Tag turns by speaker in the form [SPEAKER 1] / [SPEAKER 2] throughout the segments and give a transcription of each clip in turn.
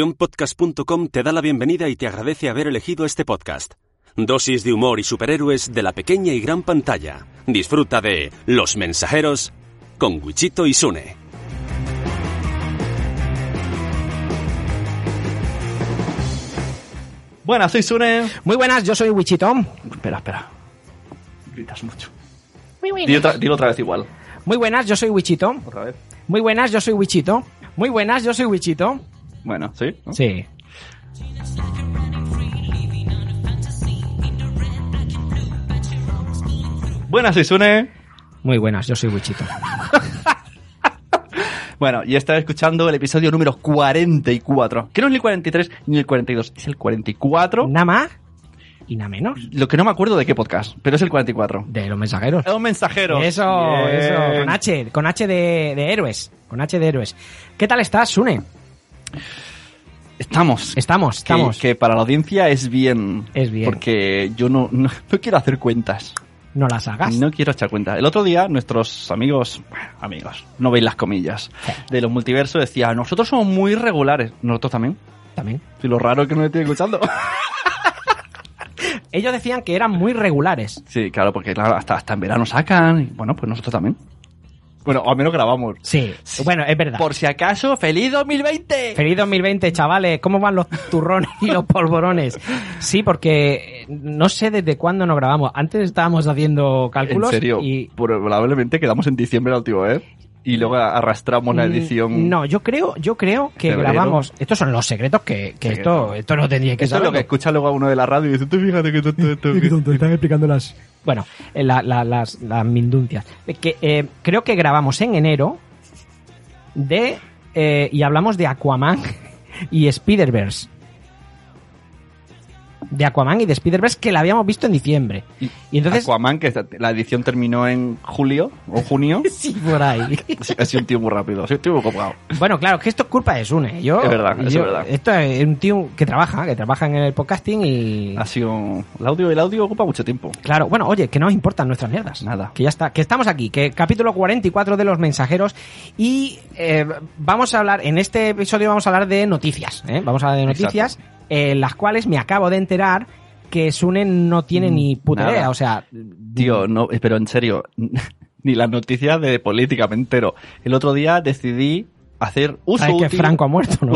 [SPEAKER 1] Nacionpodcast.com te da la bienvenida y te agradece haber elegido este podcast. Dosis de humor y superhéroes de la pequeña y gran pantalla. Disfruta de Los Mensajeros con Wichito y Sune.
[SPEAKER 2] Buenas, soy Sune.
[SPEAKER 3] Muy buenas, yo soy Wichito.
[SPEAKER 2] Espera, espera. Gritas mucho. Dilo otra, dilo otra vez igual.
[SPEAKER 3] Muy buenas, yo soy Wichito.
[SPEAKER 2] Otra vez.
[SPEAKER 3] Muy buenas, yo soy Wichito. Muy buenas, yo soy Wichito.
[SPEAKER 2] Bueno, ¿sí? ¿No?
[SPEAKER 3] Sí.
[SPEAKER 2] Buenas, soy Sune.
[SPEAKER 3] Muy buenas, yo soy Wichito.
[SPEAKER 2] Bueno, y estás escuchando el episodio número 44. Que no es el 43 ni el 42, es el 44.
[SPEAKER 3] Nada más y nada menos
[SPEAKER 2] Lo que no me acuerdo de qué podcast, pero es el 44.
[SPEAKER 3] de los mensajeros.
[SPEAKER 2] Es un mensajero.
[SPEAKER 3] Eso,
[SPEAKER 2] Bien.
[SPEAKER 3] eso. Con H, con H de, de héroes. Con H de héroes. ¿Qué tal estás, Sune?
[SPEAKER 2] Estamos.
[SPEAKER 3] Estamos,
[SPEAKER 2] Que-
[SPEAKER 3] estamos.
[SPEAKER 2] Que, para la audiencia es bien.
[SPEAKER 3] Es bien.
[SPEAKER 2] Porque yo no, no, no quiero hacer cuentas.
[SPEAKER 3] No las hagas.
[SPEAKER 2] No quiero echar cuentas. El otro día, nuestros amigos, bueno, amigos, no veis las comillas, de los multiversos decía, nosotros somos muy regulares. Nosotros también.
[SPEAKER 3] También.
[SPEAKER 2] Y lo raro es que no me estoy escuchando.
[SPEAKER 3] Ellos decían que eran muy regulares.
[SPEAKER 2] Sí, claro, porque claro, hasta, hasta en verano sacan. Y, bueno, pues nosotros también. Bueno, al menos grabamos.
[SPEAKER 3] Sí. Bueno, es verdad.
[SPEAKER 2] Por si acaso, feliz 2020.
[SPEAKER 3] Feliz 2020, chavales. ¿Cómo van los turrones y los polvorones? Sí, porque eh, no sé desde cuándo nos grabamos. Antes estábamos haciendo
[SPEAKER 2] en
[SPEAKER 3] cálculos.
[SPEAKER 2] serio,
[SPEAKER 3] Y...
[SPEAKER 2] probablemente quedamos en diciembre la última vez y luego a- arrastramos la edición.
[SPEAKER 3] Mm, No, yo creo, yo creo que
[SPEAKER 2] Febrero.
[SPEAKER 3] grabamos. Estos son los secretos que, que
[SPEAKER 2] Secreto.
[SPEAKER 3] esto, esto no tendría que
[SPEAKER 2] Eso es
[SPEAKER 3] saber.
[SPEAKER 2] lo que escucha luego a uno de la radio y dice, tú fíjate que tonto esto, que-
[SPEAKER 3] están explicando las. Bueno, eh, la- la- las, las minduncias. Eh, Que, eh, creo que grabamos en enero de. eh, y hablamos de Aquaman y Spider-Verse. De Aquaman y de Spider-Verse que la habíamos visto en diciembre. Y entonces.
[SPEAKER 2] Aquaman, que esta- la edición terminó en julio o junio.
[SPEAKER 3] Sí, por ahí.
[SPEAKER 2] ha sido un tío muy rápido, ha sido un tío muy copado.
[SPEAKER 3] Bueno, claro, es que esto es culpa de Sune. Yo,
[SPEAKER 2] Es verdad, es
[SPEAKER 3] yo-
[SPEAKER 2] verdad.
[SPEAKER 3] Esto es un tío que trabaja, que trabaja en el podcasting y.
[SPEAKER 2] Ha sido. El audio, el audio ocupa mucho tiempo.
[SPEAKER 3] Claro, bueno, oye, que no nos importan nuestras mierdas.
[SPEAKER 2] Nada.
[SPEAKER 3] Que ya está, que estamos aquí, que capítulo 44 de Los Mensajeros y eh, vamos a hablar, en este episodio vamos a hablar de noticias, ¿eh? Vamos a hablar de
[SPEAKER 2] Exacto.
[SPEAKER 3] noticias, eh, las cuales me acabo de enterar que Sune no tiene ni puta
[SPEAKER 2] nada.
[SPEAKER 3] idea, o sea...
[SPEAKER 2] Tío, no, pero en serio, ni las noticias de política me entero. El otro día decidí hacer uso
[SPEAKER 3] Sabes que
[SPEAKER 2] útil.
[SPEAKER 3] Franco ha muerto, ¿no?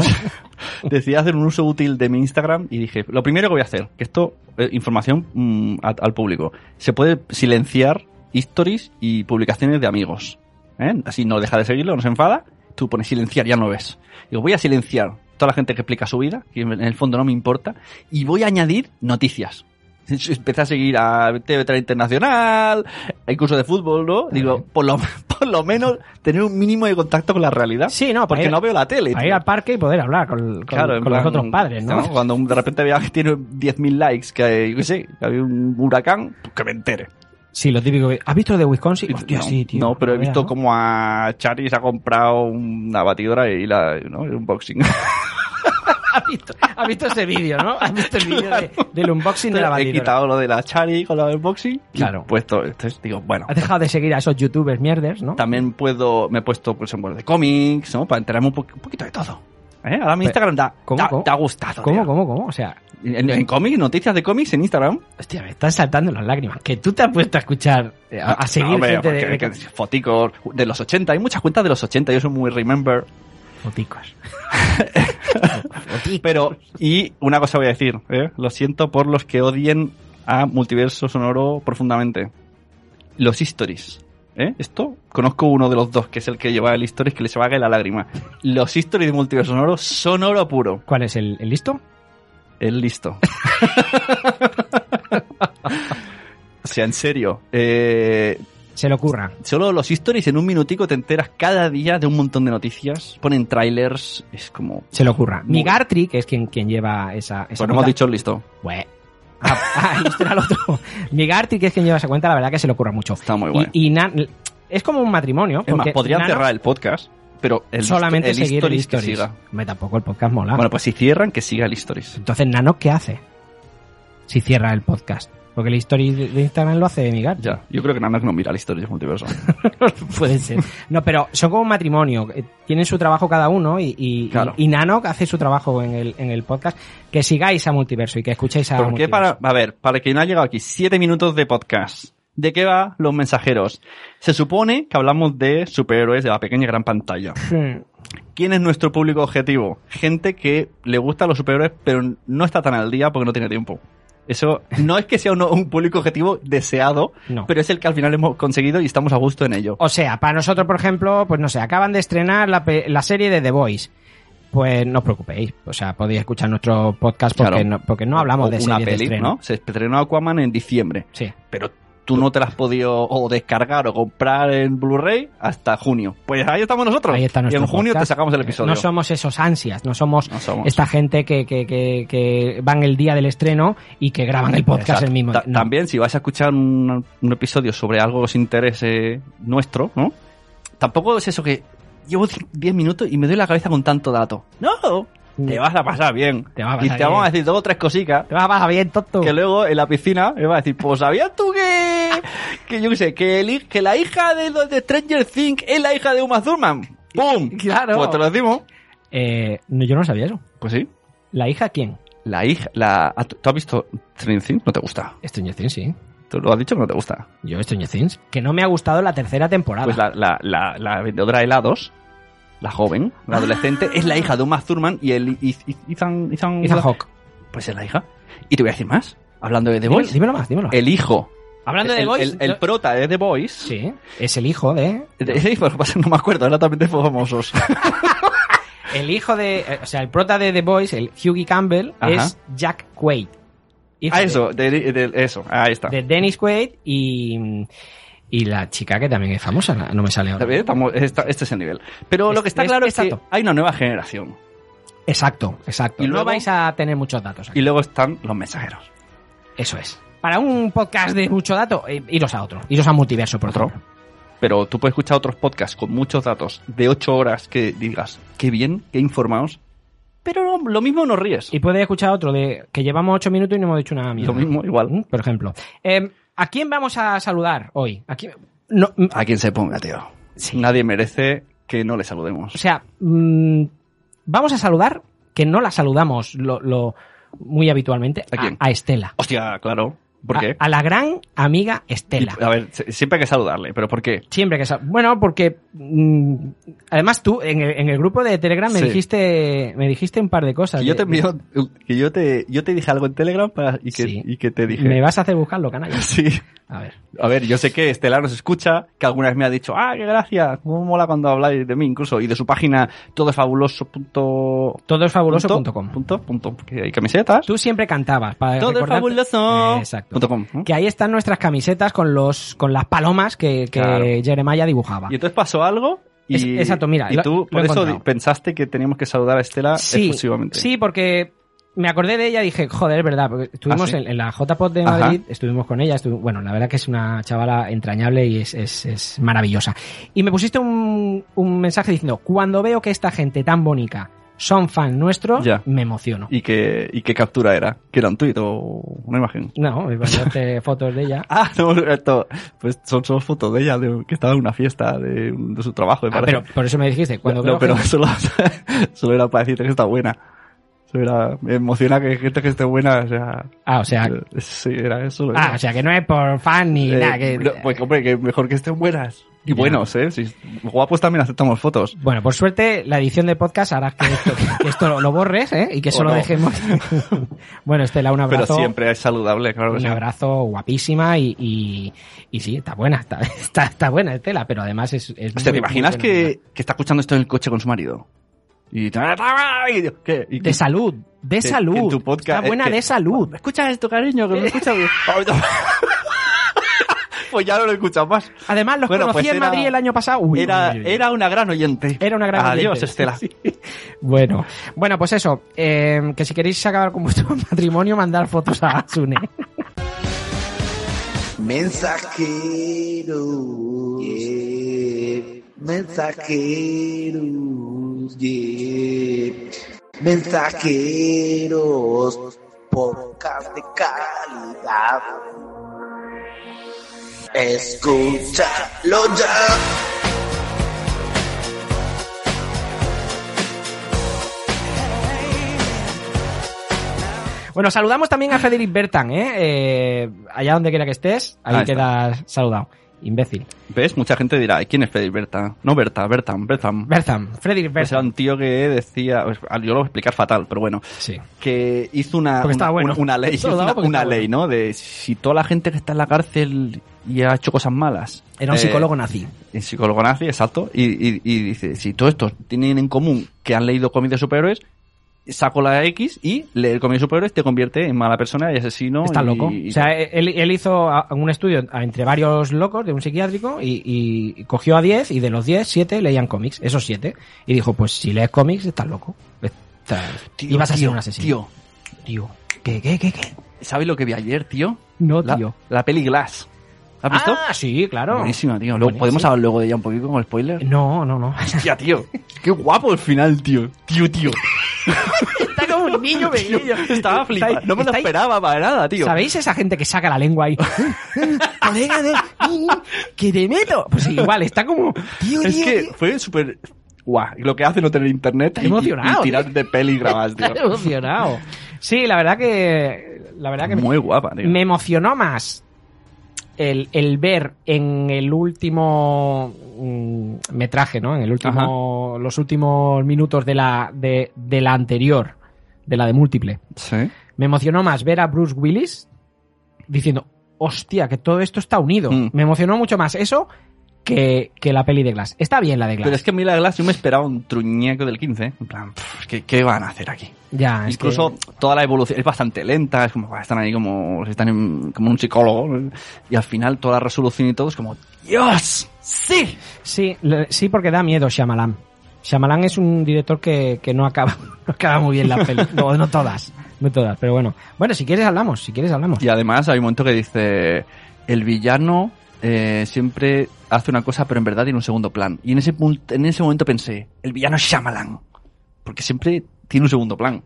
[SPEAKER 2] decidí hacer un uso útil de mi Instagram y dije, lo primero que voy a hacer, que esto, eh, información mm, a- al público, se puede silenciar stories y publicaciones de amigos. ¿eh? Así no deja de seguirlo, no se enfada, tú pones silenciar, ya no ves. Digo, voy a silenciar toda la gente que explica su vida, que en el fondo no me importa, y voy a añadir noticias. Empecé a seguir a TV3 Internacional, hay cursos de fútbol, ¿no? Digo, por lo, por lo menos tener un mínimo de contacto con la realidad.
[SPEAKER 3] Sí, no, pues para
[SPEAKER 2] porque
[SPEAKER 3] ir-
[SPEAKER 2] no veo la tele.
[SPEAKER 3] Para
[SPEAKER 2] tío
[SPEAKER 3] ir al parque y poder hablar con, con-
[SPEAKER 2] claro, en
[SPEAKER 3] con los
[SPEAKER 2] plan,
[SPEAKER 3] otros padres, ¿no?
[SPEAKER 2] Cuando de repente vea que tiene 10.000 likes, que yo qué sé, que había un huracán, pues que me entere.
[SPEAKER 3] Sí, lo típico. que- ¿Has visto de Wisconsin? Hostia,
[SPEAKER 2] no,
[SPEAKER 3] sí, tío.
[SPEAKER 2] no, pero he
[SPEAKER 3] Pues Vaya,
[SPEAKER 2] visto
[SPEAKER 3] ¿no?
[SPEAKER 2] como a Charis ha comprado una batidora y la, ¿no? un boxing.
[SPEAKER 3] ¿Has visto, has visto ese vídeo, ¿no? ¿Has visto el vídeo de- del unboxing de la
[SPEAKER 2] He
[SPEAKER 3] batidora?
[SPEAKER 2] quitado lo de la Charis con lo del boxing. y
[SPEAKER 3] Claro.
[SPEAKER 2] Puesto, entonces digo, bueno.
[SPEAKER 3] Has dejado de seguir a esos youtubers mierders, ¿no?
[SPEAKER 2] También puedo, me he puesto, por ejemplo, de cómics, ¿no? Para enterarme un, po- un poquito de todo. ¿Eh? Ahora mi
[SPEAKER 3] Pero,
[SPEAKER 2] Instagram da,
[SPEAKER 3] ¿cómo,
[SPEAKER 2] da-
[SPEAKER 3] cómo?
[SPEAKER 2] da gustado.
[SPEAKER 3] ¿Cómo,
[SPEAKER 2] tío.
[SPEAKER 3] cómo, cómo? O sea, eh,
[SPEAKER 2] En, en cómics, noticias de cómics en Instagram.
[SPEAKER 3] hostia, me están saltando las lágrimas. Que tú te has puesto a escuchar, eh, a, a seguir
[SPEAKER 2] No, hombre,
[SPEAKER 3] gente de,
[SPEAKER 2] porque-
[SPEAKER 3] de-
[SPEAKER 2] que- foticos de los 80. Hay muchas cuentas de los 80. Yo soy muy remember.
[SPEAKER 3] Foticos.
[SPEAKER 2] Pero, y una cosa voy a decir. ¿eh? Lo siento por los que odien a Multiverso Sonoro profundamente. Los stories. ¿eh? Esto, conozco uno de los dos, que es el que lleva el stories, que le se va a caer la lágrima. Los stories de Multiverso Sonoro, sonoro puro.
[SPEAKER 3] ¿Cuál es el, el listo?
[SPEAKER 2] El listo. o sea, en serio. Eh,
[SPEAKER 3] Se le ocurra.
[SPEAKER 2] Solo los stories en un minutico te enteras cada día de un montón de noticias. Ponen trailers, es como...
[SPEAKER 3] Se le ocurra.
[SPEAKER 2] Muy-
[SPEAKER 3] Mi Gartry, que es quien, quien lleva esa. esa
[SPEAKER 2] Pues no hemos
[SPEAKER 3] cuenta-
[SPEAKER 2] dicho listo.
[SPEAKER 3] Bue. Ah, ah, listo era el otro. Mi Gartry, que es quien lleva esa cuenta, la verdad que se le ocurra mucho.
[SPEAKER 2] Está muy guay.
[SPEAKER 3] Y, y Nan- es como un matrimonio.
[SPEAKER 2] es más,
[SPEAKER 3] porque
[SPEAKER 2] podrían
[SPEAKER 3] Nano
[SPEAKER 2] cerrar el podcast, pero el,
[SPEAKER 3] solamente
[SPEAKER 2] el
[SPEAKER 3] seguir el
[SPEAKER 2] stories
[SPEAKER 3] Ah.
[SPEAKER 2] que
[SPEAKER 3] stories.
[SPEAKER 2] siga.
[SPEAKER 3] Hombre, tampoco el podcast mola.
[SPEAKER 2] Bueno, pues si cierran, que siga el stories.
[SPEAKER 3] Entonces, Nano, ¿qué hace? Si cierra el podcast. Porque la historia de de Instagram lo hace Migar.
[SPEAKER 2] Ya, yo creo que nada más no mira la historia de multiverso.
[SPEAKER 3] Puede ser. No, pero son como un matrimonio. eh, Tienen su trabajo cada uno y, y,
[SPEAKER 2] Claro.
[SPEAKER 3] y Nanoc hace su trabajo en el, en el podcast. Que sigáis a Multiverso y que escuchéis a
[SPEAKER 2] ¿Por qué
[SPEAKER 3] Multiverso.
[SPEAKER 2] para, a ver, para quien ha llegado aquí, siete minutos de podcast. ¿De qué va Los Mensajeros? Se supone que hablamos de superhéroes de la pequeña y gran pantalla.
[SPEAKER 3] Hmm.
[SPEAKER 2] ¿Quién es nuestro público objetivo? Gente que le gusta los superhéroes, pero no está tan al día porque no tiene tiempo. Eso no es que sea uno- un público objetivo deseado,
[SPEAKER 3] No.
[SPEAKER 2] pero es el que al final hemos conseguido y estamos a gusto en ello.
[SPEAKER 3] O sea, para nosotros, por ejemplo, pues no sé, acaban de estrenar la, pe- la serie de The Voice. Pues no os preocupéis. O sea, podéis escuchar nuestro podcast porque,
[SPEAKER 2] Claro.
[SPEAKER 3] no, porque no hablamos
[SPEAKER 2] O
[SPEAKER 3] de
[SPEAKER 2] una
[SPEAKER 3] series de
[SPEAKER 2] peli,
[SPEAKER 3] estreno.
[SPEAKER 2] ¿no? Se estrenó Aquaman en diciembre,
[SPEAKER 3] Sí.
[SPEAKER 2] pero tú no te la has podido o descargar o comprar en Blu-ray hasta junio. Pues ahí estamos nosotros.
[SPEAKER 3] Ahí está
[SPEAKER 2] y
[SPEAKER 3] nuestro
[SPEAKER 2] en junio te
[SPEAKER 3] podcast. Eh,
[SPEAKER 2] sacamos el episodio.
[SPEAKER 3] No somos esos ansias, no somos,
[SPEAKER 2] No somos.
[SPEAKER 3] esta gente que, que, que, que van el día del estreno y que graban el podcast
[SPEAKER 2] Exacto.
[SPEAKER 3] el mismo
[SPEAKER 2] Ta-
[SPEAKER 3] día. No.
[SPEAKER 2] También, si vais a escuchar un, un episodio sobre algo que os interese nuestro, ¿no? Tampoco es eso que llevo 10 minutos y me doy la cabeza con tanto dato. ¡No! Te vas a pasar bien.
[SPEAKER 3] Mm. Te vas a pasar
[SPEAKER 2] y te vamos
[SPEAKER 3] bien.
[SPEAKER 2] a decir dos o tres cositas
[SPEAKER 3] Te vas a pasar bien, tonto.
[SPEAKER 2] que luego en la piscina me va a decir, pues ¿sabías tú que, que yo qué sé, que, el hi- que la hija de, los de Stranger Things es la hija de Uma Thurman? ¡Pum!
[SPEAKER 3] Claro.
[SPEAKER 2] Pues te lo decimos.
[SPEAKER 3] Eh, no, yo no sabía eso.
[SPEAKER 2] Pues sí.
[SPEAKER 3] ¿La hija quién?
[SPEAKER 2] La hija, la... ah, ¿Tú has visto Stranger Things? No te gusta.
[SPEAKER 3] Stranger Things, sí.
[SPEAKER 2] Tú lo has dicho que no te gusta.
[SPEAKER 3] Yo Stranger Things. Que no me ha gustado la tercera temporada.
[SPEAKER 2] Pues la, la, la, la vendedora de helados, la joven, la adolescente, es la hija de Uma Thurman y el y- y- Ethan, Ethan,
[SPEAKER 3] Ethan Hawke.
[SPEAKER 2] Pues es la hija. Y te voy a decir más, hablando de The
[SPEAKER 3] Dímelo,
[SPEAKER 2] Voice,
[SPEAKER 3] dímelo más, dímelo. más.
[SPEAKER 2] el hijo.
[SPEAKER 3] Hablando de
[SPEAKER 2] el,
[SPEAKER 3] The Voice,
[SPEAKER 2] el- el
[SPEAKER 3] yo-
[SPEAKER 2] prota de The Voice.
[SPEAKER 3] Sí, es el hijo de...
[SPEAKER 2] de- sí, pero pasa, no me acuerdo, ahora también de famosos.
[SPEAKER 3] El hijo de... eh, O sea, el prota de The Voice, el Hughie Campbell,
[SPEAKER 2] Ajá.
[SPEAKER 3] es Jack Quaid. Hijo
[SPEAKER 2] ah,
[SPEAKER 3] de-
[SPEAKER 2] eso, de, de- eso, ahí está.
[SPEAKER 3] de Dennis Quaid y, y la chica que también es famosa, no me sale ahora.
[SPEAKER 2] ¿Sabes? Estamos- esta- este es el nivel. Pero lo que está
[SPEAKER 3] Es-
[SPEAKER 2] claro es, que
[SPEAKER 3] exacto.
[SPEAKER 2] hay una nueva generación.
[SPEAKER 3] Exacto, exacto.
[SPEAKER 2] Y
[SPEAKER 3] Y
[SPEAKER 2] luego-
[SPEAKER 3] no vais a tener muchos datos. aquí.
[SPEAKER 2] Y luego están los mensajeros.
[SPEAKER 3] Eso es. Para un podcast de mucho dato, eh, iros a otro. Iros a multiverso, por
[SPEAKER 2] Otro.
[SPEAKER 3] otro.
[SPEAKER 2] Pero tú puedes escuchar otros podcasts con muchos datos de 8 horas que digas, qué bien, qué informados. Pero lo, lo mismo nos ríes.
[SPEAKER 3] Y puedes escuchar otro de que llevamos ocho minutos y no hemos dicho nada mierda.
[SPEAKER 2] lo mismo, igual.
[SPEAKER 3] Mm, Por ejemplo. Eh, ¿A quién vamos a saludar hoy? ¿A quién? No, mm,
[SPEAKER 2] A quien se ponga, tío.
[SPEAKER 3] Sí.
[SPEAKER 2] Nadie merece que no le
[SPEAKER 3] o
[SPEAKER 2] saludemos.
[SPEAKER 3] sea, mm, vamos a saludar que no la saludamos lo, lo- muy habitualmente
[SPEAKER 2] ¿A quién?
[SPEAKER 3] a Estela.
[SPEAKER 2] Hostia, claro. ¿Por
[SPEAKER 3] A-
[SPEAKER 2] qué?
[SPEAKER 3] a la gran amiga Estela.
[SPEAKER 2] a ver, se- siempre hay que saludarle, pero ¿por qué?
[SPEAKER 3] Siempre que sa- Bueno, porque mm, además tú en el, en el grupo de Telegram me
[SPEAKER 2] Sí.
[SPEAKER 3] dijiste me dijiste un par de cosas.
[SPEAKER 2] Que yo
[SPEAKER 3] De-
[SPEAKER 2] te envío- que yo te, yo te dije algo en Telegram para- y, que,
[SPEAKER 3] Sí.
[SPEAKER 2] y que te dije.
[SPEAKER 3] Me vas a hacer buscarlo, canalla.
[SPEAKER 2] Sí.
[SPEAKER 3] A ver.
[SPEAKER 2] A ver, yo sé que Estelar nos escucha, que alguna vez me ha dicho, ah, qué gracia, cómo mola cuando habláis de mí incluso, y de su página todofabuloso.com.
[SPEAKER 3] Todo es
[SPEAKER 2] Punto, punto, punto, que hay camisetas.
[SPEAKER 3] Tú siempre cantabas para
[SPEAKER 2] Todo es
[SPEAKER 3] recordarte-
[SPEAKER 2] fabuloso.
[SPEAKER 3] Eh, Ah, Exacto.
[SPEAKER 2] Punto com, ¿no?
[SPEAKER 3] Que ahí están nuestras camisetas con los con las palomas que, que
[SPEAKER 2] Claro.
[SPEAKER 3] Jeremiah dibujaba.
[SPEAKER 2] Y entonces pasó algo y,
[SPEAKER 3] Ah, Es- exacto, mira,
[SPEAKER 2] y
[SPEAKER 3] lo-
[SPEAKER 2] tú
[SPEAKER 3] lo
[SPEAKER 2] por
[SPEAKER 3] he
[SPEAKER 2] eso
[SPEAKER 3] encontrado.
[SPEAKER 2] di- pensaste que teníamos que saludar a Estela exclusivamente.
[SPEAKER 3] Sí, porque me acordé de ella y dije, joder, es verdad, porque estuvimos
[SPEAKER 2] ¿Ah, sí?
[SPEAKER 3] en, en la JPod de
[SPEAKER 2] Ajá.
[SPEAKER 3] Madrid, estuvimos con ella, estuvi- bueno, la verdad que es una chavala entrañable y es, es- es maravillosa. Y me pusiste un, un mensaje diciendo, cuando veo que esta gente tan bonita son fan nuestros,
[SPEAKER 2] Ya.
[SPEAKER 3] me emociono.
[SPEAKER 2] ¿Y qué, ¿Y qué captura era? ¿Que era un tuit o una imagen?
[SPEAKER 3] No, me mandaste fotos de ella.
[SPEAKER 2] Ah, no, esto, pues son solo fotos de ella, de, que estaba en una fiesta de, de su trabajo, me
[SPEAKER 3] Ah,
[SPEAKER 2] parece.
[SPEAKER 3] pero por eso me dijiste, cuando
[SPEAKER 2] no,
[SPEAKER 3] veo
[SPEAKER 2] pero
[SPEAKER 3] gente-
[SPEAKER 2] solo, solo era para decirte que está buena. Solo era- me emociona que gente que esté buena, o sea,
[SPEAKER 3] Ah, o sea,
[SPEAKER 2] eh, sí, era eso.
[SPEAKER 3] ah, o sea, que no es por fan ni
[SPEAKER 2] Eh,
[SPEAKER 3] nada. que-
[SPEAKER 2] no, pues hombre, que mejor que estén buenas. Y
[SPEAKER 3] Ya.
[SPEAKER 2] buenos, ¿eh? Si guapos también aceptamos fotos.
[SPEAKER 3] Bueno, por suerte, la edición de podcast hará que esto, que esto lo, lo borres, ¿eh? Y que
[SPEAKER 2] O
[SPEAKER 3] solo
[SPEAKER 2] no.
[SPEAKER 3] dejemos. bueno, Estela, un
[SPEAKER 2] Pero
[SPEAKER 3] abrazo.
[SPEAKER 2] siempre es saludable, claro que
[SPEAKER 3] un
[SPEAKER 2] sí.
[SPEAKER 3] abrazo guapísima y, y, y sí, está buena, está, está, está buena Estela, pero además es... es
[SPEAKER 2] O sea, ¿te
[SPEAKER 3] muy-
[SPEAKER 2] imaginas
[SPEAKER 3] muy buena
[SPEAKER 2] que, que está escuchando esto en el coche con su marido? Y... "Ah, y- ¿qué? Y-
[SPEAKER 3] amiga. De salud, de
[SPEAKER 2] que-
[SPEAKER 3] salud.
[SPEAKER 2] que en tu podcast-
[SPEAKER 3] está buena
[SPEAKER 2] eh, que-
[SPEAKER 3] de salud.
[SPEAKER 2] Escucha esto, cariño, que me escucha bien. pues ya no lo he escuchado más.
[SPEAKER 3] Además, los
[SPEAKER 2] Bueno,
[SPEAKER 3] conocí
[SPEAKER 2] pues
[SPEAKER 3] en
[SPEAKER 2] era-
[SPEAKER 3] Madrid el año pasado. Uy,
[SPEAKER 2] era,
[SPEAKER 3] uy, uy, uy.
[SPEAKER 2] era una gran oyente.
[SPEAKER 3] Era una gran
[SPEAKER 2] Adiós,
[SPEAKER 3] oyente.
[SPEAKER 2] Estela.
[SPEAKER 3] Bueno, bueno, pues eso, eh, que si queréis acabar con vuestro matrimonio, mandar fotos a Asune.
[SPEAKER 4] Mensajeros, yeah. mensajeros, yeah. mensajeros, podcast de calidad. Escúchalo ya.
[SPEAKER 3] Bueno, saludamos también a Federic Bertan, ¿eh? Eh, allá donde quiera que estés, ahí
[SPEAKER 2] Ahí
[SPEAKER 3] quedas saludado. Imbécil.
[SPEAKER 2] ¿Ves? Mucha gente dirá, "¿Y ¿quién es Freddy Berta? No Berta, Bertam, Bertam.
[SPEAKER 3] Bertan, Frederic
[SPEAKER 2] Pues era
[SPEAKER 3] Bertan.
[SPEAKER 2] un tío que decía, pues, yo lo voy a explicar fatal, pero bueno,
[SPEAKER 3] Sí.
[SPEAKER 2] que hizo una,
[SPEAKER 3] Porque
[SPEAKER 2] una,
[SPEAKER 3] estaba bueno.
[SPEAKER 2] una- una ley,
[SPEAKER 3] Todo lo daba
[SPEAKER 2] una,
[SPEAKER 3] porque
[SPEAKER 2] una
[SPEAKER 3] estaba
[SPEAKER 2] ley, ¿no? De si toda la gente que está en la cárcel y ha hecho cosas malas.
[SPEAKER 3] Era un
[SPEAKER 2] eh,
[SPEAKER 3] psicólogo nazi.
[SPEAKER 2] el psicólogo nazi, exacto, y, y- y dice, si todos estos tienen en común que han leído cómics de superhéroes, saco la X y leer cómics de superhéroes te convierte en mala persona y asesino.
[SPEAKER 3] Está
[SPEAKER 2] y-
[SPEAKER 3] loco.
[SPEAKER 2] y-
[SPEAKER 3] O sea, e- él, él hizo a- un estudio a- entre varios locos de un psiquiátrico y, y cogió a 10 y de los 10, 7 leían cómics, esos 7. Y dijo, pues si lees cómics estás loco. Estás-
[SPEAKER 2] Tío,
[SPEAKER 3] y vas a ser
[SPEAKER 2] tío,
[SPEAKER 3] un asesino.
[SPEAKER 2] Tío,
[SPEAKER 3] Tío. ¿Qué, qué, qué, qué?
[SPEAKER 2] ¿sabes lo que vi ayer, tío?
[SPEAKER 3] No,
[SPEAKER 2] La,
[SPEAKER 3] tío.
[SPEAKER 2] la peli Glass. ¿La ¿Has visto?
[SPEAKER 3] Ah, sí, claro.
[SPEAKER 2] Buenísima, tío. Luego,
[SPEAKER 3] Buenísima.
[SPEAKER 2] ¿Podemos hablar luego de ella un poquito con spoiler?
[SPEAKER 3] No, no, no.
[SPEAKER 2] Hostia, tío. Qué guapo el final, tío. Tío, tío.
[SPEAKER 3] Está como un niño
[SPEAKER 2] Tío, estaba flipando. No me lo
[SPEAKER 3] estáis-
[SPEAKER 2] esperaba para nada, tío.
[SPEAKER 3] ¿Sabéis esa gente que saca la lengua ahí? Colega de... ¡Que te meto! Pues igual, está como... Tío,
[SPEAKER 2] Es
[SPEAKER 3] tío,
[SPEAKER 2] que
[SPEAKER 3] tío.
[SPEAKER 2] fue súper... Guau, lo que hace no tener internet y,
[SPEAKER 3] emocionado,
[SPEAKER 2] y tirar de peli y grabas, tío.
[SPEAKER 3] Está emocionado. Sí, la verdad que... La verdad que... me-
[SPEAKER 2] Muy guapa, tío.
[SPEAKER 3] me emocionó más el, el ver en el último mm, metraje, ¿no? En el último, los últimos minutos de la, de, de la anterior, de la de múltiple.
[SPEAKER 2] Sí.
[SPEAKER 3] Me emocionó más ver a Bruce Willis diciendo, hostia, que todo esto está unido.
[SPEAKER 2] Mm.
[SPEAKER 3] Me emocionó mucho más eso que, que la peli de Glass. Está bien la de Glass.
[SPEAKER 2] Pero es que a mí la Glass yo me esperaba un truñeco del 15. ¿eh? En plan, pff, ¿qué, qué van a hacer aquí?
[SPEAKER 3] ya, Ah, es
[SPEAKER 2] Incluso
[SPEAKER 3] que-
[SPEAKER 2] toda la evolución es bastante lenta, es como "Buah, están ahí como están en- como un psicólogo ¿no? y al final toda la resolución y todo es como Dios, sí.
[SPEAKER 3] sí, le- sí, porque da miedo Shyamalan. Shyamalan es un director que, que no acaba no acaba muy bien la peli. No, no todas, no todas, pero bueno. Bueno, si quieres hablamos, si quieres hablamos.
[SPEAKER 2] Y además hay un momento que dice el villano eh, siempre hace una cosa pero en verdad tiene un segundo plan y en ese punto, en ese momento pensé el villano es Shyamalan porque siempre tiene un segundo plan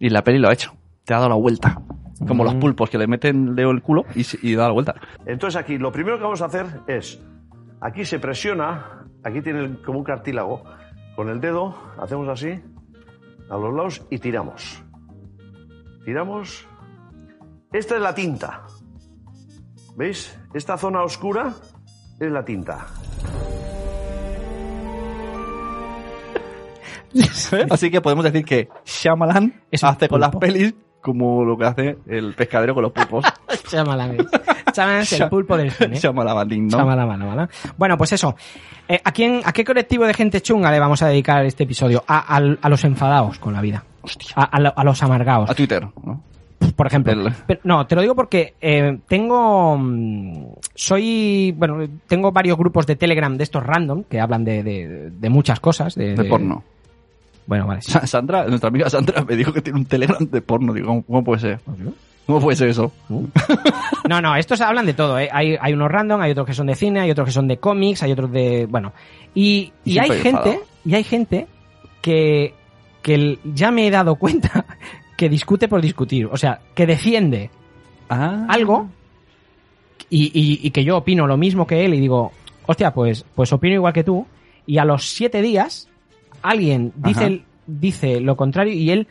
[SPEAKER 2] y la peli lo ha hecho, te ha dado la vuelta. Como los
[SPEAKER 3] Mm.
[SPEAKER 2] pulpos que le meten el dedo en el culo y, se- y da la vuelta.
[SPEAKER 5] Entonces aquí lo primero que vamos a hacer es, aquí se presiona, aquí tiene el- como un cartílago, con el dedo hacemos así, a los lados y tiramos. Tiramos. Esta es la tinta. ¿Veis? Esta zona oscura es la tinta.
[SPEAKER 2] Así que podemos decir que Shyamalan
[SPEAKER 3] Es un
[SPEAKER 2] hace con las
[SPEAKER 3] pulpo.
[SPEAKER 2] pelis como lo que hace el pescadero con los pulpos.
[SPEAKER 3] Shyamalan es. Shyamalan es el
[SPEAKER 2] Sha-
[SPEAKER 3] pulpo del cine.
[SPEAKER 2] Shyamalan, ¿no?
[SPEAKER 3] Shyamalan, Shyamalan. Bueno, pues eso. Eh, ¿a, quién, ¿A qué colectivo de gente chunga le vamos a dedicar este episodio? A, al- a los enfadados con la vida. A, a lo- a los amargados.
[SPEAKER 2] A Twitter, ¿no?
[SPEAKER 3] por ejemplo.
[SPEAKER 2] El-
[SPEAKER 3] Pero, no, te lo digo porque eh, tengo. mm, Soy. Bueno, tengo varios grupos de Telegram de estos random que hablan de, de- de muchas cosas. De,
[SPEAKER 2] De
[SPEAKER 3] de-
[SPEAKER 2] porno.
[SPEAKER 3] Eh, Bueno, vale. sí.
[SPEAKER 2] Sa- Sandra, nuestra amiga Sandra me dijo que tiene un Telegram de porno. Digo, ¿cómo, cómo puede ser? ¿Cómo puede ser eso?
[SPEAKER 3] Uh, No, no, estos hablan de todo. ¿eh? Hay, hay unos random, hay otros que son de cine, hay otros que son de cómics, hay otros de. Bueno. Y,
[SPEAKER 2] Y
[SPEAKER 3] y hay
[SPEAKER 2] siempre
[SPEAKER 3] gente.
[SPEAKER 2] enfadado.
[SPEAKER 3] Y hay gente que. que el- ya me he dado cuenta que discute por discutir. O sea, que defiende
[SPEAKER 2] Ah,
[SPEAKER 3] algo y, y- y que yo opino lo mismo que él y digo, hostia, pues, pues opino igual que tú. Y a los siete días, alguien
[SPEAKER 2] Ajá.
[SPEAKER 3] dice, dice lo contrario y él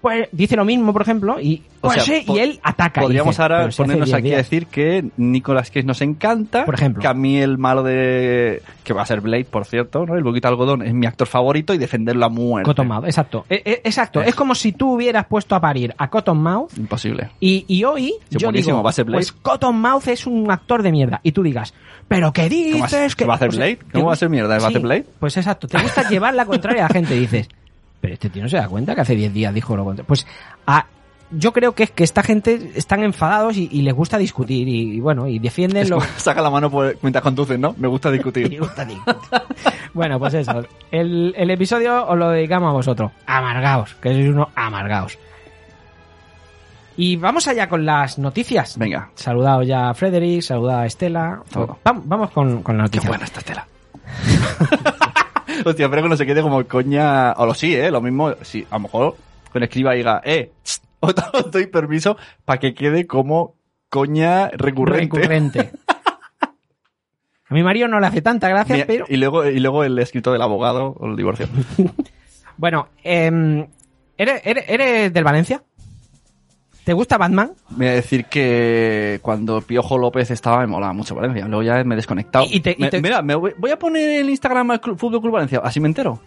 [SPEAKER 3] pues, dice lo mismo, por ejemplo, y,
[SPEAKER 2] O
[SPEAKER 3] pues,
[SPEAKER 2] sea,
[SPEAKER 3] sí,
[SPEAKER 2] po-
[SPEAKER 3] y él ataca. y
[SPEAKER 2] Podríamos
[SPEAKER 3] dice,
[SPEAKER 2] ahora
[SPEAKER 3] pero si hace
[SPEAKER 2] ponernos
[SPEAKER 3] diez
[SPEAKER 2] aquí a
[SPEAKER 3] días.
[SPEAKER 2] decir que Nicolas Cage nos encanta.
[SPEAKER 3] Por ejemplo.
[SPEAKER 2] Que a mí el malo de. que va a ser Blade, por cierto, ¿no? El boquito de algodón es mi actor favorito y defenderlo a muerte.
[SPEAKER 3] Cotton Mouth, exacto. E- e- exacto.
[SPEAKER 2] Es.
[SPEAKER 3] Es como si tú hubieras puesto a parir a Cotton Mouth
[SPEAKER 2] Imposible.
[SPEAKER 3] y, y hoy
[SPEAKER 2] Sí,
[SPEAKER 3] yo
[SPEAKER 2] buenísimo,
[SPEAKER 3] digo,
[SPEAKER 2] va a ser Blade.
[SPEAKER 3] pues Cotton Mouth es un actor de mierda. Y tú digas, ¿pero qué
[SPEAKER 2] ¿Cómo va a
[SPEAKER 3] dices?
[SPEAKER 2] ser-
[SPEAKER 3] que
[SPEAKER 2] va a hacer
[SPEAKER 3] o sea,
[SPEAKER 2] Blade?
[SPEAKER 3] te
[SPEAKER 2] ¿Cómo va a
[SPEAKER 3] gusta-
[SPEAKER 2] ser mierda? ¿Va a hacer Blade?
[SPEAKER 3] Pues exacto, te gusta llevar la contraria a la gente y dices, pero este tío no se da cuenta que hace 10 días dijo lo contrario. Pues a- yo creo que es que esta gente están enfadados y, y les gusta discutir y, y bueno, y defienden
[SPEAKER 2] Es
[SPEAKER 3] lo
[SPEAKER 2] como, saca la mano por, mientras conduces, ¿no? Me gusta discutir.
[SPEAKER 3] Bueno, pues eso. El, el episodio os lo dedicamos a vosotros. Amargaos, que sois unos amargaos. Y vamos allá con las noticias.
[SPEAKER 2] Venga.
[SPEAKER 3] Saludado ya a Frederick, saludado a Estela.
[SPEAKER 2] Todo.
[SPEAKER 3] Vam- vamos con, con la
[SPEAKER 2] Qué
[SPEAKER 3] noticia.
[SPEAKER 2] buena esta tela. Hostia, espero que no se quede como coña. O lo sí, ¿eh? Lo mismo, sí, a lo mejor con escriba diga, eh, tss, os do- os doy permiso para que quede como coña recurrente.
[SPEAKER 3] Recurrente. A mi marido no le hace tanta gracia,
[SPEAKER 2] Mira,
[SPEAKER 3] pero.
[SPEAKER 2] y, luego, y luego el escrito del abogado o el divorcio.
[SPEAKER 3] Bueno, em, ¿eres, eres, eres del Valencia? ¿Te gusta Batman?
[SPEAKER 2] Voy a decir que cuando Piojo López estaba me molaba mucho Valencia. Luego ya me he desconectado.
[SPEAKER 3] Y- y te- y
[SPEAKER 2] Me-
[SPEAKER 3] te-
[SPEAKER 2] Mira, me voy, voy a poner en Instagram al Club- Fútbol Club Valencia. Así me entero.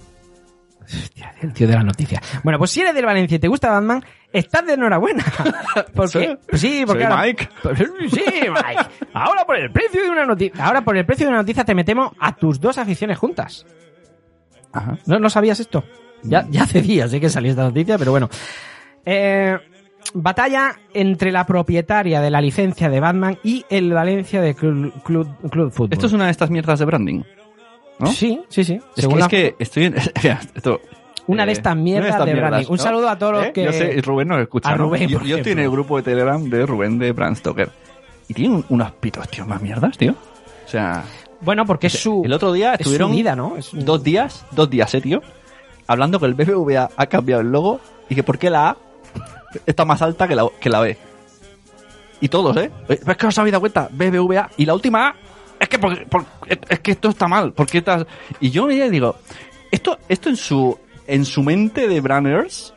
[SPEAKER 3] Hostia, el tío de la noticia. Bueno, pues si eres del Valencia y te gusta Batman, estás de enhorabuena. Porque, pues sí, porque
[SPEAKER 2] Soy
[SPEAKER 3] ahora-
[SPEAKER 2] Mike.
[SPEAKER 3] Sí, Mike. Ahora por el precio de una noticia. Ahora por el precio de una noticia te metemos a tus dos aficiones juntas.
[SPEAKER 2] Ajá.
[SPEAKER 3] ¿No, no sabías esto? Ya, ya hace días ¿eh? que salió esta noticia, pero bueno. Eh, batalla entre la propietaria de la licencia de Batman y el Valencia de Club, Club, Club Fútbol.
[SPEAKER 2] Esto es una de estas mierdas de branding. ¿no?
[SPEAKER 3] Sí, sí, sí.
[SPEAKER 2] Es que,
[SPEAKER 3] Según
[SPEAKER 2] es
[SPEAKER 3] la-
[SPEAKER 2] que estoy en. esto- eh,
[SPEAKER 3] Una de estas mierdas
[SPEAKER 2] una
[SPEAKER 3] de branding. Un saludo a todos los que-
[SPEAKER 2] ¿Eh? Yo sé, y Rubén nos escucha.
[SPEAKER 3] A
[SPEAKER 2] ¿no?
[SPEAKER 3] Rubén,
[SPEAKER 2] yo,
[SPEAKER 3] por
[SPEAKER 2] yo estoy en el
[SPEAKER 3] ejemplo.
[SPEAKER 2] grupo de Telegram de Rubén de Brand Stoker. Y tienen un- unos pitos, tío, más mierdas, tío. O sea,
[SPEAKER 3] Bueno, porque es su.
[SPEAKER 2] el otro día
[SPEAKER 3] es su
[SPEAKER 2] estuvieron
[SPEAKER 3] vida, ¿no? Es un-
[SPEAKER 2] dos días, dos días, eh, tío, hablando que el BBVA ha cambiado el logo y que por qué la A está más alta que la, que la B. Y todos, ¿eh? Oye, Es que os habéis dado cuenta, BBVA. Y la última A, es que, por- por- es que esto está mal. ¿Por qué estás...? Y yo ya digo, esto, esto en, su, en su mente de Branners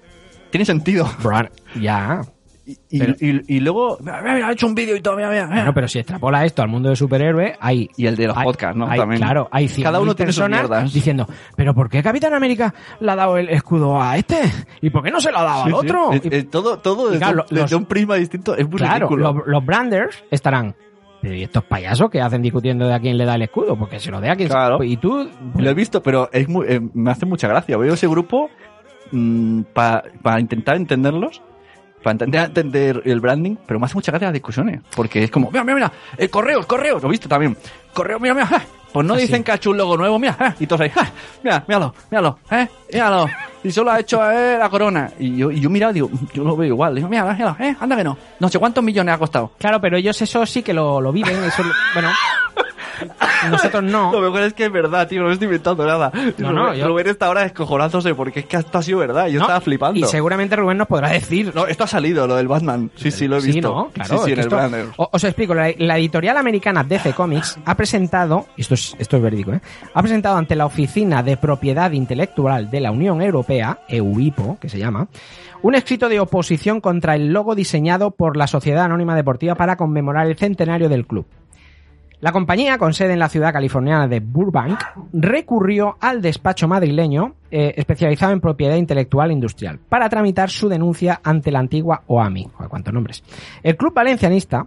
[SPEAKER 2] tiene sentido.
[SPEAKER 3] Bran- Ya.
[SPEAKER 2] Y, y- y- y luego, mira, mira, mira, ha hecho un vídeo y todo, mira, mira, mira.
[SPEAKER 3] Bueno, pero si extrapola esto al mundo de superhéroes, hay.
[SPEAKER 2] Y el de los
[SPEAKER 3] hay-
[SPEAKER 2] podcasts, ¿no?
[SPEAKER 3] hay-
[SPEAKER 2] También.
[SPEAKER 3] Claro, hay
[SPEAKER 2] Cada uno
[SPEAKER 3] 100.000
[SPEAKER 2] tiene sus
[SPEAKER 3] personas
[SPEAKER 2] mierdas.
[SPEAKER 3] diciendo, ¿pero por qué Capitán América le ha dado el escudo a este? ¿Y por qué no se lo ha dado
[SPEAKER 2] Sí,
[SPEAKER 3] al
[SPEAKER 2] sí.
[SPEAKER 3] otro?
[SPEAKER 2] Eh,
[SPEAKER 3] Y-
[SPEAKER 2] eh, todo todo
[SPEAKER 3] y
[SPEAKER 2] desde,
[SPEAKER 3] claro,
[SPEAKER 2] un- desde
[SPEAKER 3] los-
[SPEAKER 2] un prisma distinto. Es muy
[SPEAKER 3] Claro,
[SPEAKER 2] ridículo.
[SPEAKER 3] los, los branders estarán. Pero ¿y estos payasos que hacen discutiendo de a quién le da el escudo? Porque se lo dé a quien se-
[SPEAKER 2] Claro.
[SPEAKER 3] Y tú.
[SPEAKER 2] Lo he visto, pero es muy- eh, me hace mucha gracia. Veo ese grupo para intentar entenderlos, para intentar entender el branding, pero me hace mucha gracia las discusiones. Porque es como, mira, mira, mira, eh, correos, correos, lo he visto también. Correo, mira, mira, ah, pues no
[SPEAKER 3] Así.
[SPEAKER 2] dicen que ha hecho un logo nuevo, mira, ah, y todos ahí, ah, mira, míralo, míralo, eh, míralo. Y solo ha hecho eh, la corona. Y yo, y yo miraba, digo, yo lo veo igual. Digo, mira, míralo, eh, anda que no. No sé cuántos millones ha costado.
[SPEAKER 3] Claro, pero ellos eso sí que lo, lo viven. Eso, lo- bueno. Nosotros no.
[SPEAKER 2] Lo mejor es que es verdad, tío, no me estoy inventando nada.
[SPEAKER 3] No, no,
[SPEAKER 2] Rubén,
[SPEAKER 3] yo-
[SPEAKER 2] Rubén está ahora descojonándose porque es que esto ha sido verdad. Yo
[SPEAKER 3] ¿no?
[SPEAKER 2] estaba flipando.
[SPEAKER 3] Y seguramente Rubén nos podrá decir.
[SPEAKER 2] No, esto ha salido, lo del Batman. Sí, sí, lo he visto.
[SPEAKER 3] Sí, ¿no? Claro,
[SPEAKER 2] sí, sí,
[SPEAKER 3] es
[SPEAKER 2] en
[SPEAKER 3] que
[SPEAKER 2] el
[SPEAKER 3] esto-
[SPEAKER 2] banner.
[SPEAKER 3] o- Os explico, la, la editorial americana DC Comics ha presentado, y esto es, esto es verídico, ¿eh? ha presentado ante la Oficina de Propiedad Intelectual de la Unión Europea, E EUIPO, que se llama, un escrito de oposición contra el logo diseñado por la Sociedad Anónima Deportiva para conmemorar el centenario del club. La compañía, con sede en la ciudad californiana de Burbank, recurrió al despacho madrileño eh, especializado en propiedad intelectual industrial para tramitar su denuncia ante la antigua OAMI. Joder, cuántos nombres. El club valencianista,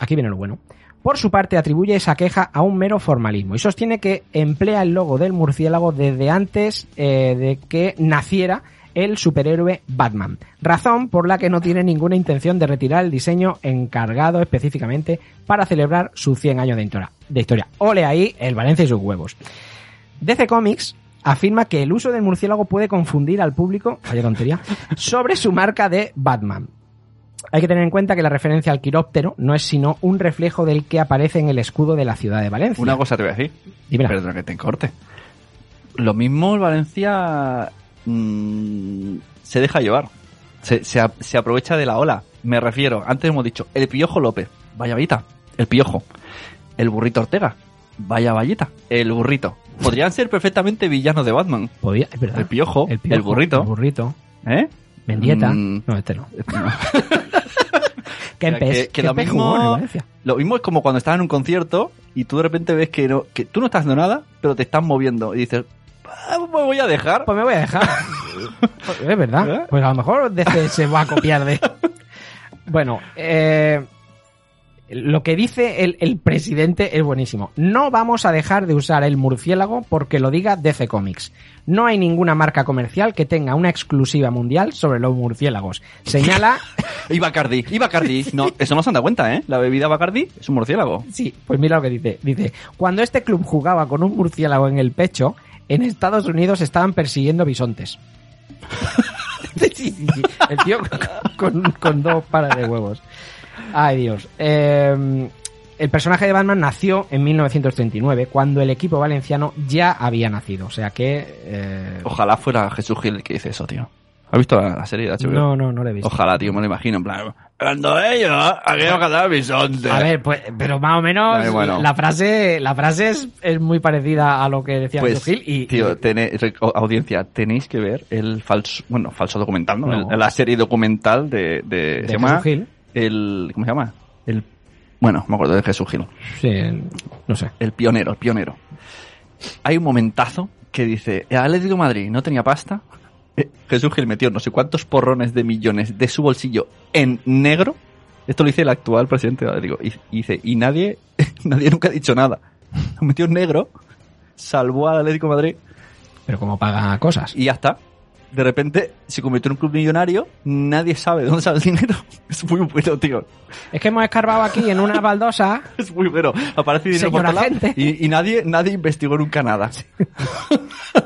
[SPEAKER 3] aquí viene lo bueno, por su parte atribuye esa queja a un mero formalismo y sostiene que emplea el logo del murciélago desde antes eh, de que naciera el superhéroe Batman, razón por la que no tiene ninguna intención de retirar el diseño encargado específicamente para celebrar sus 100 años de historia. De historia. Ole ahí el Valencia y sus huevos. DC Comics afirma que el uso del murciélago puede confundir al público, vaya tontería, sobre su marca de Batman. Hay que tener en cuenta que la referencia al quiróptero no es sino un reflejo del que aparece en el escudo de la ciudad de Valencia.
[SPEAKER 2] Una cosa te voy a decir.
[SPEAKER 3] Dímela.
[SPEAKER 2] Perdona que te corte. Lo mismo el Valencia mm, se deja llevar. Se, se a- se aprovecha de la ola. Me refiero, antes hemos dicho, el Piojo López, vaya vallita. El Piojo. El Burrito Ortega, vaya vallita. El Burrito. Podrían ser perfectamente villanos de Batman.
[SPEAKER 3] Podía- es verdad.
[SPEAKER 2] El Piojo, el,
[SPEAKER 3] piojo,
[SPEAKER 2] Burrito.
[SPEAKER 3] El burrito.
[SPEAKER 2] ¿Eh?
[SPEAKER 3] Mendieta.
[SPEAKER 2] Mm.
[SPEAKER 3] No, este no. Kempes.
[SPEAKER 2] que- que lo
[SPEAKER 3] Kempes
[SPEAKER 2] mismo-
[SPEAKER 3] jugó en el Valencia.
[SPEAKER 2] Lo mismo es como cuando estás en un concierto y tú de repente ves que, no, que tú no estás haciendo nada, pero te estás moviendo. Y dices, "Ah, me voy a dejar. ¿Eh?
[SPEAKER 3] Pues me voy a dejar. es verdad.
[SPEAKER 2] ¿Verdad?
[SPEAKER 3] Pues a lo mejor DC se va a copiar de. Bueno, eh, lo que dice el, el presidente es buenísimo. No vamos a dejar de usar el murciélago porque lo diga DC Comics. No hay ninguna marca comercial que tenga una exclusiva mundial sobre los murciélagos. Señala.
[SPEAKER 2] Y Bacardi, y Bacardi. No, eso no se han dado cuenta, ¿eh? La bebida Bacardi es un murciélago.
[SPEAKER 3] Sí, pues mira lo que dice. Dice, cuando este club jugaba con un murciélago en el pecho, en Estados Unidos estaban persiguiendo bisontes. Sí, sí, sí. El tío con, con dos paras de huevos. Ay, Dios. Eh, el personaje de Batman nació en 1939, cuando el equipo valenciano ya había nacido. O sea que... eh,
[SPEAKER 2] Ojalá fuera Jesús Gil el que dice eso, tío. ¿Has visto la, la serie de HBO?
[SPEAKER 3] No, no, no lo he visto.
[SPEAKER 2] Ojalá, tío, me lo imagino. En plan, cuando ellos, aquellos cazar bisontes.
[SPEAKER 3] A ver, pues, pero más o menos
[SPEAKER 2] Vale, bueno.
[SPEAKER 3] la frase, la frase es, es muy parecida a lo que decía
[SPEAKER 2] Pues,
[SPEAKER 3] Andrew Hill y,
[SPEAKER 2] tío, tené- rec- audiencia, tenéis que ver el falso, bueno, falso documental, ¿no?
[SPEAKER 3] No.
[SPEAKER 2] El- la serie documental de, de,
[SPEAKER 3] y-
[SPEAKER 2] se
[SPEAKER 3] de
[SPEAKER 2] llama
[SPEAKER 3] Andrew Hill.
[SPEAKER 2] el, ¿cómo se llama? El, bueno, me acuerdo de Jesús Gil.
[SPEAKER 3] Sí, no sé.
[SPEAKER 2] El pionero, el pionero. Hay un momentazo que dice, el Atlético de Madrid no tenía pasta. Eh, Jesús Gil metió no sé cuántos porrones de millones de su bolsillo en negro. Esto lo dice el actual presidente del Atlético. Y y dice, y nadie, nadie nunca ha dicho nada. Lo metió en negro, salvó al Atlético de Madrid
[SPEAKER 3] Pero como paga cosas.
[SPEAKER 2] y ya está. De repente se convirtió en un club millonario, nadie sabe de dónde sale el dinero. Es muy bueno, tío.
[SPEAKER 3] Es que hemos escarbado aquí en una baldosa.
[SPEAKER 2] Es muy bueno. Aparece dinero por
[SPEAKER 3] Señora
[SPEAKER 2] todos lados
[SPEAKER 3] gente.
[SPEAKER 2] y, y nadie, nadie investigó nunca nada.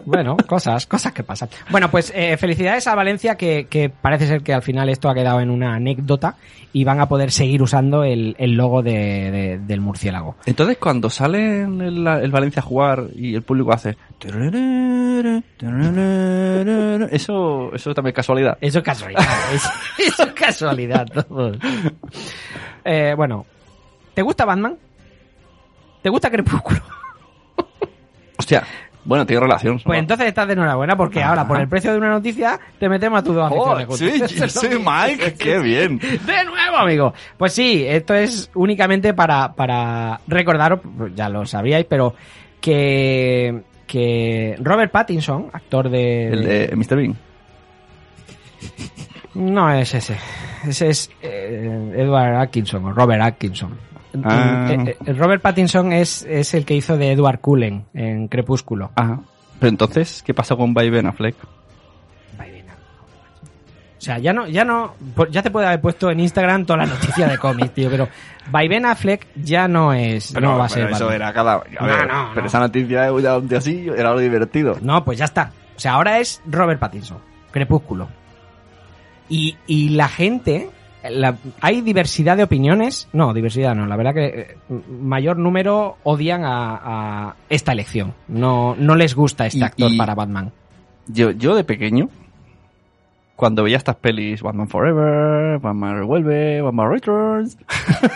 [SPEAKER 3] Bueno, cosas, cosas que pasan. Bueno, pues eh, felicidades a Valencia, que, que parece ser que al final esto ha quedado en una anécdota y van a poder seguir usando el, el logo de- de- del murciélago.
[SPEAKER 2] Entonces, cuando sale el, el Valencia a jugar y el público hace. "Tararara, tararara", Eso, eso también es casualidad.
[SPEAKER 3] Eso es casualidad. es- eso es casualidad. todo. Eh, bueno, ¿te gusta Batman? ¿Te gusta Crepúsculo?
[SPEAKER 2] Hostia, bueno, tiene relación.
[SPEAKER 3] Pues entonces estás de enhorabuena porque ahora, por el precio de una noticia, te metemos a tus dos
[SPEAKER 2] Oh,
[SPEAKER 3] aficiones
[SPEAKER 2] sí,
[SPEAKER 3] juntas. Eso es lo
[SPEAKER 2] sí,
[SPEAKER 3] mismo.
[SPEAKER 2] Mike, qué bien.
[SPEAKER 3] De nuevo, amigo. Pues sí, esto es únicamente para, para recordaros, pues ya lo sabíais, pero que, que Robert Pattinson, actor de...
[SPEAKER 2] El de Mr. Bean.
[SPEAKER 3] No es ese. Ese es eh, Edward Atkinson o Robert Atkinson.
[SPEAKER 2] Ah.
[SPEAKER 3] Eh, eh, Robert Pattinson es, es el que hizo de Edward Cullen en Crepúsculo.
[SPEAKER 2] Ajá. Pero entonces, ¿qué pasó con By Ben Affleck?
[SPEAKER 3] O sea, ya no, ya no, por- ya te puede haber puesto en Instagram toda la noticia de cómics, tío, pero by Ben Affleck ya no es, no va a ser.
[SPEAKER 2] pero eso
[SPEAKER 3] Batman.
[SPEAKER 2] era cada. a ver,
[SPEAKER 3] no,
[SPEAKER 2] pero
[SPEAKER 3] no.
[SPEAKER 2] esa noticia era un día así, era lo divertido.
[SPEAKER 3] No, pues ya está. O sea, ahora es Robert Pattinson, Crepúsculo. Y, y la gente, la- hay diversidad de opiniones. No, diversidad no. La verdad que eh, mayor número odian a, a esta elección. No, no les gusta este
[SPEAKER 2] Y-
[SPEAKER 3] actor
[SPEAKER 2] y-
[SPEAKER 3] para Batman.
[SPEAKER 2] Yo, yo de pequeño, cuando veía estas pelis, Batman Forever, Batman Revuelve, Batman Returns,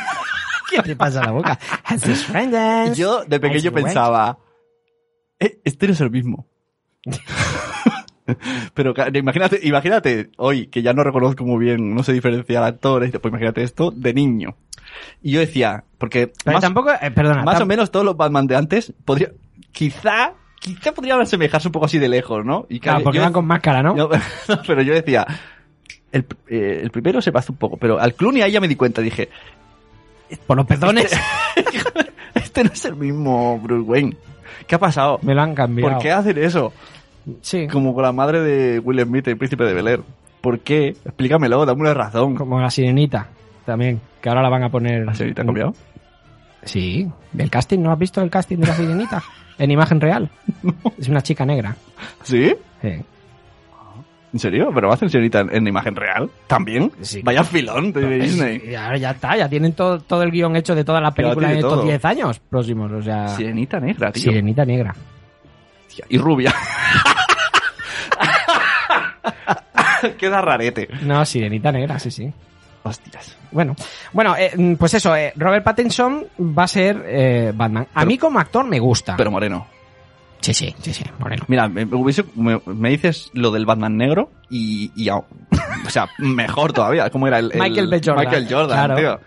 [SPEAKER 3] ¿Qué te pasa la boca? Has this friend-
[SPEAKER 2] yo de pequeño
[SPEAKER 3] Ice Wedge.
[SPEAKER 2] pensaba, "Eh, este no es el mismo. Pero ca- imagínate, imagínate hoy, que ya no reconozco muy bien, no sé diferenciar actores, pues imagínate esto de niño. Y yo decía, porque
[SPEAKER 3] Pero
[SPEAKER 2] más,
[SPEAKER 3] tampoco, eh, perdona,
[SPEAKER 2] más
[SPEAKER 3] tam-
[SPEAKER 2] o menos todos los Batman de antes, podría, quizá, quizá podrían asemejarse un poco así de lejos, ¿no? Y
[SPEAKER 3] claro,
[SPEAKER 2] ca-
[SPEAKER 3] porque
[SPEAKER 2] yo
[SPEAKER 3] van con máscara, ¿no?
[SPEAKER 2] Yo- no, pero yo decía, el, eh, el primero se pasó un poco, pero al Clooney ahí ya me di cuenta, dije,
[SPEAKER 3] Por los pezones
[SPEAKER 2] este no es el mismo Bruce Wayne. ¿Qué ha pasado?
[SPEAKER 3] me lo han cambiado.
[SPEAKER 2] ¿Por qué hacen eso?
[SPEAKER 3] Sí,
[SPEAKER 2] Como con la madre de Will Smith, el príncipe de Bel Air. ¿Por qué? Explícamelo, dame una razón.
[SPEAKER 3] como la sirenita también, que ahora la van a poner.
[SPEAKER 2] ¿La señorita ha cambiado?
[SPEAKER 3] Sí, del casting, ¿no has visto el casting de la sirenita? En imagen real. Es una chica negra.
[SPEAKER 2] ¿Sí? Ah.
[SPEAKER 3] Sí.
[SPEAKER 2] ¿En serio? ¿Pero va a hacer señorita en, en imagen real? ¿También?
[SPEAKER 3] Sí. Pues
[SPEAKER 2] Vaya filón de Disney.
[SPEAKER 3] Y ahora ya está, ya tienen todo, todo el guión hecho de todas las
[SPEAKER 2] Pero
[SPEAKER 3] películas en
[SPEAKER 2] tiene
[SPEAKER 3] estos
[SPEAKER 2] todo.
[SPEAKER 3] 10 años próximos. O sea,
[SPEAKER 2] Sirenita negra, tío.
[SPEAKER 3] Ah. sirenita negra.
[SPEAKER 2] Hostia, Y rubia. Queda rarete.
[SPEAKER 3] No, sirenita negra, sí, sí.
[SPEAKER 2] Hostias.
[SPEAKER 3] Bueno, bueno, eh, mm, pues eso, eh, Robert Pattinson va a ser eh, Batman. A
[SPEAKER 2] Pero-
[SPEAKER 3] mí como actor me gusta.
[SPEAKER 2] Pero moreno.
[SPEAKER 3] Sí, sí, sí, sí, Moreno.
[SPEAKER 2] Mira, me, me hubiese- me- me dices lo del Batman negro y, y a- o sea, mejor todavía. ¿Cómo era el, el-
[SPEAKER 3] Michael B. Jordan.
[SPEAKER 2] Michael Jordan,
[SPEAKER 3] Claro.
[SPEAKER 2] tío.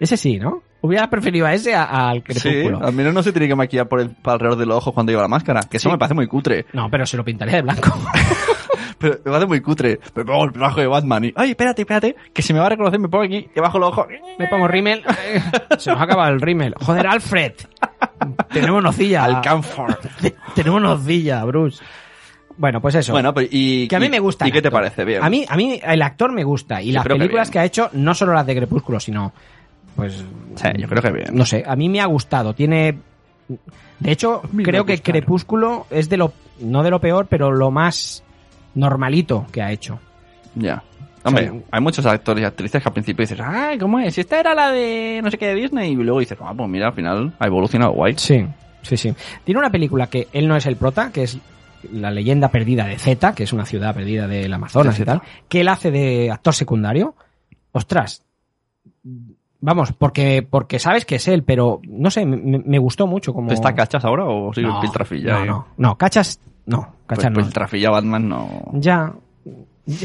[SPEAKER 3] Ese sí, ¿no? Hubieras preferido a ese a- al
[SPEAKER 2] Sí,
[SPEAKER 3] crepúsculo.
[SPEAKER 2] al menos no se tiene que maquillar por el, para alrededor de los ojos cuando lleva la máscara, que eso
[SPEAKER 3] Sí.
[SPEAKER 2] me parece muy cutre.
[SPEAKER 3] No, pero se lo pintaría de blanco.
[SPEAKER 2] Pero me parece muy cutre. Me pongo el traje de Batman y, ay, espérate, espérate, que se me va a reconocer, me pongo aquí, debajo de los ojos.
[SPEAKER 3] Me pongo rímel. Se nos ha acabado el rímel. Joder, Alfred. Tenemos nocilla.
[SPEAKER 2] Alcanfor.
[SPEAKER 3] Tenemos nocilla, Bruce. Bueno, pues eso.
[SPEAKER 2] Bueno, pero y
[SPEAKER 3] que a mí
[SPEAKER 2] y-
[SPEAKER 3] me gusta.
[SPEAKER 2] ¿Y
[SPEAKER 3] el
[SPEAKER 2] qué te
[SPEAKER 3] actor.
[SPEAKER 2] parece? Bien.
[SPEAKER 3] A mí, a mí el actor me gusta. Y las
[SPEAKER 2] creo que
[SPEAKER 3] películas
[SPEAKER 2] bien.
[SPEAKER 3] que, ha hecho, no solo las de Crepúsculo, sino. Pues.
[SPEAKER 2] Sí, yo creo que bien.
[SPEAKER 3] No sé, a mí me ha gustado. Tiene. De hecho,
[SPEAKER 2] mí me
[SPEAKER 3] creo que
[SPEAKER 2] gustaron.
[SPEAKER 3] Crepúsculo es de lo. No de lo peor, pero lo más normalito que ha hecho.
[SPEAKER 2] Ya. Hombre,
[SPEAKER 3] O sea,
[SPEAKER 2] hay muchos actores y actrices que al principio dices, ay, ¿cómo es? Esta era la de no sé qué de Disney. Y luego dices, ah, pues mira, al final ha evolucionado guay.
[SPEAKER 3] Sí, sí, sí. Tiene una película que él no es el prota, que es la leyenda perdida de Z, que es una ciudad perdida del Amazonas y tal, que él hace de actor secundario, ostras, vamos, porque, porque sabes que es él, pero no sé, me, me gustó mucho como...
[SPEAKER 2] ¿Te está cachas ahora o sigue
[SPEAKER 3] no,
[SPEAKER 2] piltrafilla?
[SPEAKER 3] No,
[SPEAKER 2] eh?
[SPEAKER 3] no, no, cachas, no,
[SPEAKER 2] Pues
[SPEAKER 3] cachas no.
[SPEAKER 2] piltrafilla Batman no.
[SPEAKER 3] Ya.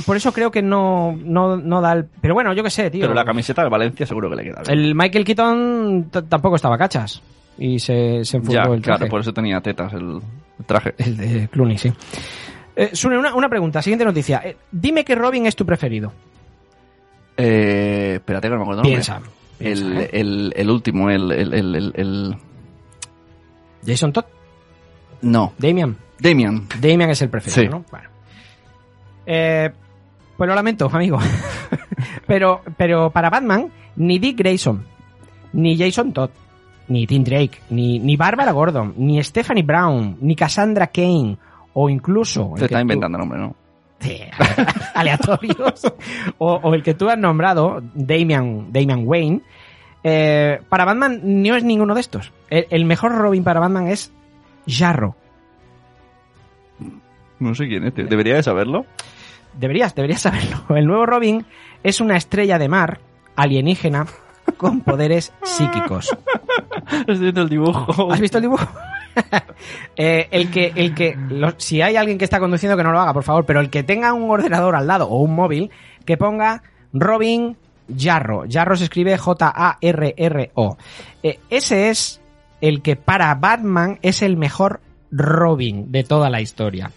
[SPEAKER 3] Por eso creo que no, no, no da el. Pero bueno, yo qué sé, tío.
[SPEAKER 2] Pero la camiseta de Valencia seguro que le queda bien.
[SPEAKER 3] El Michael Keaton t- tampoco estaba cachas. Y se, se enfundó
[SPEAKER 2] ya,
[SPEAKER 3] el traje.
[SPEAKER 2] claro, por eso tenía tetas el, el traje.
[SPEAKER 3] El de Clooney, sí. Eh, Sune, una, una pregunta. Siguiente noticia. Eh, dime que Robin es tu preferido.
[SPEAKER 2] Eh, espérate que no me acuerdo. el nombre.
[SPEAKER 3] piensa. piensa,
[SPEAKER 2] El,
[SPEAKER 3] ¿eh?
[SPEAKER 2] el, el último, el, el, el, el- el-
[SPEAKER 3] Jason Todd.
[SPEAKER 2] No,
[SPEAKER 3] Damian.
[SPEAKER 2] Damian.
[SPEAKER 3] Damian es el preferido,
[SPEAKER 2] Sí.
[SPEAKER 3] ¿no? Bueno. Eh, pues lo lamento, amigo. pero, pero para Batman, ni Dick Grayson, ni Jason Todd, ni Tim Drake, ni, ni Barbara Gordon, ni Stephanie Brown, ni Cassandra Kane, o incluso... el
[SPEAKER 2] Se
[SPEAKER 3] que
[SPEAKER 2] está
[SPEAKER 3] tú-
[SPEAKER 2] inventando nombre, ¿no?
[SPEAKER 3] Sí, aleatorios. o, o el que tú has nombrado, Damian, Damian Wayne. Eh, para Batman no es ninguno de estos. El, el mejor Robin para Batman es Jarro.
[SPEAKER 2] No sé quién es. tío. Debería de saberlo.
[SPEAKER 3] Deberías, deberías saberlo. El nuevo Robin es una estrella de mar alienígena con poderes psíquicos.
[SPEAKER 2] Estoy viendo el dibujo.
[SPEAKER 3] ¿Has visto el dibujo? Eh, el que, el que, lo- si hay alguien que está conduciendo que no lo haga, por favor, pero el que tenga un ordenador al lado o un móvil, que ponga Robin Jarro. Jarro se escribe J-A-R-R-O. Eh, ese es el que para Batman es el mejor Robin de toda la historia.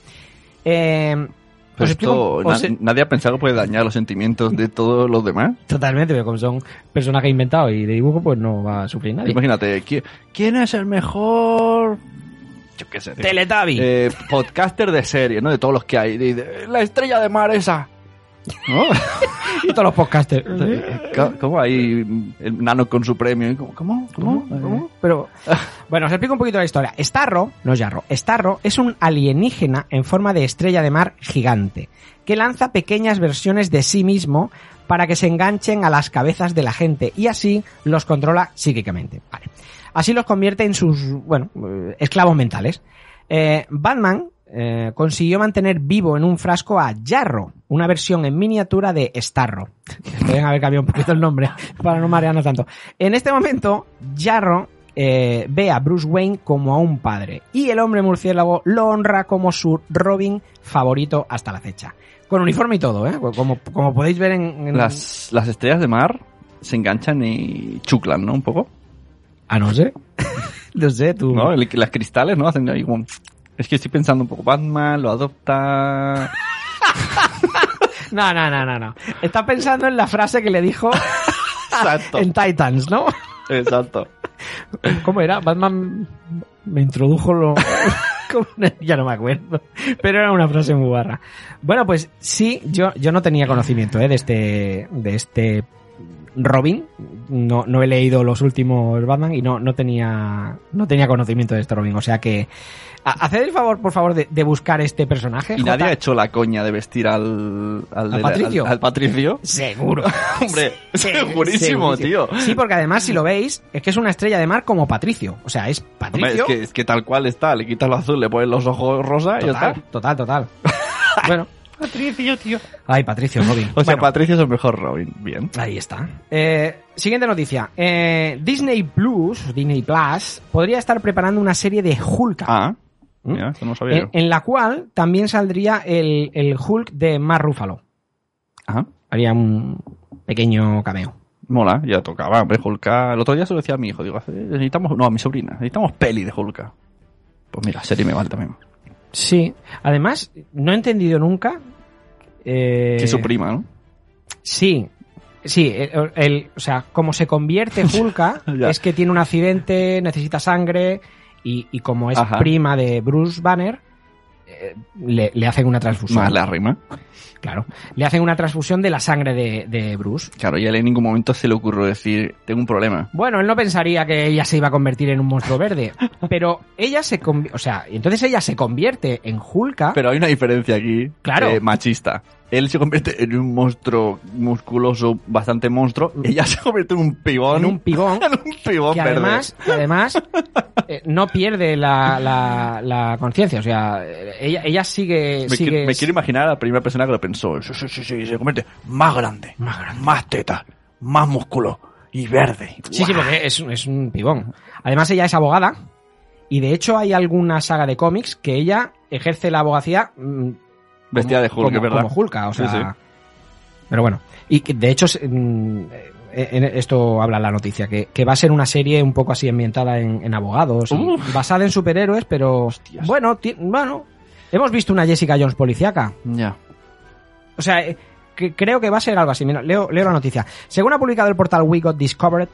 [SPEAKER 3] Eh,
[SPEAKER 2] Pero
[SPEAKER 3] os explico-
[SPEAKER 2] esto,
[SPEAKER 3] os-
[SPEAKER 2] na- nadie ha pensado que puede dañar los sentimientos de todos los demás.
[SPEAKER 3] Totalmente, pero como son personajes inventados y de dibujo, pues no va a sufrir nadie.
[SPEAKER 2] Imagínate, ¿quién, quién es el mejor? Yo qué sé. tío.
[SPEAKER 3] Teletabi.
[SPEAKER 2] Eh, podcaster de serie, ¿no? De todos los que hay. de- de- la estrella de mar esa. ¿No?
[SPEAKER 3] y todos los podcasters.
[SPEAKER 2] ¿Cómo- ¿Cómo ahí el nano con su premio? ¿Cómo? ¿Cómo? ¿Cómo? Eh, ¿Cómo?
[SPEAKER 3] Pero bueno, os explico un poquito la historia. Starro, no Jarro, Starro es un alienígena en forma de estrella de mar gigante que lanza pequeñas versiones de sí mismo para que se enganchen a las cabezas de la gente y así los controla psíquicamente. Vale. Así los convierte en sus, bueno, eh, esclavos mentales. Eh, Batman eh, consiguió mantener vivo en un frasco a Jarro, una versión en miniatura de Starro. Deben haber cambiado un poquito el nombre para no marearnos tanto. En este momento, Jarro eh, ve a Bruce Wayne como a un padre y el hombre murciélago lo honra como su Robin favorito hasta la fecha. Con uniforme y todo, ¿eh? Como, como podéis ver en... en-
[SPEAKER 2] Las, las estrellas de mar se enganchan y chuclan, ¿no? Un poco.
[SPEAKER 3] Ah, no sé. no sé, tú...
[SPEAKER 2] ¿No? El- las cristales, ¿no? Hacen ahí como... Es que estoy pensando un poco. Batman lo adopta.
[SPEAKER 3] No, no, no, no, no. Está pensando en la frase que le dijo
[SPEAKER 2] Exacto.
[SPEAKER 3] en Titans, ¿no?
[SPEAKER 2] Exacto.
[SPEAKER 3] ¿Cómo era? Batman me introdujo lo... ¿Cómo era? ya no me acuerdo. Pero era una frase muy barra. Bueno, pues sí, yo, yo no tenía conocimiento ¿eh? de este de este Robin. No, no he leído los últimos Batman y no, no tenía no tenía conocimiento de este Robin. O sea que ha- haced el favor, por favor, de, de buscar este personaje.
[SPEAKER 2] Y
[SPEAKER 3] J.
[SPEAKER 2] nadie ha hecho la coña de vestir al... Al, de la-
[SPEAKER 3] Patricio?
[SPEAKER 2] Al, al Patricio.
[SPEAKER 3] Seguro.
[SPEAKER 2] Hombre,
[SPEAKER 3] Sí, segurísimo.
[SPEAKER 2] segurísimo, tío.
[SPEAKER 3] Sí, porque además, si lo veis, es que es una estrella de mar como Patricio. O sea, es Patricio.
[SPEAKER 2] Hombre, es, que, es que tal cual está. Le quitas lo azul, le pones los ojos rosa y ya está.
[SPEAKER 3] Total, total, total. bueno. Patricio, tío. Ay, Patricio, Robin.
[SPEAKER 2] O sea,
[SPEAKER 3] Bueno,
[SPEAKER 2] Patricio es el mejor Robin. Bien.
[SPEAKER 3] ahí está. Eh, siguiente noticia. Eh, Disney Plus, Disney Plus, podría estar preparando una serie de Hulk.
[SPEAKER 2] Ah,
[SPEAKER 3] ¿Mm?
[SPEAKER 2] mira, esto no lo sabía
[SPEAKER 3] en,
[SPEAKER 2] yo.
[SPEAKER 3] en la cual también saldría el, el Hulk de Mar Rúfalo.
[SPEAKER 2] Ah,
[SPEAKER 3] Haría un pequeño cameo.
[SPEAKER 2] mola, ya tocaba, hombre, Hulka. El otro día se lo decía a mi hijo, digo, "Hace- necesitamos, no, a mi sobrina, necesitamos peli de Hulka. Pues mira, serie me vale también.
[SPEAKER 3] Sí. Además, no he entendido nunca. eh,
[SPEAKER 2] Que su prima, ¿no?
[SPEAKER 3] Sí, sí, el, el- o sea, como se convierte Hulka,
[SPEAKER 2] Ya.
[SPEAKER 3] es que tiene un accidente, necesita sangre, y, y como es
[SPEAKER 2] Ajá.
[SPEAKER 3] prima de Bruce Banner, eh, pues le, le hacen una transfusión.
[SPEAKER 2] Más la rima.
[SPEAKER 3] Claro. Le hacen una transfusión de la sangre de, de Bruce.
[SPEAKER 2] Claro, y a él en ningún momento se le ocurrió decir, tengo un problema.
[SPEAKER 3] Bueno, él no pensaría que ella se iba a convertir en un monstruo verde, pero ella se convi- o sea, entonces ella se convierte en Hulka.
[SPEAKER 2] Pero hay una diferencia aquí,
[SPEAKER 3] Claro.
[SPEAKER 2] eh, machista. él se convierte en un monstruo musculoso, bastante monstruo. Ella se convierte en un pibón.
[SPEAKER 3] Mm. En un pibón.
[SPEAKER 2] en un pibón
[SPEAKER 3] que
[SPEAKER 2] verde.
[SPEAKER 3] además, que además eh, no pierde la, la- la conciencia. O sea, eh, ella, ella sigue.
[SPEAKER 2] me, qui-
[SPEAKER 3] eh, sigue
[SPEAKER 2] me quiero imaginar a la primera persona que lo pensó. Sí, sí, sí, sí, se convierte más grande, más grande, más teta, más músculo y verde.
[SPEAKER 3] Sí, sí, porque es, es un pibón. Además, ella es abogada. Y de hecho, hay alguna saga de cómics que ella ejerce la abogacía mm,
[SPEAKER 2] Vestida de Hulk,
[SPEAKER 3] como,
[SPEAKER 2] es verdad.
[SPEAKER 3] como Hulka, o sea.
[SPEAKER 2] Sí, sí.
[SPEAKER 3] Pero bueno. Y que, de hecho, se- mm, eh, en- esto habla la noticia, que, que va a ser una serie un poco así ambientada en, en abogados, y
[SPEAKER 2] Uf.
[SPEAKER 3] basada en superhéroes, pero
[SPEAKER 2] Hostias.
[SPEAKER 3] bueno, ti- bueno, hemos visto una Jessica Jones policiaca.
[SPEAKER 2] Ya.
[SPEAKER 3] O sea, eh, que- creo que va a ser algo así. Mira, leo, leo la noticia. Según ha publicado el portal We Got Discovered,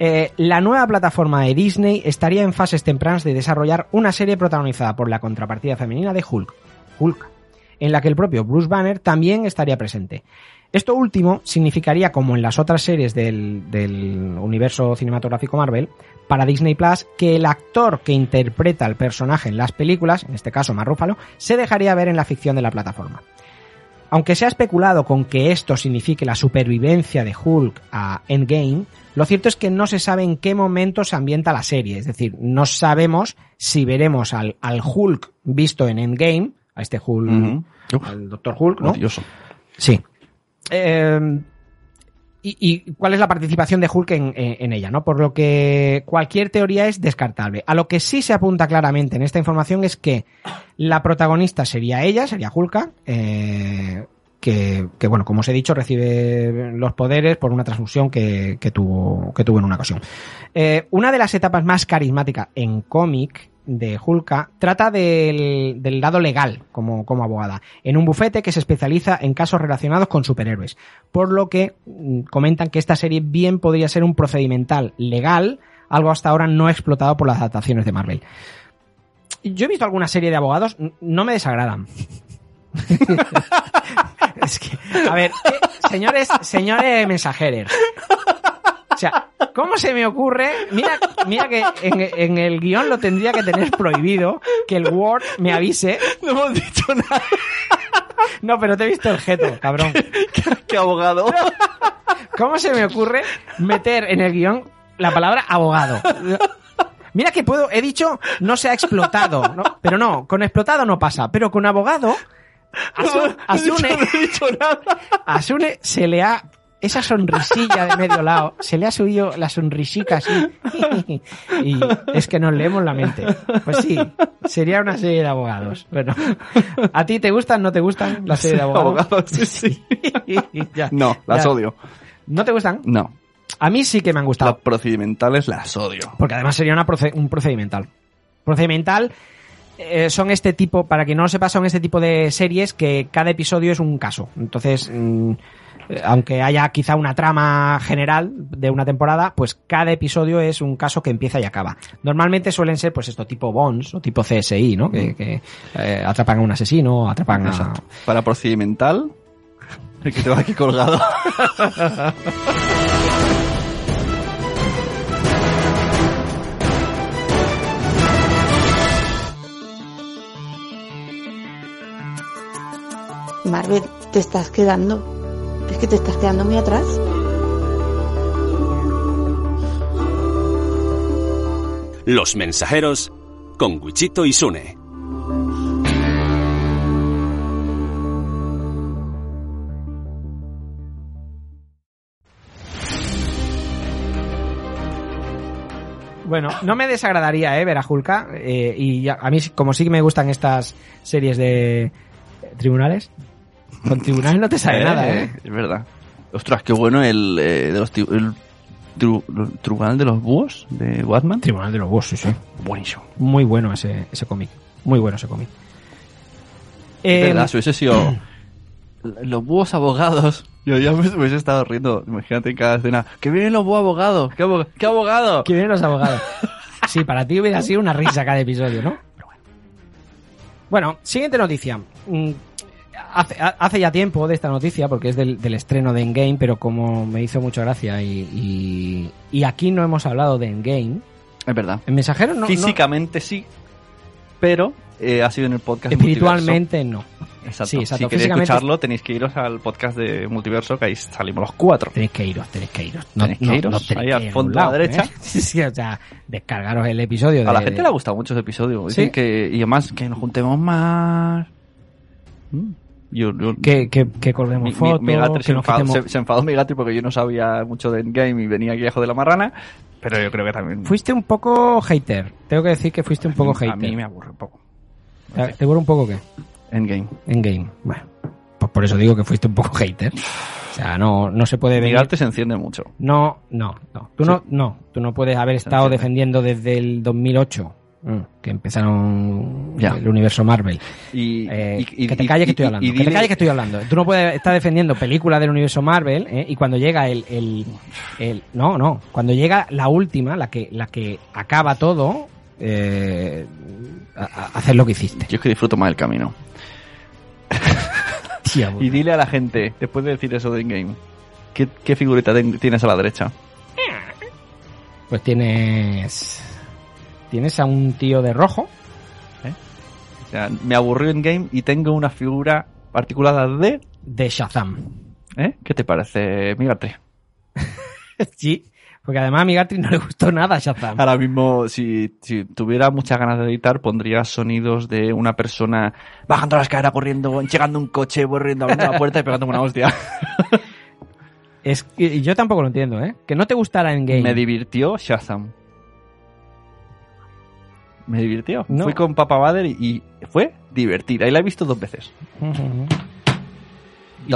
[SPEAKER 3] eh, la nueva plataforma de Disney estaría en fases tempranas de desarrollar una serie protagonizada por la contrapartida femenina de Hulk, Hulk, en la que el propio Bruce Banner también estaría presente. Esto último significaría, como en las otras series del, del universo cinematográfico Marvel, para Disney Plus, que el actor que interpreta al personaje en las películas, en este caso Marrúfalo, se dejaría ver en la ficción de la plataforma. Aunque se ha especulado con que esto signifique la supervivencia de Hulk a Endgame, lo cierto es que no se sabe en qué momento se ambienta la serie. Es decir, no sabemos si veremos al, al Hulk visto en Endgame, a este Hulk,
[SPEAKER 2] Uf,
[SPEAKER 3] al Doctor Hulk,
[SPEAKER 5] Oh,
[SPEAKER 3] ¿no?
[SPEAKER 2] odioso.
[SPEAKER 3] Sí. Eh, y, y cuál es la participación de Hulk en, en- en ella, ¿no? Por lo que cualquier teoría es descartable. A lo que sí se apunta claramente en esta información es que la protagonista sería ella, sería Hulka, eh, que, que, bueno, como os he dicho, recibe los poderes por una transfusión que, que tuvo, que tuvo en una ocasión. Eh, una de las etapas más carismáticas en cómic de Hulka trata del, del lado legal como, como abogada, en un bufete que se especializa en casos relacionados con superhéroes, por lo que mm, comentan que esta serie bien podría ser un procedimental legal, algo hasta ahora no explotado por las adaptaciones de Marvel. Yo he visto alguna serie de abogados, n- no me desagradan. es que, a ver, eh, señores, señores mensajeros, o sea, ¿cómo se me ocurre? Mira, mira que en, en el guión lo tendría que tener prohibido que el Word me avise.
[SPEAKER 2] No hemos dicho nada.
[SPEAKER 3] No, pero te he visto el jeto, cabrón.
[SPEAKER 2] Qué abogado.
[SPEAKER 3] ¿Cómo se me ocurre meter en el guión la palabra abogado? Mira que puedo, he dicho, no se ha explotado, ¿no? pero no, con explotado no pasa, pero con abogado, asu- Asune, Asune se le ha, esa sonrisilla de medio lado, se le ha subido la sonrisica así, y es que nos leemos la mente. Pues sí, sería una serie de abogados. Bueno, ¿a ti te gustan, no te gustan las series de abogados?
[SPEAKER 2] Abogados, sí, sí.
[SPEAKER 3] Ya.
[SPEAKER 2] No, las
[SPEAKER 3] Ya.
[SPEAKER 2] odio.
[SPEAKER 3] ¿No te gustan?
[SPEAKER 2] No.
[SPEAKER 3] A mí sí que me han
[SPEAKER 2] Las
[SPEAKER 3] gustado.
[SPEAKER 2] procedimentales las odio.
[SPEAKER 3] Porque además sería una proce- un procedimental. Procedimental eh, son este tipo, para que no lo sepa, son este tipo de series que cada episodio es un caso. Entonces, mm, eh, aunque haya quizá una trama general de una temporada, pues cada episodio es un caso que empieza y acaba. Normalmente suelen ser, pues esto, tipo Bonds o tipo CSI, ¿no? Que, que, eh, atrapan a un asesino, atrapan a...
[SPEAKER 2] Mm. Exacto. Para procedimental, el que te va aquí colgado.
[SPEAKER 6] Marvel, te estás quedando. Es que te estás quedando muy atrás.
[SPEAKER 1] Los mensajeros con Wichito y Sune.
[SPEAKER 3] Bueno, no me desagradaría, eh, ver a Hulka. eh, y ya- a mí, como sí que me gustan estas series de eh, tribunales, con tribunales no te sale nada, eh.
[SPEAKER 2] Es verdad. Ostras, qué bueno el, eh, de los tri- el tru- el tribunal de los búhos de Batman.
[SPEAKER 3] Tribunal de los Bosses, sí,
[SPEAKER 2] Buenísimo.
[SPEAKER 3] Muy bueno ese, ese cómic. Muy bueno ese cómic. Eh,
[SPEAKER 2] Es verdad, si hubiese sido los búhos abogados. Yo ya me hubiese estado riendo. Imagínate en cada escena. Que vienen los búhos abogados. ¿Qué, abog- qué abogado?
[SPEAKER 3] que vienen los abogados. Sí, para ti hubiera sido una risa cada episodio, ¿no? Pero bueno. Bueno, siguiente noticia. Mm, Hace, hace ya tiempo de esta noticia, porque es del, del estreno de Endgame, pero como me hizo mucha gracia y, y- y aquí no hemos hablado de Endgame,
[SPEAKER 2] Es verdad.
[SPEAKER 3] en Mensajero no. no-
[SPEAKER 2] Físicamente sí, pero eh, ha sido en el podcast
[SPEAKER 3] Espiritualmente no.
[SPEAKER 2] Multiverso. Exacto.
[SPEAKER 3] sí, exacto.
[SPEAKER 2] Si queréis
[SPEAKER 3] Físicamente-
[SPEAKER 2] escucharlo, tenéis que iros al podcast de Multiverso, que ahí salimos los cuatro.
[SPEAKER 3] Tenéis que iros, tenéis que iros. No,
[SPEAKER 2] Tenéis que
[SPEAKER 3] no-
[SPEAKER 2] iros,
[SPEAKER 3] no tenéis
[SPEAKER 2] ahí
[SPEAKER 3] que
[SPEAKER 2] al
[SPEAKER 3] ir
[SPEAKER 2] fondo,
[SPEAKER 3] ningún
[SPEAKER 2] a la
[SPEAKER 3] lado,
[SPEAKER 2] derecha.
[SPEAKER 3] ¿eh? Sí, sí, o sea, descargaros el episodio.
[SPEAKER 2] A la
[SPEAKER 3] de-
[SPEAKER 2] gente le ha gustado mucho ese episodio.
[SPEAKER 3] Sí.
[SPEAKER 2] Dicen que, y además, que nos juntemos más. Mm. Yo, yo-
[SPEAKER 3] Que, que, que colguemos
[SPEAKER 2] mi, mi-
[SPEAKER 3] fotos,
[SPEAKER 2] mi Gatri se,
[SPEAKER 3] que nos
[SPEAKER 2] enfadó,
[SPEAKER 3] quitemos-
[SPEAKER 2] se- se enfadó mi Gatri porque yo no sabía mucho de Endgame y venía aquí ajo de la marrana. Pero yo creo que también.
[SPEAKER 3] Fuiste un poco hater. Tengo que decir que fuiste un poco hater.
[SPEAKER 2] A mí me aburre un poco.
[SPEAKER 3] ¿Te- ¿Te acuerdas un poco qué?
[SPEAKER 2] Endgame.
[SPEAKER 3] En game. Bueno, pues por eso digo que fuiste un poco hater. O sea, no, no se puede
[SPEAKER 2] Mi
[SPEAKER 3] venir.
[SPEAKER 2] Gatri se enciende mucho.
[SPEAKER 3] No, no, no. Tú no, no. Tú no puedes haber estado defendiendo
[SPEAKER 2] Entiendo.
[SPEAKER 3] desde el 2008 mm, que empezaron
[SPEAKER 2] Ya.
[SPEAKER 3] el universo Marvel.
[SPEAKER 2] Y,
[SPEAKER 3] Eh,
[SPEAKER 2] y- y-
[SPEAKER 3] que te
[SPEAKER 2] y-
[SPEAKER 3] calles que
[SPEAKER 2] y-
[SPEAKER 3] estoy hablando.
[SPEAKER 2] y
[SPEAKER 3] que te
[SPEAKER 2] dile-
[SPEAKER 3] calles que estoy hablando. Tú no puedes estar defendiendo películas del universo Marvel ¿eh? y cuando llega el, el, el- no no cuando llega la última la que la que acaba todo eh, a- a- hacer lo que hiciste.
[SPEAKER 2] Yo es que disfruto más el camino.
[SPEAKER 3] Tía,
[SPEAKER 2] Y dile a la gente, después de decir eso de Endgame, ¿qué, qué figurita ten- tienes a la derecha?
[SPEAKER 3] Pues tienes. Tienes a un tío de rojo.
[SPEAKER 2] O sea, me aburrió Endgame y tengo una figura articulada de.
[SPEAKER 3] De Shazam.
[SPEAKER 2] ¿Eh? ¿Qué te parece, mi Gatri?
[SPEAKER 3] Sí. Porque además a Migatri no le gustó nada a Shazam.
[SPEAKER 2] Ahora mismo, si, si tuviera muchas ganas de editar, pondría sonidos de una persona bajando la escalera, corriendo, llegando un coche, corriendo, abriendo la puerta y pegando una hostia.
[SPEAKER 3] Es que- y yo tampoco lo entiendo, ¿eh? Que no te gustara en game.
[SPEAKER 2] Me divirtió Shazam. Me divirtió.
[SPEAKER 3] No.
[SPEAKER 2] Fui con Papa Bader y, y fue divertida. Y la he visto dos veces.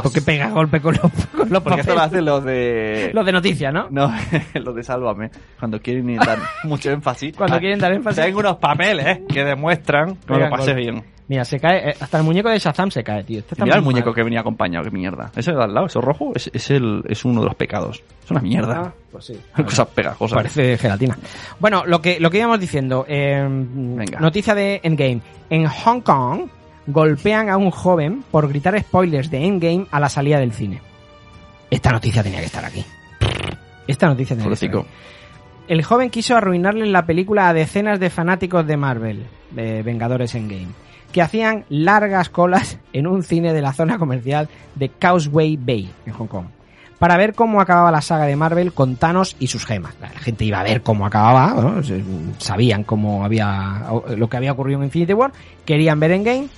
[SPEAKER 3] Porque pega golpe con los, con los
[SPEAKER 2] Porque esto lo
[SPEAKER 3] papeles.
[SPEAKER 2] hacen los de...
[SPEAKER 3] Los de noticias, ¿no?
[SPEAKER 2] No, los de Sálvame. Cuando quieren y dan mucho énfasis.
[SPEAKER 3] Cuando
[SPEAKER 2] Ah,
[SPEAKER 3] quieren dar énfasis.
[SPEAKER 2] Tengo unos papeles que demuestran que me lo
[SPEAKER 3] Pegan
[SPEAKER 2] pasé
[SPEAKER 3] golpe.
[SPEAKER 2] bien.
[SPEAKER 3] Mira, se cae. eh, Hasta el muñeco de Shazam se cae, tío. Este está
[SPEAKER 2] Mira el
[SPEAKER 3] muy
[SPEAKER 2] muñeco
[SPEAKER 3] mal.
[SPEAKER 2] que venía acompañado, qué mierda. Ese de al lado, eso rojo, es, es el, es uno de los pecados. Es una mierda.
[SPEAKER 3] Ah, pues sí.
[SPEAKER 2] Cosas pegajosas.
[SPEAKER 3] Parece gelatina. Bueno, lo que, lo que íbamos diciendo. eh, noticia de Endgame. En Hong Kong golpean a un joven por gritar spoilers de Endgame a la salida del cine. Esta noticia tenía que estar aquí. Esta noticia tenía que estar
[SPEAKER 2] Pobrecito.
[SPEAKER 3] aquí. El joven quiso arruinarle la película a decenas de fanáticos de Marvel, de Vengadores Endgame, que hacían largas colas en un cine de la zona comercial de Causeway Bay, en Hong Kong, para ver cómo acababa la saga de Marvel con Thanos y sus gemas. La gente iba a ver cómo acababa, ¿no? Se- sabían cómo había, lo que había ocurrido en Infinity War, querían ver Endgame,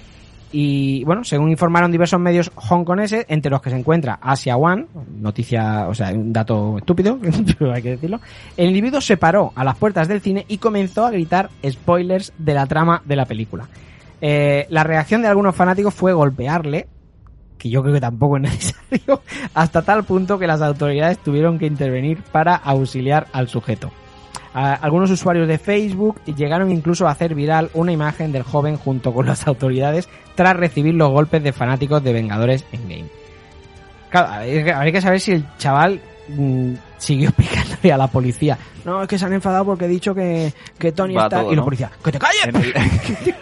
[SPEAKER 3] y bueno, según informaron diversos medios hongkoneses, entre los que se encuentra Asia One, noticia, o sea, un dato estúpido, pero hay que decirlo, el individuo se paró a las puertas del cine y comenzó a gritar spoilers de la trama de la película. Eh, la reacción de algunos fanáticos fue golpearle, que yo creo que tampoco es necesario, hasta tal punto que las autoridades tuvieron que intervenir para auxiliar al sujeto. A- algunos usuarios de Facebook llegaron incluso a hacer viral una imagen del joven junto con las autoridades tras recibir los golpes de fanáticos de Vengadores en Game. Claro, habría que- habría que saber si el chaval mm, siguió explicándole a la policía. No, es que se han enfadado porque he dicho que, que Tony
[SPEAKER 2] Va
[SPEAKER 3] está...
[SPEAKER 2] todo,
[SPEAKER 3] y la
[SPEAKER 2] ¿no?
[SPEAKER 3] policía, ¡que te calles!
[SPEAKER 2] En el-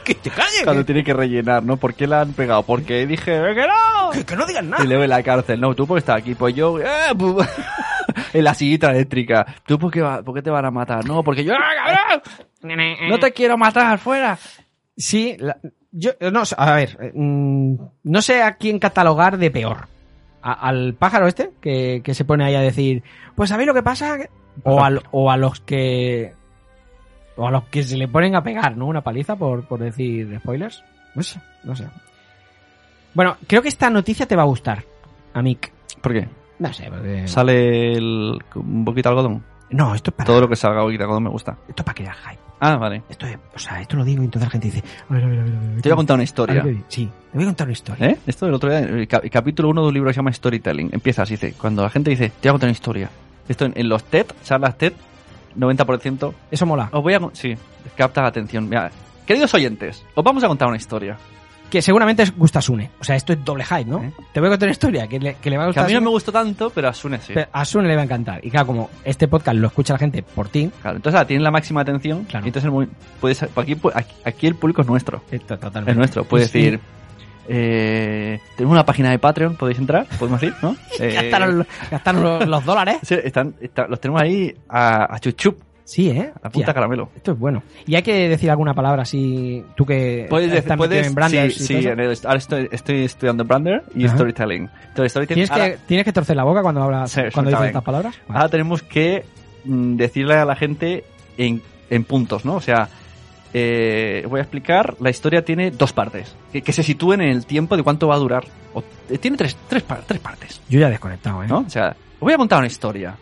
[SPEAKER 3] ¡Que te calles!
[SPEAKER 2] Cuando tiene que rellenar, ¿no? ¿Por qué la han pegado? Porque dije "Eh, que no.
[SPEAKER 3] que- que no digas nada!
[SPEAKER 2] Y luego en la cárcel, no, tú porque estás aquí, pues yo, eh, pu- en la sillita eléctrica, tú porque va, por qué te van a matar, no, porque yo, ¡ah, cabrón! no te quiero matar, fuera.
[SPEAKER 3] Sí, la- yo no sé, a ver, eh, mm, no sé a quién catalogar de peor. A- al pájaro este que, que se pone ahí a decir, pues ¿sabéis lo que pasa? O, al- o a los que... O a los que se le ponen a pegar, ¿no? Una paliza por, por decir spoilers. No sé, no sé. Bueno, creo que esta noticia te va a gustar, Amic.
[SPEAKER 2] ¿Por qué?
[SPEAKER 3] No sé, porque...
[SPEAKER 2] Sale el, un poquito de algodón.
[SPEAKER 3] No, esto es para,
[SPEAKER 2] Todo lo que salga un poquito de algodón me gusta.
[SPEAKER 3] esto es para crear hype.
[SPEAKER 2] Ah, vale.
[SPEAKER 3] Esto es, o sea, esto lo digo y entonces la gente dice... A ver, a ver, a ver, a ver,
[SPEAKER 2] Te voy a contar una
[SPEAKER 3] a ver
[SPEAKER 2] historia.
[SPEAKER 3] qué dice. Sí, te voy a contar una historia.
[SPEAKER 2] ¿Eh? Esto del otro día, el cap- capítulo 1 de un libro que se llama Storytelling. Empieza así, dice, cuando la gente dice, te voy a contar una historia. Esto en, en los TED, charlas TED, 90%,
[SPEAKER 3] Eso mola.
[SPEAKER 2] os voy a... con- Sí, capta la atención. Mira, queridos oyentes, os vamos a contar una historia.
[SPEAKER 3] Que seguramente es Gustasune. O sea, esto es doble hype, ¿no?
[SPEAKER 2] ¿Eh?
[SPEAKER 3] Te voy a contar una historia que le, que le va a
[SPEAKER 2] Que
[SPEAKER 3] gustar.
[SPEAKER 2] a mí no
[SPEAKER 3] Sune,
[SPEAKER 2] me gustó tanto, pero a Sune sí.
[SPEAKER 3] pero a Sune le va a encantar. Y claro, como este podcast lo escucha la gente por ti,
[SPEAKER 2] Claro, entonces ahora tienen la máxima atención.
[SPEAKER 3] Claro.
[SPEAKER 2] Y entonces el mu- puedes, aquí, pu- aquí- aquí el público es nuestro.
[SPEAKER 3] esto totalmente.
[SPEAKER 2] Es nuestro. Puedes
[SPEAKER 3] Sí.
[SPEAKER 2] decir. Eh, tenemos una página de Patreon, podéis entrar, podemos decir, ¿no? Eh,
[SPEAKER 3] Gastaron, gastaron los, los dólares.
[SPEAKER 2] sí, están, está- los tenemos ahí a, a chuchup.
[SPEAKER 3] Sí, ¿eh?
[SPEAKER 2] La punta
[SPEAKER 3] Hostia,
[SPEAKER 2] caramelo.
[SPEAKER 3] Esto es bueno. Y hay que decir alguna palabra así, tú que
[SPEAKER 2] Puedes
[SPEAKER 3] estás metido
[SPEAKER 2] decir, puedes,
[SPEAKER 3] Eh, en Branders
[SPEAKER 2] sí,
[SPEAKER 3] y
[SPEAKER 2] sí,
[SPEAKER 3] todo eso.
[SPEAKER 2] en el- ahora estoy, estoy estudiando Brander y
[SPEAKER 3] Ajá.
[SPEAKER 2] Storytelling. Entonces, storytelling
[SPEAKER 3] ¿Tienes, que,
[SPEAKER 2] ahora,
[SPEAKER 3] tienes que torcer la boca cuando hablas,
[SPEAKER 2] Sí,
[SPEAKER 3] cuando dices
[SPEAKER 2] exactamente.
[SPEAKER 3] estas palabras.
[SPEAKER 2] ahora tenemos que mm, decirle a la gente en, en puntos, ¿no? O sea, eh, voy a explicar, la historia tiene dos partes, que, que se sitúen en el tiempo de cuánto va a durar. O- eh, tiene tres, tres, par- tres partes,
[SPEAKER 3] Yo ya he desconectado, ¿eh?
[SPEAKER 2] ¿no? O sea, os voy a contar una historia.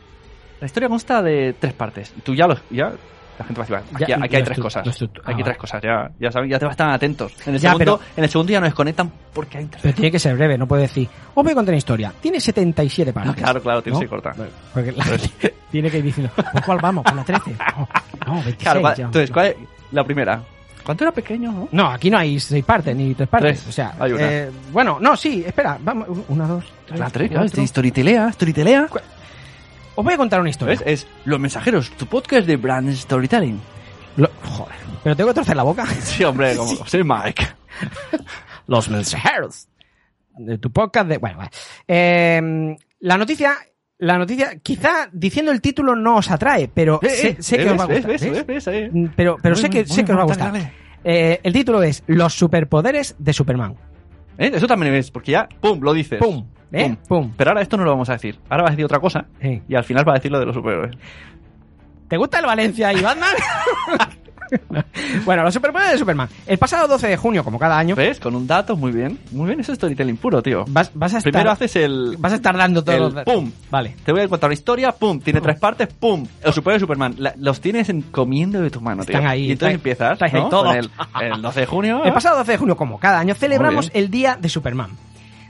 [SPEAKER 2] La historia consta de tres partes. Y tú ya lo... Ya, la gente va a decir, "Vale, aquí,
[SPEAKER 3] Ya,
[SPEAKER 2] aquí hay
[SPEAKER 3] lo
[SPEAKER 2] tres
[SPEAKER 3] estu-
[SPEAKER 2] cosas.
[SPEAKER 3] lo estu- ah,
[SPEAKER 2] Aquí hay tres
[SPEAKER 3] vale.
[SPEAKER 2] cosas, ya, ya saben, ya te estar atentos. En el,
[SPEAKER 3] Ya,
[SPEAKER 2] segundo,
[SPEAKER 3] pero-
[SPEAKER 2] en el segundo ya nos desconectan porque hay tres.
[SPEAKER 3] Pero tiene que ser breve, no puede decir, os voy a contar una historia. Tiene 77
[SPEAKER 2] No,
[SPEAKER 3] partes.
[SPEAKER 2] claro, Pues claro, tienes
[SPEAKER 3] ¿no?
[SPEAKER 2] que cortar.
[SPEAKER 3] Porque la gente tiene que ir diciendo, ¿por cuál vamos? ¿Por la 13? No, no 26
[SPEAKER 2] Claro, va-
[SPEAKER 3] ya.
[SPEAKER 2] entonces, ¿cuál es la primera? ¿Cuánto era pequeño, no?
[SPEAKER 3] No, aquí no hay seis partes ni tres partes.
[SPEAKER 2] Tres.
[SPEAKER 3] O sea,
[SPEAKER 2] Hay una.
[SPEAKER 3] eh, bueno, no, sí, espera. Vamos, una, dos, tres.
[SPEAKER 2] La este tres, claro,
[SPEAKER 3] cuatro.
[SPEAKER 2] es de Storytelea, Storytelea.
[SPEAKER 3] Os voy a contar una historia.
[SPEAKER 2] ¿Ves? Es Los Mensajeros, tu podcast de brand storytelling.
[SPEAKER 3] Lo- joder, pero tengo que torcer la boca.
[SPEAKER 2] Sí, hombre, como soy Mike.
[SPEAKER 3] Los mensajeros. De tu podcast de. Bueno, vale. Eh, la noticia. La noticia. Quizá diciendo el título no os atrae, pero sé, sé que os va a gustar.
[SPEAKER 2] Eh,
[SPEAKER 3] ¿ves?
[SPEAKER 2] ¿Ves? ¿Ves? ¿Eh? ¿Ves? ¿Ves?
[SPEAKER 3] Mm, Pero, pero sé que, sé que os va a gustar. Eh, el título es Los superpoderes de Superman.
[SPEAKER 2] ¿Eh? Eso también es, porque ya, pum, lo dices.
[SPEAKER 3] Pum. ¿Eh? Pum.
[SPEAKER 2] Pero ahora esto no lo vamos a decir. Ahora vas a decir otra cosa
[SPEAKER 3] Sí.
[SPEAKER 2] y al final vas a decir lo de los superhéroes.
[SPEAKER 3] ¿Te gusta el Valencia y Batman? bueno, los superpoderes de Superman. El pasado 12 de junio, como cada año,
[SPEAKER 2] ¿Ves? Con un dato, muy bien. Muy bien, eso es storytelling puro, tío.
[SPEAKER 3] vas, vas a estar.
[SPEAKER 2] Primero haces el...
[SPEAKER 3] Vas a estar dando todos
[SPEAKER 2] el
[SPEAKER 3] los datos.
[SPEAKER 2] pum.
[SPEAKER 3] Vale.
[SPEAKER 2] Te voy a contar una historia, pum, tiene tres partes, pum, el superhéroe de Superman. La- los tienes en- comiendo de tu mano, tío.
[SPEAKER 3] Están ahí,
[SPEAKER 2] Y
[SPEAKER 3] estáis-
[SPEAKER 2] entonces empiezas
[SPEAKER 3] estáis ahí
[SPEAKER 2] ¿no?
[SPEAKER 3] todos.
[SPEAKER 2] Con el, el 12 de junio. ¿eh?
[SPEAKER 3] El pasado 12 de junio, como cada año, celebramos
[SPEAKER 2] Muy
[SPEAKER 3] el Día de Superman.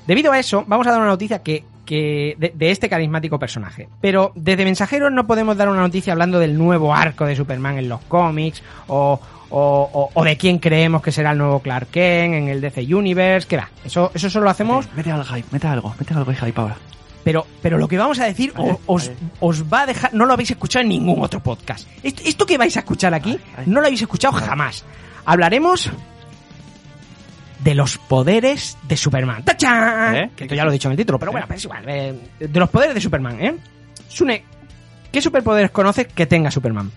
[SPEAKER 3] Debido a eso, vamos a dar una noticia que, que de, de este carismático personaje. Pero desde Mensajeros no podemos dar una noticia hablando del nuevo arco de Superman en los cómics o, o- o- o de quién creemos que será el nuevo Clark Kent en el DC Universe. ¿Qué va? Eso, eso solo lo hacemos
[SPEAKER 2] Mete, mete al hype, mete algo, mete algo de hype ahora.
[SPEAKER 3] Pero, pero lo que vamos a decir o- os, os va a dejar. No lo habéis escuchado en ningún otro podcast. Esto, esto que vais a escuchar aquí no lo habéis escuchado jamás. Hablaremos de los poderes de Superman. ¡Tachán!
[SPEAKER 2] ¿Eh?
[SPEAKER 3] Que esto ya lo he dicho en el título, pero bueno, pero es igual. eh, de los poderes de Superman, ¿eh? Sune, ¿qué superpoderes conoces que tenga Superman?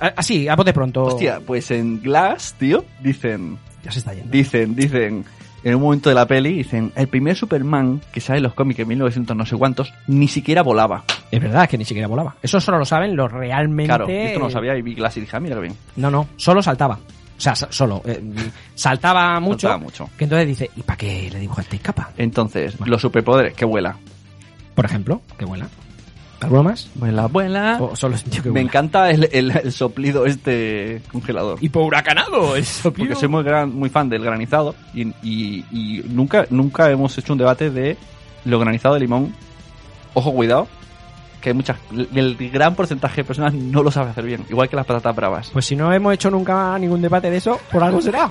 [SPEAKER 3] A- Así, a bote pronto.
[SPEAKER 2] Hostia, pues en Glass, tío, dicen,
[SPEAKER 3] Ya se está yendo.
[SPEAKER 2] dicen, dicen, en un momento de la peli, dicen, el primer Superman que sale en los cómics en 1900 no sé cuántos, ni siquiera volaba.
[SPEAKER 3] Es verdad que ni siquiera volaba. Eso solo lo saben los realmente.
[SPEAKER 2] Claro, yo esto no lo sabía y vi Glass y dije, ah, mira que bien.
[SPEAKER 3] No, no, solo saltaba. O sea, sa- solo. eh, saltaba mucho.
[SPEAKER 2] Saltaba mucho.
[SPEAKER 3] Que entonces dice, ¿y para qué le dibujo este? esta capa?
[SPEAKER 2] Entonces, los superpoderes, que vuela.
[SPEAKER 3] Por ejemplo, que vuela. ¿Alguno más?
[SPEAKER 2] Vuela, vuela.
[SPEAKER 3] O solo es un tío que
[SPEAKER 2] Me
[SPEAKER 3] vuela.
[SPEAKER 2] encanta el, el- el soplido este congelador.
[SPEAKER 3] Hipoburacanado,
[SPEAKER 2] Porque soy muy, gran, muy fan del granizado y, y- y nunca, nunca hemos hecho un debate de lo granizado de limón. Ojo, cuidado, que hay muchas, el gran porcentaje de personas no lo sabe hacer bien, igual que las patatas bravas.
[SPEAKER 3] Pues si no hemos hecho nunca ningún debate de eso, por algo será.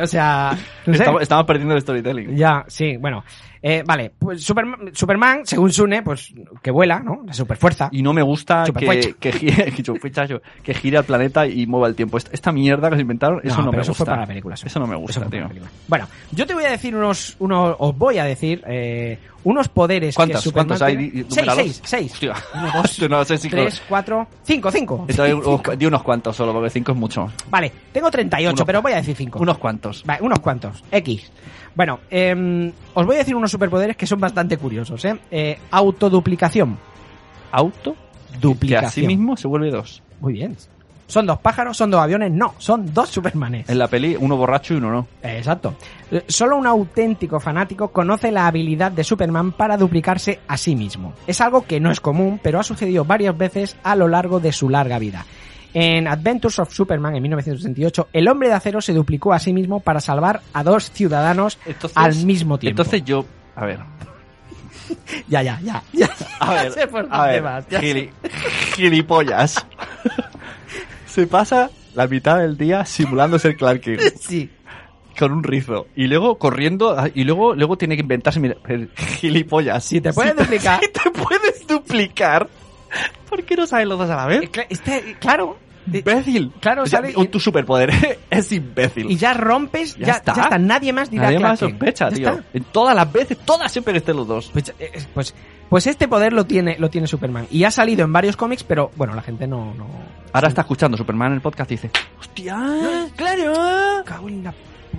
[SPEAKER 3] o sea, no sé.
[SPEAKER 2] Estamos, estamos perdiendo el storytelling.
[SPEAKER 3] Ya, sí, bueno. Eh, vale, pues Superman, Superman, según Sune, pues que vuela, ¿no? La superfuerza.
[SPEAKER 2] Y no me
[SPEAKER 3] Ah,
[SPEAKER 2] gusta que,
[SPEAKER 3] Chupafuecha.
[SPEAKER 2] que, gire, que chupafuecha, yo, que gire al planeta y mueva el tiempo. Esta, esta mierda que se inventaron, eso no,
[SPEAKER 3] pero
[SPEAKER 2] me
[SPEAKER 3] eso
[SPEAKER 2] gusta.
[SPEAKER 3] fue para la película. Sune.
[SPEAKER 2] Eso no me gusta,
[SPEAKER 3] Eso fue para
[SPEAKER 2] tío.
[SPEAKER 3] la película. Bueno, yo te voy a decir unos, unos os voy a decir eh, unos poderes.
[SPEAKER 2] ¿Cuántos?
[SPEAKER 3] que Superman
[SPEAKER 2] ¿Cuántos hay?
[SPEAKER 3] tiene.
[SPEAKER 2] Di- di-
[SPEAKER 3] Seis,
[SPEAKER 2] númeralos.
[SPEAKER 3] seis, seis.
[SPEAKER 2] Hostia.
[SPEAKER 3] Uno, dos,
[SPEAKER 2] Yo no sé si-
[SPEAKER 3] tres, cuatro, cinco, cinco.
[SPEAKER 2] Entonces, unos- di unos cuantos solo, porque cinco es mucho.
[SPEAKER 3] Vale, tengo 38,
[SPEAKER 2] Unos-
[SPEAKER 3] pero voy a decir cinco.
[SPEAKER 2] Unos cuantos.
[SPEAKER 3] Vale, unos cuantos. X. Bueno, eh, os voy a decir unos superpoderes que son bastante curiosos. ¿eh? Eh, autoduplicación.
[SPEAKER 2] Auto, que
[SPEAKER 3] Duplicación.
[SPEAKER 2] a sí mismo se vuelve dos.
[SPEAKER 3] Muy bien. ¿Son dos pájaros? ¿Son dos aviones? No, son dos Supermanes.
[SPEAKER 2] En la peli, uno borracho y uno no.
[SPEAKER 3] Exacto. Eh, Solo un auténtico fanático conoce la habilidad de Superman para duplicarse a sí mismo. Es algo que no es común, pero ha sucedido varias veces a lo largo de su larga vida. En Adventures of Superman en 1968, el hombre de acero se duplicó a sí mismo para salvar a dos ciudadanos
[SPEAKER 2] Entonces-
[SPEAKER 3] al mismo tiempo.
[SPEAKER 2] Entonces yo. A ver.
[SPEAKER 3] ya, ya, ya, ya.
[SPEAKER 2] A ver.
[SPEAKER 3] sé por
[SPEAKER 2] a
[SPEAKER 3] dónde
[SPEAKER 2] ver,
[SPEAKER 3] vas, ya
[SPEAKER 2] gili- gilipollas. se pasa la mitad del día simulando ser Clark Kent
[SPEAKER 3] Sí.
[SPEAKER 2] con un rizo. Y luego corriendo. ah, Y luego, luego tiene que inventarse. mira, eh, gilipollas.
[SPEAKER 3] Si te puedes duplicar.
[SPEAKER 2] si te puedes duplicar. ¿Por qué no sabes los dos a la vez?
[SPEAKER 3] Eh, cla- este- claro.
[SPEAKER 2] imbécil.
[SPEAKER 3] Claro,
[SPEAKER 2] O sea,
[SPEAKER 3] sale y-
[SPEAKER 2] un- tu superpoder es imbécil.
[SPEAKER 3] Y ya rompes, ya,
[SPEAKER 2] Ya
[SPEAKER 3] ya está.
[SPEAKER 2] está.
[SPEAKER 3] Nadie más dirá
[SPEAKER 2] Nadie
[SPEAKER 3] que
[SPEAKER 2] más
[SPEAKER 3] la que-
[SPEAKER 2] sospecha,
[SPEAKER 3] ya
[SPEAKER 2] tío.
[SPEAKER 3] está.
[SPEAKER 2] En todas las veces, todas siempre que estén los dos.
[SPEAKER 3] Pues, eh, eh, pues, pues este poder lo tiene, lo tiene Superman. Y ha salido en varios cómics, pero bueno, la gente no. no...
[SPEAKER 2] Ahora está escuchando Superman en el podcast y dice, hostia, claro,
[SPEAKER 3] Cago en la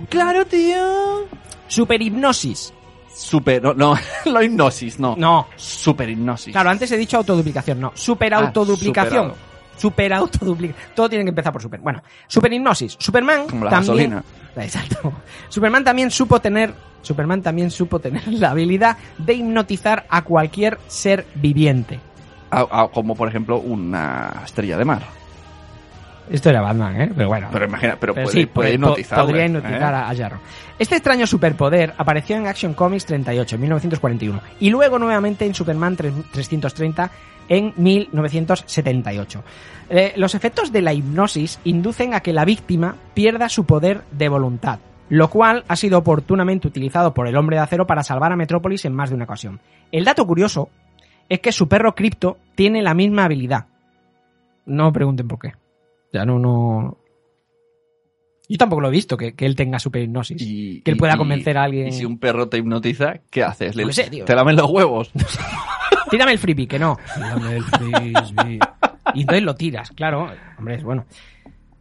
[SPEAKER 2] claro, tío.
[SPEAKER 3] Superhipnosis.
[SPEAKER 2] Super, no, no, lo hipnosis, no.
[SPEAKER 3] No.
[SPEAKER 2] Super hipnosis.
[SPEAKER 3] Claro, antes he dicho autoduplicación, no. Superautoduplicación.
[SPEAKER 2] Ah, superado.
[SPEAKER 3] Superautoduplicación. Todo tiene que empezar por super. Bueno, superhipnosis. Superman
[SPEAKER 2] Como la
[SPEAKER 3] también.
[SPEAKER 2] gasolina.
[SPEAKER 3] Exacto. Superman también supo tener. Superman también supo tener la habilidad de hipnotizar a cualquier ser viviente.
[SPEAKER 2] A- a- como por ejemplo una estrella de mar.
[SPEAKER 3] Esto era Batman, ¿eh? Pero bueno.
[SPEAKER 2] Pero imagina, pero,
[SPEAKER 3] Pero
[SPEAKER 2] puede,
[SPEAKER 3] sí,
[SPEAKER 2] puede
[SPEAKER 3] po-
[SPEAKER 2] hipnotizarle,
[SPEAKER 3] podría hipnotizar
[SPEAKER 2] ¿eh?
[SPEAKER 3] a, a Jarro. Este extraño superpoder apareció en Action Comics 38, en 1941, y luego nuevamente en Superman tres- 330 en 1978. Eh, los efectos de la hipnosis inducen a que la víctima pierda su poder de voluntad, lo cual ha sido oportunamente utilizado por el hombre de acero para salvar a Metrópolis en más de una ocasión. El dato curioso es que su perro Crypto tiene la misma habilidad. No me pregunten por qué. Ya no, no. Yo tampoco lo he visto que, que él tenga superhipnosis.
[SPEAKER 2] Y-
[SPEAKER 3] Que él
[SPEAKER 2] y-
[SPEAKER 3] pueda
[SPEAKER 2] y-
[SPEAKER 3] convencer a alguien.
[SPEAKER 2] Y si un perro te hipnotiza, ¿qué haces? Le-
[SPEAKER 3] No sé, tío.
[SPEAKER 2] Te lamen los huevos.
[SPEAKER 3] Tírame el frisbee, que no. Tírame el frisbee. Y entonces lo tiras, claro. Hombre, es bueno.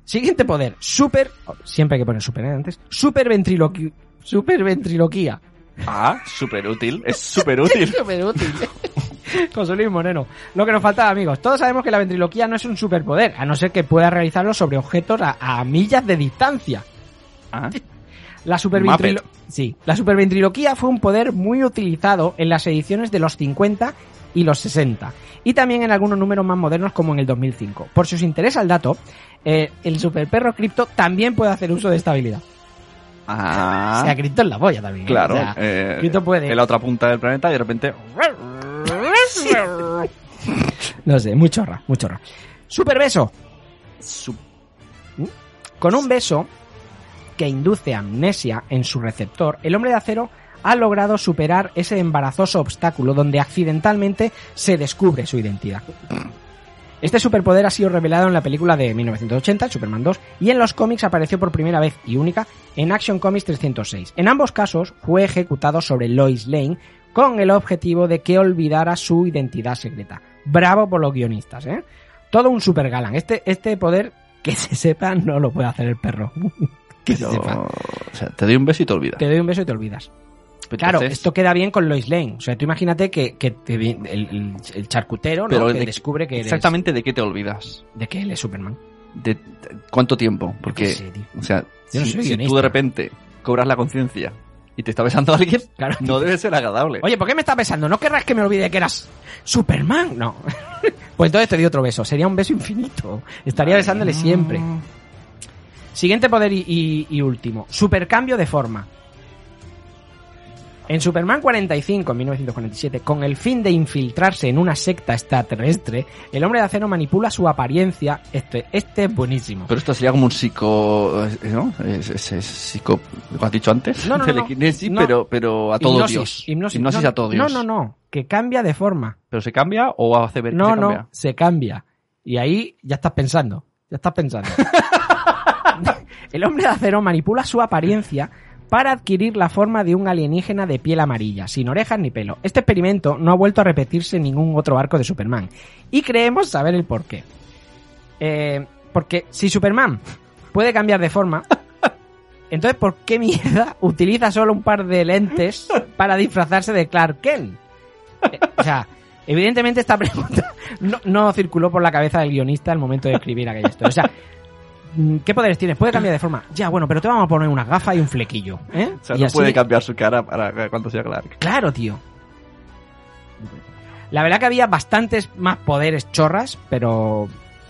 [SPEAKER 3] Siguiente poder. Super. Siempre hay que poner super ¿eh? antes. Super ventriloquía. Super ventriloquía.
[SPEAKER 2] Ah, súper útil. Es súper útil.
[SPEAKER 3] Súper útil. José Luis Moreno. Lo que nos faltaba, amigos. Todos sabemos que la ventriloquía no es un superpoder, a no ser que pueda realizarlo sobre objetos a, a millas de distancia.
[SPEAKER 2] Ah,
[SPEAKER 3] La superventrilo- sí, la superventriloquía fue un poder muy utilizado en las ediciones de los 50 y los 60, y también en algunos números más modernos como en el 2005. Por si os interesa el dato, eh, el superperro cripto también puede hacer uso de esta habilidad.
[SPEAKER 2] ah,
[SPEAKER 3] O sea, cripto es la polla también. ¿eh?
[SPEAKER 2] claro.
[SPEAKER 3] O sea,
[SPEAKER 2] eh,
[SPEAKER 3] Grito puede.
[SPEAKER 2] En la otra punta del planeta y de repente...
[SPEAKER 3] no sé, muy chorra, muy chorra. Superbeso.
[SPEAKER 2] su-
[SPEAKER 3] ¿Mm? Con un beso que induce amnesia en su receptor, el hombre de acero ha logrado superar ese embarazoso obstáculo donde accidentalmente se descubre su identidad. Este superpoder ha sido revelado en la película de 1980, Superman 2, y en los cómics apareció por primera vez y única en Action Comics 306. En ambos casos fue ejecutado sobre Lois Lane con el objetivo de que olvidara su identidad secreta. Bravo por los guionistas, ¿eh? Todo un super galán. Este, este poder, que se sepa, no lo puede hacer el perro. que se
[SPEAKER 2] pero-
[SPEAKER 3] sepa.
[SPEAKER 2] o sea, te doy un beso y te olvidas.
[SPEAKER 3] Te doy un beso y te olvidas. Claro,
[SPEAKER 2] Entonces,
[SPEAKER 3] esto queda bien con Lois Lane. O sea, tú imagínate que, que te vi- el, el- el charcutero ¿no?
[SPEAKER 2] Pero
[SPEAKER 3] que
[SPEAKER 2] de-
[SPEAKER 3] descubre que eres-
[SPEAKER 2] Exactamente de qué te olvidas.
[SPEAKER 3] de que él es Superman.
[SPEAKER 2] ¿De de- cuánto tiempo? Porque,
[SPEAKER 3] Yo qué sé, tío.
[SPEAKER 2] o sea,
[SPEAKER 3] Yo no
[SPEAKER 2] si,
[SPEAKER 3] soy
[SPEAKER 2] si tú
[SPEAKER 3] guionista.
[SPEAKER 2] de repente cobras la conciencia y te está besando a alguien,
[SPEAKER 3] Claro.
[SPEAKER 2] no debe ser agradable.
[SPEAKER 3] Oye, ¿por qué me estás besando? ¿No querrás que me olvide que eras Superman? No. pues entonces te di otro beso. Sería un beso infinito. Estaría besándole siempre. Siguiente poder y, y- y último. Supercambio de forma. En Superman 45, en 1947, con el fin de infiltrarse en una secta extraterrestre, el hombre de acero manipula su apariencia. Este, este es buenísimo.
[SPEAKER 2] Pero esto sería como un psico... eh, ¿No? Es, es- es psico... ¿Lo has dicho antes?
[SPEAKER 3] No, no, no, no.
[SPEAKER 2] Telequinesis,
[SPEAKER 3] No.
[SPEAKER 2] pero, pero a todo
[SPEAKER 3] Hipnosis,
[SPEAKER 2] Dios.
[SPEAKER 3] hipnosis.
[SPEAKER 2] a todo Dios.
[SPEAKER 3] No, no, no. Que cambia de forma.
[SPEAKER 2] ¿Pero se cambia o hace ver que
[SPEAKER 3] No,
[SPEAKER 2] se cambia?
[SPEAKER 3] no, se cambia. Y ahí ya estás pensando. Ya estás pensando. el hombre de acero manipula su apariencia para adquirir la forma de un alienígena de piel amarilla, sin orejas ni pelo. Este experimento no ha vuelto a repetirse en ningún otro arco de Superman. Y creemos saber el porqué. Eh, porque si Superman puede cambiar de forma, entonces ¿por qué mierda utiliza solo un par de lentes para disfrazarse de Clark Kent? Eh, o sea, evidentemente esta pregunta no, no circuló por la cabeza del guionista al momento de escribir aquella historia. O sea, mm, ¿qué poderes tienes? Puede cambiar de forma. Ya, bueno, pero te vamos a poner unas gafas y un flequillo. ¿eh?
[SPEAKER 2] O sea,
[SPEAKER 3] Y
[SPEAKER 2] no
[SPEAKER 3] así-
[SPEAKER 2] puede cambiar su cara para cuando sea Clark.
[SPEAKER 3] Claro, tío. La verdad que había bastantes más poderes chorras, pero.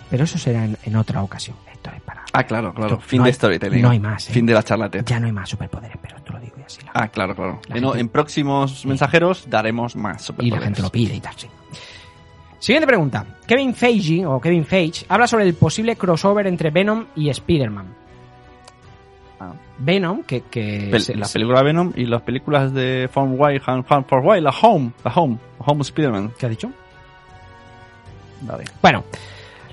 [SPEAKER 3] Pero eso será en, en otra ocasión. Esto es para.
[SPEAKER 2] Ah, claro, claro.
[SPEAKER 3] No
[SPEAKER 2] Fin
[SPEAKER 3] hay-
[SPEAKER 2] de storytelling.
[SPEAKER 3] no hay más, ¿eh?
[SPEAKER 2] Fin de la charlatana.
[SPEAKER 3] Ya no hay más superpoderes, pero te lo digo y así la,
[SPEAKER 2] Ah, claro, claro.
[SPEAKER 3] La
[SPEAKER 2] En,
[SPEAKER 3] gente-
[SPEAKER 2] en próximos mensajeros daremos más
[SPEAKER 3] y
[SPEAKER 2] superpoderes.
[SPEAKER 3] la gente lo pide y tal, sí. Siguiente pregunta. Kevin Feige, o Kevin Feige, habla sobre el posible crossover entre Venom y Spider-Man.
[SPEAKER 2] Ah.
[SPEAKER 3] Venom, que. que
[SPEAKER 2] Pel-
[SPEAKER 3] se-
[SPEAKER 2] la
[SPEAKER 3] se-
[SPEAKER 2] película Venom y las películas de From Wild and From For Wild, la Home, la Home, Home Spider-Man.
[SPEAKER 3] ¿Qué ha dicho?
[SPEAKER 2] Vale.
[SPEAKER 3] Bueno,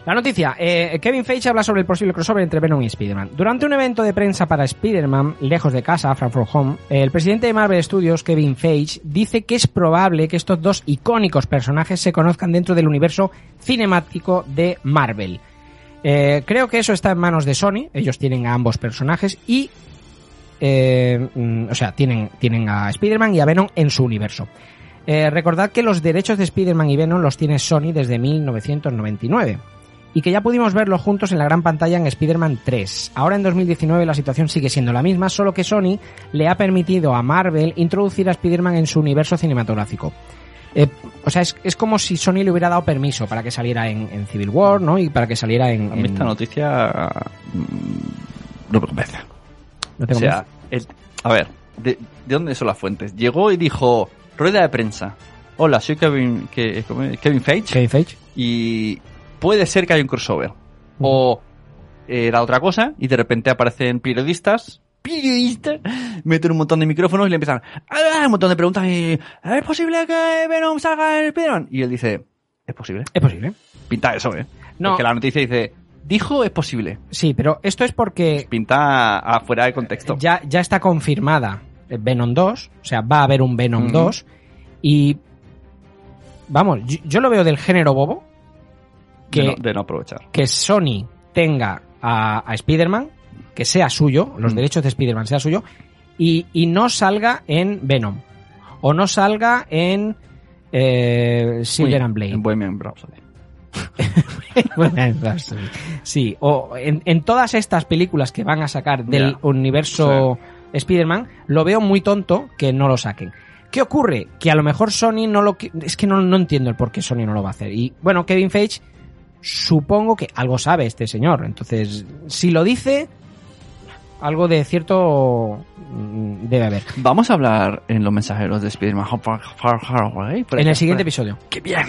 [SPEAKER 3] La noticia, eh, Kevin Feige habla sobre el posible crossover entre Venom y Spider-Man. Durante un evento de prensa para Spider-Man, lejos de casa, Frankfurt Home, eh, el presidente de Marvel Studios, Kevin Feige, dice que es probable que estos dos icónicos personajes se conozcan dentro del universo cinemático de Marvel. Eh, creo que eso está en manos de Sony, ellos tienen a ambos personajes y... eh, mm, o sea, tienen, tienen a Spider-Man y a Venom en su universo. Eh, recordad que los derechos de Spider-Man y Venom los tiene Sony desde 1999 y que ya pudimos verlos juntos en la gran pantalla en Spider-Man 3. Ahora en 2019 la situación sigue siendo la misma, solo que Sony le ha permitido a Marvel introducir a Spider-Man en su universo cinematográfico. Eh, o sea, es, es como si Sony le hubiera dado permiso para que saliera en, en Civil War, ¿no? Y para que saliera en...
[SPEAKER 2] A mí
[SPEAKER 3] en-
[SPEAKER 2] esta noticia mm, no me convence.
[SPEAKER 3] no
[SPEAKER 2] O
[SPEAKER 3] tengo
[SPEAKER 2] sea, el- a ver, de, de dónde son las fuentes? Llegó y dijo, rueda de prensa. Hola, soy Kevin, que, ¿cómo es? Kevin Feige
[SPEAKER 3] Kevin Feige.
[SPEAKER 2] y puede ser que haya un crossover. O eh, era otra cosa y de repente aparecen periodistas, periodistas, meten un montón de micrófonos y le empiezan ¡Ah! un montón de preguntas y ¿es posible que Venom salga en Spider-Man? Y él dice, es posible.
[SPEAKER 3] Es posible.
[SPEAKER 2] Pinta eso, ¿eh?
[SPEAKER 3] No.
[SPEAKER 2] Porque la noticia dice, dijo es posible.
[SPEAKER 3] Sí, pero esto es porque
[SPEAKER 2] Pinta afuera de contexto.
[SPEAKER 3] ya, ya está confirmada eh, Venom 2, o sea, va a haber un Venom
[SPEAKER 2] Ujú.
[SPEAKER 3] 2 y vamos, yo, yo lo veo del género bobo que,
[SPEAKER 2] de, no, de no aprovechar.
[SPEAKER 3] que Sony tenga a, a Spider-Man, que sea suyo, los
[SPEAKER 2] Mm.
[SPEAKER 3] derechos de Spider-Man sea suyo y, y no salga en Venom o no salga en eh, Silver and Blade.
[SPEAKER 2] En Bohemian Rhapsody.
[SPEAKER 3] Bueno, sí. Sí, o en, en todas estas películas que van a sacar del
[SPEAKER 2] Ya.
[SPEAKER 3] universo Spider-Man, lo veo muy tonto que no lo saquen. ¿Qué ocurre? Que a lo mejor Sony no lo... qui- Es que no, no entiendo el por qué Sony no lo va a hacer. Y bueno, Kevin Feige, supongo que algo sabe este señor. Entonces, si lo dice, algo de cierto mm, debe haber.
[SPEAKER 2] Vamos a hablar en los mensajeros de Spider-Man Far, Far, Far Away, por
[SPEAKER 3] en
[SPEAKER 2] ejemplo.
[SPEAKER 3] el siguiente episodio.
[SPEAKER 2] ¡Qué bien!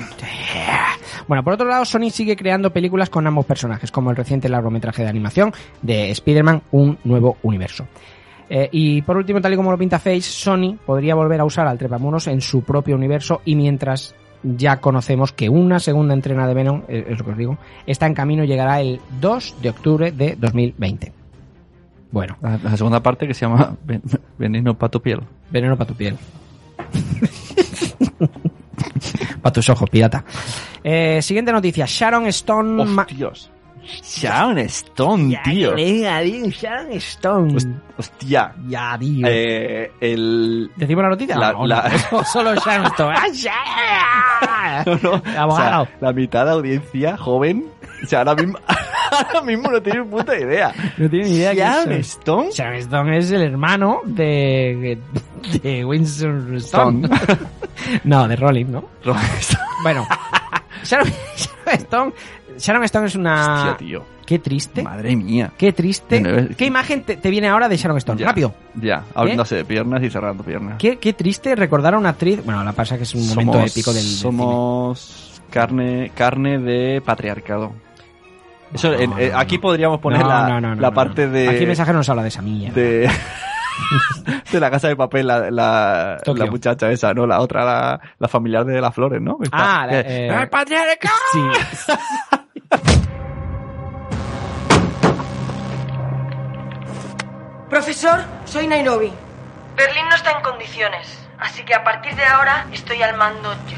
[SPEAKER 3] Bueno, por otro lado, Sony sigue creando películas con ambos personajes, como el reciente largometraje de animación de Spider-Man, Un Nuevo Universo. Eh, y por último, tal y como lo pinta Face, Sony podría volver a usar al Trepamuros en su propio universo y mientras ya conocemos que una segunda entrena de Venom, eh, es lo que os digo, está en camino y llegará el 2 de octubre de 2020. Bueno,
[SPEAKER 2] La, Ah, la segunda parte que se llama Ven- Veneno Pato Piel.
[SPEAKER 3] Veneno para tu piel. para tus ojos, pirata. Eh, siguiente noticia. Sharon Stone... ma-
[SPEAKER 2] ¡Hostios! Sharon Stone, tío.
[SPEAKER 3] Venga, tío, Sharon Stone.
[SPEAKER 2] Host- Hostia.
[SPEAKER 3] Ya, tío.
[SPEAKER 2] Eh, el...
[SPEAKER 3] ¿Decimos la noticia?
[SPEAKER 2] la-
[SPEAKER 3] No,
[SPEAKER 2] la-
[SPEAKER 3] no, solo Sharon Stone. ¡Ah,
[SPEAKER 2] No,
[SPEAKER 3] Sharon!
[SPEAKER 2] no, o sea,
[SPEAKER 3] Abogado.
[SPEAKER 2] la mitad de audiencia joven, o sea, ahora mismo, ahora mismo no tiene puta idea.
[SPEAKER 3] No tiene ni idea quién
[SPEAKER 2] Sharon
[SPEAKER 3] es.
[SPEAKER 2] Stone.
[SPEAKER 3] Sharon Stone es el hermano de, de Winston Stone. no, de Rolling, ¿no?
[SPEAKER 2] Sharon Stone.
[SPEAKER 3] Bueno, Sharon, Sharon Stone, Sharon Stone es una...
[SPEAKER 2] Hostia, tío.
[SPEAKER 3] Qué triste.
[SPEAKER 2] Madre mía.
[SPEAKER 3] Qué triste.
[SPEAKER 2] De nueve-
[SPEAKER 3] ¿Qué imagen te, te viene ahora de Sharon Stone?
[SPEAKER 2] Ya.
[SPEAKER 3] Rápido.
[SPEAKER 2] Ya,
[SPEAKER 3] ¿Eh?
[SPEAKER 2] abriéndose de piernas y cerrando piernas.
[SPEAKER 3] Qué, qué triste recordar a una actriz. Bueno, la pasa que es un momento
[SPEAKER 2] Somos-
[SPEAKER 3] épico del. del cine.
[SPEAKER 2] Somos carne, carne de patriarcado. Eso,
[SPEAKER 3] No,
[SPEAKER 2] en-
[SPEAKER 3] no,
[SPEAKER 2] eh,
[SPEAKER 3] no,
[SPEAKER 2] aquí
[SPEAKER 3] no.
[SPEAKER 2] podríamos poner
[SPEAKER 3] No,
[SPEAKER 2] la,
[SPEAKER 3] no, no, no,
[SPEAKER 2] la
[SPEAKER 3] no,
[SPEAKER 2] parte
[SPEAKER 3] no.
[SPEAKER 2] de.
[SPEAKER 3] Aquí el mensaje nos habla de esa mía.
[SPEAKER 2] de, de la casa de papel, la, la,
[SPEAKER 3] Tokio.
[SPEAKER 2] la muchacha esa, ¿no? La otra, la, la familiar de las flores, ¿no? El pa-
[SPEAKER 3] Ah, la-
[SPEAKER 2] eh,
[SPEAKER 3] eh,
[SPEAKER 2] ¡El patriarcado!
[SPEAKER 3] Sí.
[SPEAKER 7] Profesor, soy Nairobi. Berlín no está en condiciones, así que a partir de ahora estoy al mando yo.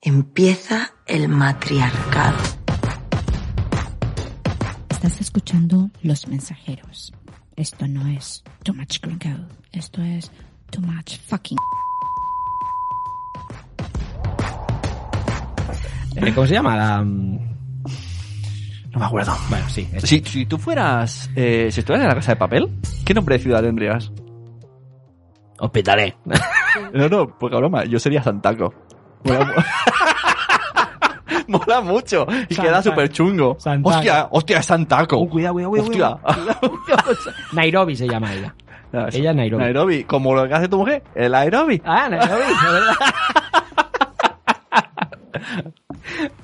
[SPEAKER 8] Empieza el matriarcado.
[SPEAKER 9] Estás escuchando Los Mensajeros. Esto no es Too Much Green Code. Esto es Too Much Fucking.
[SPEAKER 3] Eh, ¿Cómo se llama? La. No me acuerdo. Bueno, sí. es-
[SPEAKER 2] Si, si tú fueras. eh, si estuvieras en la casa de papel, ¿qué nombre de ciudad tendrías?
[SPEAKER 3] Hospitalé.
[SPEAKER 2] No, no, poca broma, yo sería Santaco. Mola, mu- Mola mucho y
[SPEAKER 3] Santaco.
[SPEAKER 2] queda súper chungo.
[SPEAKER 3] Santaco.
[SPEAKER 2] Hostia, hostia, es Santaco.
[SPEAKER 3] Oh, cuidado, cuidado, cuidado,
[SPEAKER 2] Hostia.
[SPEAKER 3] Nairobi se llama ella.
[SPEAKER 2] No, eso.
[SPEAKER 3] Ella es Nairobi.
[SPEAKER 2] Nairobi, como lo que hace tu mujer, el Nairobi.
[SPEAKER 3] Ah, Nairobi, es verdad.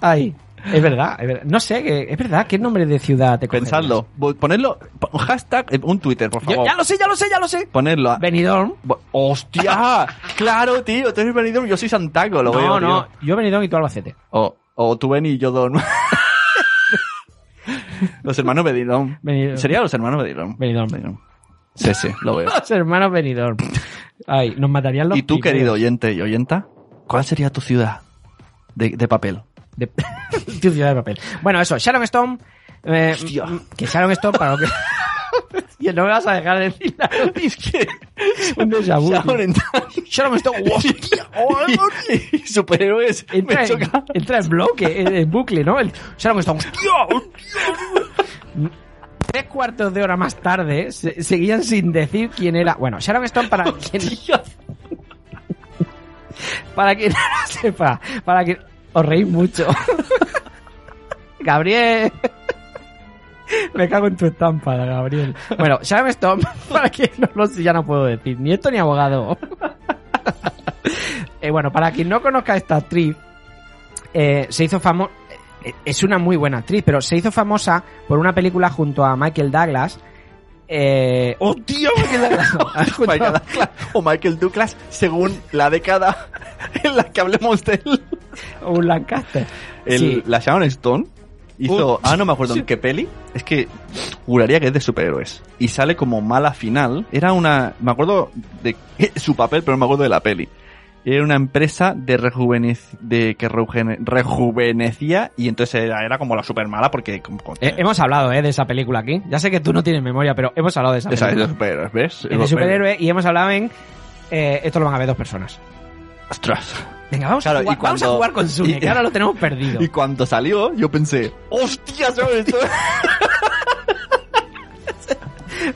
[SPEAKER 3] Ay. Es verdad, es verdad. No sé, que- es verdad. ¿Qué nombre de ciudad te cogerías?
[SPEAKER 2] Pensadlo, Bo- ponedlo, po- un hashtag, eh, un Twitter, por
[SPEAKER 3] Yo-
[SPEAKER 2] favor.
[SPEAKER 3] ya lo sé, ya lo sé, ya lo sé.
[SPEAKER 2] Ponerlo. a-
[SPEAKER 3] Benidorm.
[SPEAKER 2] Bo- ¡Hostia! claro, tío, tú eres venido, yo soy Santaco, lo
[SPEAKER 3] no,
[SPEAKER 2] veo.
[SPEAKER 3] no,
[SPEAKER 2] tío.
[SPEAKER 3] yo Benidorm y tú Albacete.
[SPEAKER 2] O, O Tuben y Yodon. los hermanos Bedidón.
[SPEAKER 3] Benidorm.
[SPEAKER 2] Sería los hermanos Bedidón.
[SPEAKER 3] Benidorm.
[SPEAKER 2] Sí, sí, lo veo.
[SPEAKER 3] Los hermanos Benidorm. Ay, nos matarían los
[SPEAKER 2] Pues. y tú,
[SPEAKER 3] primeros.
[SPEAKER 2] querido oyente y oyenta, ¿cuál sería tu ciudad de, de papel?
[SPEAKER 3] De... tu ciudad de papel. Bueno, eso, Sharon Stone. eh,
[SPEAKER 2] Hostia.
[SPEAKER 3] m- que Sharon Stone para lo que. Y no me vas a dejar de decir nada. Es que. Un déjà vu, tío. Sharon Stone. ¡Hostia! ¡Oh,
[SPEAKER 2] y, y superhéroes.
[SPEAKER 3] entra,
[SPEAKER 2] me
[SPEAKER 3] en,
[SPEAKER 2] choca.
[SPEAKER 3] entra en bloque, en, en bucle, ¿no? El, Sharon Stone. ¡Hostia! hostia". Tres cuartos de hora más tarde se- seguían sin decir quién era. Bueno, Sharon Stone para quien. para quien no lo sepa, para que os reís mucho. Gabriel. Me cago en tu estampa, Gabriel. Bueno, Sharon Stone, para quien no lo sé, ya no puedo decir. Ni esto ni abogado. Eh, bueno, para quien no conozca a esta actriz, eh, se hizo famosa. Es una muy buena actriz, pero se hizo famosa por una película junto a Michael Douglas. Eh, Ah,
[SPEAKER 2] ¡Hostia! Oh, Michael Douglas. Oh,
[SPEAKER 3] Junto a-
[SPEAKER 2] Michael Douglas o Michael Douglas, según la década en la que hablemos de él.
[SPEAKER 3] un Lancaster.
[SPEAKER 2] El-
[SPEAKER 3] Sí.
[SPEAKER 2] La Sharon Stone hizo.
[SPEAKER 3] Uh,
[SPEAKER 2] ah, no me acuerdo
[SPEAKER 3] sí.
[SPEAKER 2] en qué peli. Es que juraría que es de superhéroes. Y sale como mala final. Era una. Me acuerdo de su papel, pero no me acuerdo de la peli. Era una empresa de, rejuvenec- de que rejuvene- rejuvenecía y entonces era, era como la supermala porque... como- con-
[SPEAKER 3] Eh, hemos hablado eh, de esa película aquí. Ya sé que tú no tienes memoria, pero hemos hablado de esa
[SPEAKER 2] esa es de
[SPEAKER 3] película.
[SPEAKER 2] superhéroes, ¿ves?
[SPEAKER 3] Es de superhéroe y hemos hablado en. eh, esto lo van a ver dos personas.
[SPEAKER 2] Ostras.
[SPEAKER 3] Venga, vamos,
[SPEAKER 2] Claro,
[SPEAKER 3] a,
[SPEAKER 2] y
[SPEAKER 3] jugar, vamos a
[SPEAKER 2] cuando-
[SPEAKER 3] jugar con Sune,
[SPEAKER 2] y-
[SPEAKER 3] que ahora lo tenemos perdido.
[SPEAKER 2] Y cuando salió, yo pensé, ¡hostia, ¿sabes esto?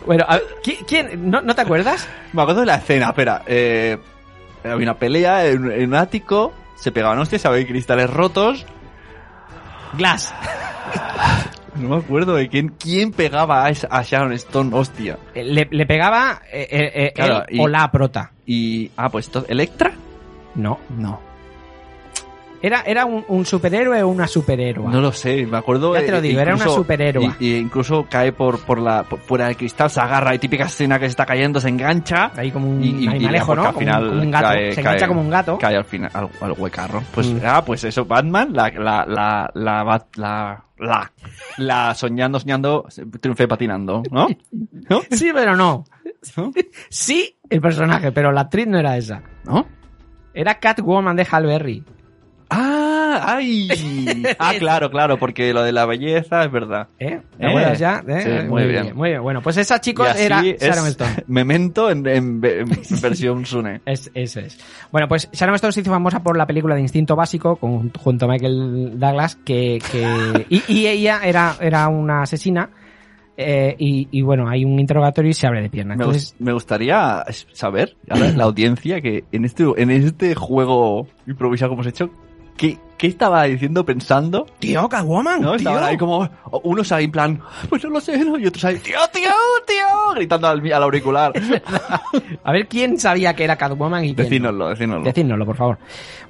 [SPEAKER 3] Bueno, a- ¿qui- ¿quién? ¿No, ¿No te acuerdas?
[SPEAKER 2] Me acuerdo de la escena, espera. Eh, había una pelea en, en un ático, se pegaban hostias, había cristales rotos.
[SPEAKER 3] Glass.
[SPEAKER 2] No me acuerdo de quién, quién pegaba a, esa- a Sharon Stone, hostia.
[SPEAKER 3] Eh, Le, le pegaba eh, eh, eh,
[SPEAKER 2] Claro,
[SPEAKER 3] él
[SPEAKER 2] y-
[SPEAKER 3] o la prota.
[SPEAKER 2] Y. Ah, pues esto. ¿Electra?
[SPEAKER 3] No.
[SPEAKER 2] No.
[SPEAKER 3] ¿Era, era un, un superhéroe o una superhéroe?
[SPEAKER 2] No lo sé, me acuerdo.
[SPEAKER 3] Ya te lo
[SPEAKER 2] eh,
[SPEAKER 3] digo, era una superhéroa.
[SPEAKER 2] Y, y incluso cae por, por la. por- fuera del cristal, se agarra y típica escena que se está cayendo, se engancha.
[SPEAKER 3] Ahí como un
[SPEAKER 2] Y- y- y
[SPEAKER 3] animalejo,
[SPEAKER 2] porque
[SPEAKER 3] ¿no?
[SPEAKER 2] al
[SPEAKER 3] Como un-
[SPEAKER 2] final
[SPEAKER 3] como, un gato.
[SPEAKER 2] cae-
[SPEAKER 3] Se engancha
[SPEAKER 2] cae-
[SPEAKER 3] como un gato.
[SPEAKER 2] Cae al final al, al huecarro. Pues,
[SPEAKER 3] Mm.
[SPEAKER 2] ah, pues eso, Batman, la, la, la, la, bat- la, la, la soñando, soñando, triunfé patinando, ¿no? ¿No?
[SPEAKER 3] Sí, pero no.
[SPEAKER 2] ¿No?
[SPEAKER 3] Sí, el personaje, pero la actriz no era esa.
[SPEAKER 2] ¿No?
[SPEAKER 3] Era Catwoman de Hal Berry.
[SPEAKER 2] Ah, ay. Ah, claro, claro, porque lo de la belleza es verdad.
[SPEAKER 3] ¿Eh? ¿Te
[SPEAKER 2] Eh,
[SPEAKER 3] acuerdas ya? ¿Eh?
[SPEAKER 2] sí, muy bien.
[SPEAKER 3] Muy bien. Bueno, pues esa,
[SPEAKER 2] Y
[SPEAKER 3] chicos,
[SPEAKER 2] así
[SPEAKER 3] era
[SPEAKER 2] es
[SPEAKER 3] Sharon Stone.
[SPEAKER 2] Memento en, en- en versión Sune.
[SPEAKER 3] Es, ese es. Bueno, pues Sharon Stone se hizo famosa por la película de Instinto Básico con- junto a Michael Douglas, que, que- y, y ella era, era una asesina. eh, y, y bueno, hay un interrogatorio y se abre de pierna.
[SPEAKER 2] Me,
[SPEAKER 3] Entonces,
[SPEAKER 2] gust- me gustaría saber, a la, la audiencia, que en este, en este juego improvisado que hemos hecho, ¿qué, qué estaba diciendo, pensando?
[SPEAKER 3] tío, Catwoman,
[SPEAKER 2] ¿no?
[SPEAKER 3] tío.
[SPEAKER 2] Estaban ahí como, unos ahí en plan, pues no lo sé, ¿no? y otros ahí, tío, tío, tío, gritando al, mi- al auricular.
[SPEAKER 3] A ver quién sabía que era Catwoman y quién. no.
[SPEAKER 2] decínoslo, decínoslo.
[SPEAKER 3] Decídnoslo, por favor.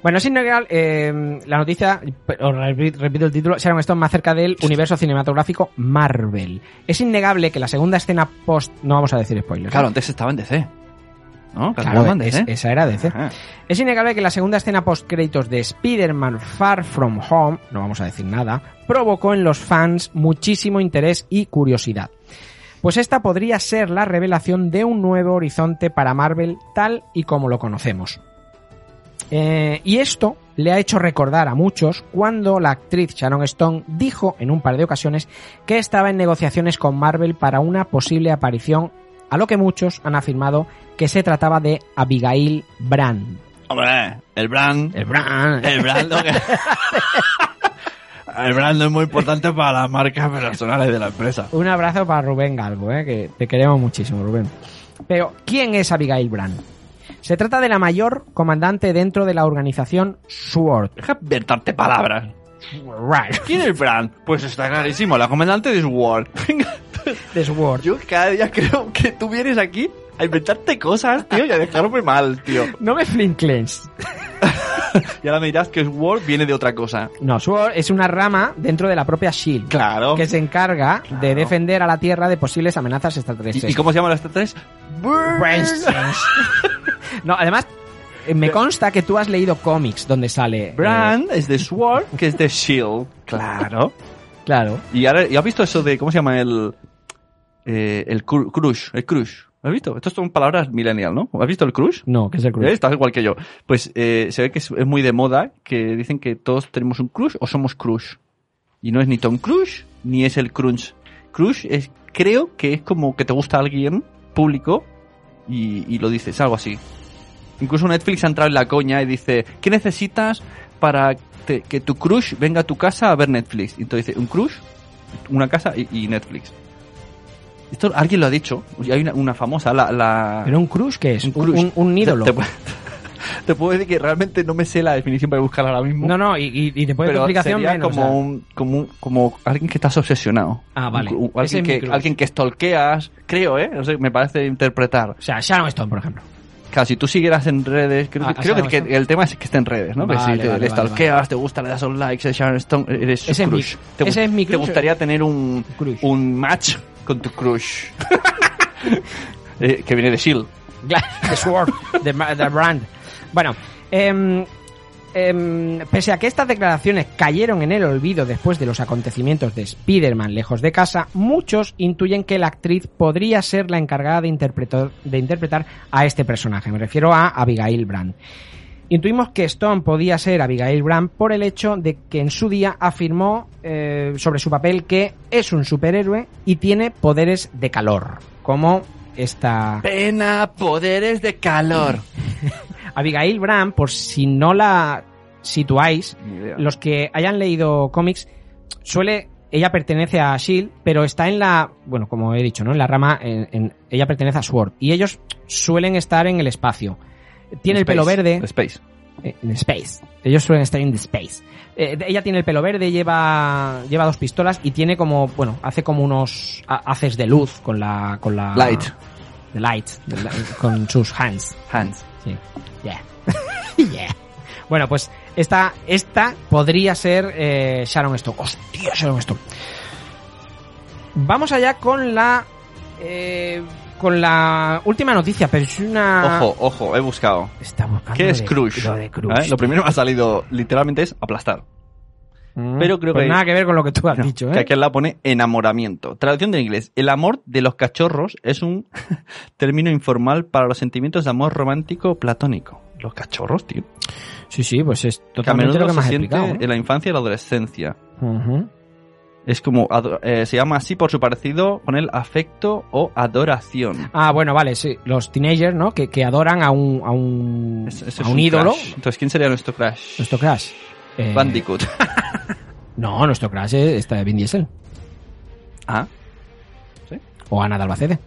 [SPEAKER 3] Bueno, sin negar, eh, la noticia, os repi- repito el título, Sharon Stone más cerca del universo cinematográfico Marvel. Es innegable que la segunda escena post... No vamos a decir spoilers.
[SPEAKER 2] Claro, antes estaba en DC. ¿No?
[SPEAKER 3] Claro,
[SPEAKER 2] Catwoman
[SPEAKER 3] es-
[SPEAKER 2] DC.
[SPEAKER 3] esa era DC.
[SPEAKER 2] Ajá.
[SPEAKER 3] Es innegable que la segunda escena post créditos de Spider-Man Far From Home, no vamos a decir nada, provocó en los fans muchísimo interés y curiosidad. Pues esta podría ser la revelación de un nuevo horizonte para Marvel tal y como lo conocemos. Eh, y esto le ha hecho recordar a muchos cuando la actriz Sharon Stone dijo en un par de ocasiones que estaba en negociaciones con Marvel para una posible aparición, a lo que muchos han afirmado que se trataba de Abigail Brand.
[SPEAKER 2] Hombre, el brand.
[SPEAKER 3] El Brand.
[SPEAKER 2] El brand. lo que- el brand es muy importante para las marcas personales de la empresa.
[SPEAKER 3] Un abrazo para Rubén Galgo, eh, que te queremos muchísimo, Rubén. Pero, ¿quién es Abigail Brand? Se trata de la mayor comandante dentro de la organización SWORD.
[SPEAKER 2] Deja inventarte palabras.
[SPEAKER 3] Right.
[SPEAKER 2] ¿Quién es Bran? Pues está clarísimo, la comandante de Sword. Venga,
[SPEAKER 3] De SWORD.
[SPEAKER 2] yo cada día creo que tú vienes aquí a inventarte cosas, tío, y a dejarme mal, tío.
[SPEAKER 3] No me flinclens.
[SPEAKER 2] Y ahora me dirás que Sword viene de otra cosa.
[SPEAKER 3] No, SWORD es una rama dentro de la propia SHIELD.
[SPEAKER 2] Claro.
[SPEAKER 3] E Que se encarga de
[SPEAKER 2] Claro.
[SPEAKER 3] defender a la Tierra de posibles amenazas extraterrestres.
[SPEAKER 2] ¿Y, y cómo se llaman las tres?
[SPEAKER 3] Brainstones. No, además, eh, me consta que tú has leído cómics donde sale. eh,
[SPEAKER 2] Brand es de Sword, que es de Shield. Claro.
[SPEAKER 3] claro.
[SPEAKER 2] Y ahora, ¿y has visto eso de, ¿cómo se llama? El, eh, el cru- crush, el crush. ¿Lo has visto? Estas son palabras millennial, ¿no? ¿Has visto el crush?
[SPEAKER 3] No, que es el crush.
[SPEAKER 2] ¿Eh? Estás igual que yo. Pues eh, se ve que es, es muy de moda que dicen que todos tenemos un crush o somos crush. Y no es ni Tom Crush ni es el crunch. Crush es, creo que es como que te gusta alguien público y, y lo dices, algo así. Incluso Netflix ha entrado en la coña y dice, ¿qué necesitas para te- que tu crush venga a tu casa a ver Netflix? Y entonces dice, un crush, una casa y, y Netflix. Esto alguien lo ha dicho. Y Hay una, una famosa, la... la-
[SPEAKER 3] ¿Pero un crush qué es?
[SPEAKER 2] un
[SPEAKER 3] Un,
[SPEAKER 2] crush.
[SPEAKER 3] un- un ídolo.
[SPEAKER 2] te, te- te puedo decir que realmente no me sé la definición para buscarla ahora mismo.
[SPEAKER 3] No, no, y, y, y después de tu
[SPEAKER 2] pero
[SPEAKER 3] explicación
[SPEAKER 2] sería
[SPEAKER 3] menos,
[SPEAKER 2] como,
[SPEAKER 3] o sea.
[SPEAKER 2] un, como, un- como alguien que estás obsesionado.
[SPEAKER 3] Ah, vale.
[SPEAKER 2] Un- un-
[SPEAKER 3] Ese es
[SPEAKER 2] alguien,
[SPEAKER 3] mi
[SPEAKER 2] que,
[SPEAKER 3] crush.
[SPEAKER 2] alguien que stalkeas, creo, ¿eh? No sé, me parece interpretar.
[SPEAKER 3] O sea, Sharon Stone, por ejemplo.
[SPEAKER 2] Claro, si tú siguieras en redes, creo, que-
[SPEAKER 3] Ah,
[SPEAKER 2] creo que,
[SPEAKER 3] Sharon
[SPEAKER 2] que
[SPEAKER 3] Stone.
[SPEAKER 2] el tema es que esté en redes, ¿no? Que
[SPEAKER 3] Vale,
[SPEAKER 2] si te,
[SPEAKER 3] vale, vale,
[SPEAKER 2] le stalkeas, te gusta, le das un like, eres Sharon Stone, eres su
[SPEAKER 3] Ese es mi-
[SPEAKER 2] crush. te,
[SPEAKER 3] ese
[SPEAKER 2] gust-
[SPEAKER 3] es mi
[SPEAKER 2] Te
[SPEAKER 3] crush.
[SPEAKER 2] gustaría tener un,
[SPEAKER 3] Crush.
[SPEAKER 2] un match con tu crush. Eh, que viene de Shield.
[SPEAKER 3] The Sword, The, ma- the Brand. Bueno, em, em, pese a que estas declaraciones cayeron en el olvido después de los acontecimientos de Spider-Man lejos de casa, muchos intuyen que la actriz podría ser la encargada de, interpretar- de interpretar a este personaje. Me refiero a Abigail Brand. Intuimos que Stone podía ser Abigail Brand por el hecho de que en su día afirmó eh, sobre su papel que es un superhéroe y tiene poderes de calor, como esta
[SPEAKER 2] Pena, poderes de calor.
[SPEAKER 3] Abigail Brand, por si no la situáis, los que hayan leído cómics, suele. Ella pertenece a Shield, E pero está en la. Bueno, como he dicho, ¿no? En la rama. En, en- ella pertenece a Sword. Y ellos suelen estar en el espacio. Tiene el pelo
[SPEAKER 2] Space.
[SPEAKER 3] verde.
[SPEAKER 2] Space.
[SPEAKER 3] Eh, En Space. Ellos suelen estar en The Space. Eh, ella tiene el pelo verde, lleva, lleva dos pistolas y tiene como, bueno, hace como unos ha- haces de luz con la, con la...
[SPEAKER 2] Light.
[SPEAKER 3] de light, de la- con sus hands.
[SPEAKER 2] Hands.
[SPEAKER 3] Sí. Yeah. yeah. Bueno, pues esta, esta podría ser eh, Sharon Stone. Hostia, Sharon Stone. Vamos allá con la... eh, con la última noticia, pero es una...
[SPEAKER 2] Ojo, ojo, he buscado.
[SPEAKER 3] Está buscando
[SPEAKER 2] ¿Qué
[SPEAKER 3] lo
[SPEAKER 2] es
[SPEAKER 3] de-
[SPEAKER 2] crush?
[SPEAKER 3] Lo de crush.
[SPEAKER 2] ¿Eh? Lo primero que me ha salido literalmente es aplastar.
[SPEAKER 3] Mm,
[SPEAKER 2] Pero creo
[SPEAKER 3] pues
[SPEAKER 2] que-
[SPEAKER 3] nada que ver con lo que tú has
[SPEAKER 2] No,
[SPEAKER 3] dicho,
[SPEAKER 2] Que
[SPEAKER 3] ¿eh?
[SPEAKER 2] aquí al lado pone enamoramiento. Traducción del inglés. El amor de los cachorros es un término informal para los sentimientos de amor romántico platónico. Los cachorros, tío.
[SPEAKER 3] Sí, sí, pues es
[SPEAKER 2] Que a
[SPEAKER 3] totalmente
[SPEAKER 2] menudo
[SPEAKER 3] lo que me has
[SPEAKER 2] se siente
[SPEAKER 3] explicado. ¿eh?
[SPEAKER 2] en la infancia y la adolescencia.
[SPEAKER 3] Ujú.
[SPEAKER 2] Es como, ado- eh, se llama así por su parecido con el afecto o adoración.
[SPEAKER 3] Ah, bueno, vale, sí. Los teenagers, ¿no? Que, que adoran a un, a un,
[SPEAKER 2] Es- eso
[SPEAKER 3] a
[SPEAKER 2] es
[SPEAKER 3] un ídolo.
[SPEAKER 2] crush. Entonces, ¿quién sería nuestro crush?
[SPEAKER 3] Nuestro crush. Eh,
[SPEAKER 2] Bandicoot.
[SPEAKER 3] No, nuestro crush es- está de Vin Diesel.
[SPEAKER 2] ah,
[SPEAKER 3] O Ana de Albacete.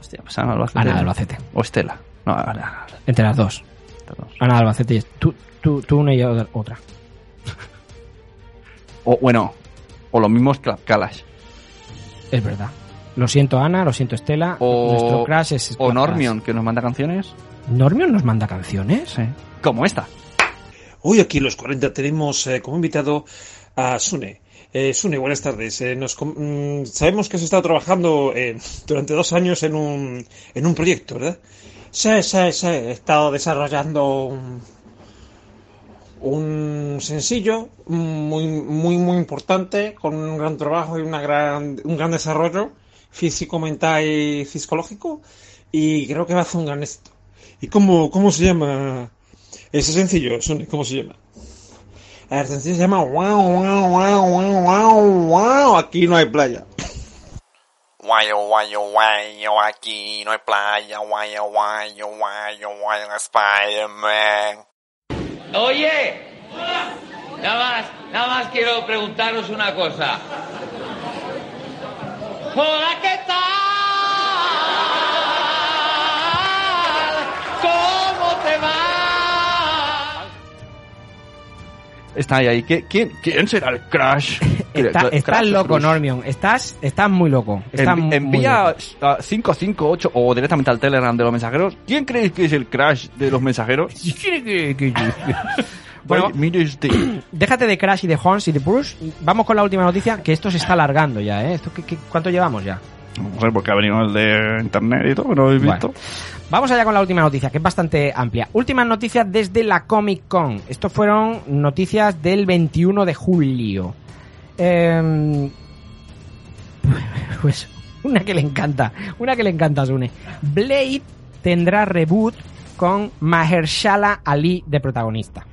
[SPEAKER 2] hostia, pues Ana Albacete.
[SPEAKER 3] Ana de Albacete.
[SPEAKER 2] O Estela. No, Ana, Ana,
[SPEAKER 3] Entre las dos.
[SPEAKER 2] Ana.
[SPEAKER 3] Ana de Albacete y tú, tú, tú una y yo otra.
[SPEAKER 2] O bueno, o los mismos Clapcalas.
[SPEAKER 3] Es verdad. Lo siento, Ana, lo siento, Estela.
[SPEAKER 2] O-
[SPEAKER 3] Nuestro crush es.
[SPEAKER 2] O Normion, que nos manda canciones.
[SPEAKER 3] ¿Normion nos manda canciones?
[SPEAKER 2] Sí. Como esta.
[SPEAKER 10] Hoy aquí en los 40 tenemos eh, como invitado a Sune. Eh, Sune, buenas tardes. Eh, nos com- mm, sabemos que has estado trabajando eh, durante dos años en un, en un proyecto, ¿verdad? Sí, sí, sí. He estado desarrollando un, un sencillo muy, muy, muy importante, con un gran trabajo y una gran, un gran desarrollo físico, mental y psicológico. Y creo que va a ser un gran éxito. ¿Y cómo, cómo se llama ese sencillo, Sune? ¿Cómo se llama? A ver, El sencillo se llama Wow, wow, wow, wow, wow, wow. Aquí no hay playa.
[SPEAKER 11] Guayo, guayo, guayo, aquí no hay playa, guayo, guayo, guayo, guayo, Spider-Man.
[SPEAKER 12] Oye, nada más, nada más quiero preguntaros una cosa. Hola, ¿qué tal? ¿Cómo te va?
[SPEAKER 2] Está ahí, ahí. ¿Qué- quién, quién será el Crash?
[SPEAKER 3] Está- estás loco, Normion. Estás, estás muy loco. Estás muy
[SPEAKER 2] envía
[SPEAKER 3] loco.
[SPEAKER 2] a 558 o directamente al Telegram de los mensajeros. ¿Quién creéis que es el Crash de los mensajeros?
[SPEAKER 3] Bueno,
[SPEAKER 2] Oye, mire este.
[SPEAKER 3] déjate de Crash y de Horns y de Bruce. Vamos con la última noticia, que esto se está alargando ya, ¿eh? Esto, ¿qué- qué- cuánto llevamos ya?
[SPEAKER 2] No sé, porque ha venido el de internet y todo, pero lo habéis visto.
[SPEAKER 3] Vamos allá con la última noticia, que es bastante amplia. Últimas noticias desde la Comic Con. Estos fueron noticias del 21 de julio. Eh, pues una que le encanta, una que le encanta a Sune. Blade tendrá reboot con Mahershala Ali de protagonista.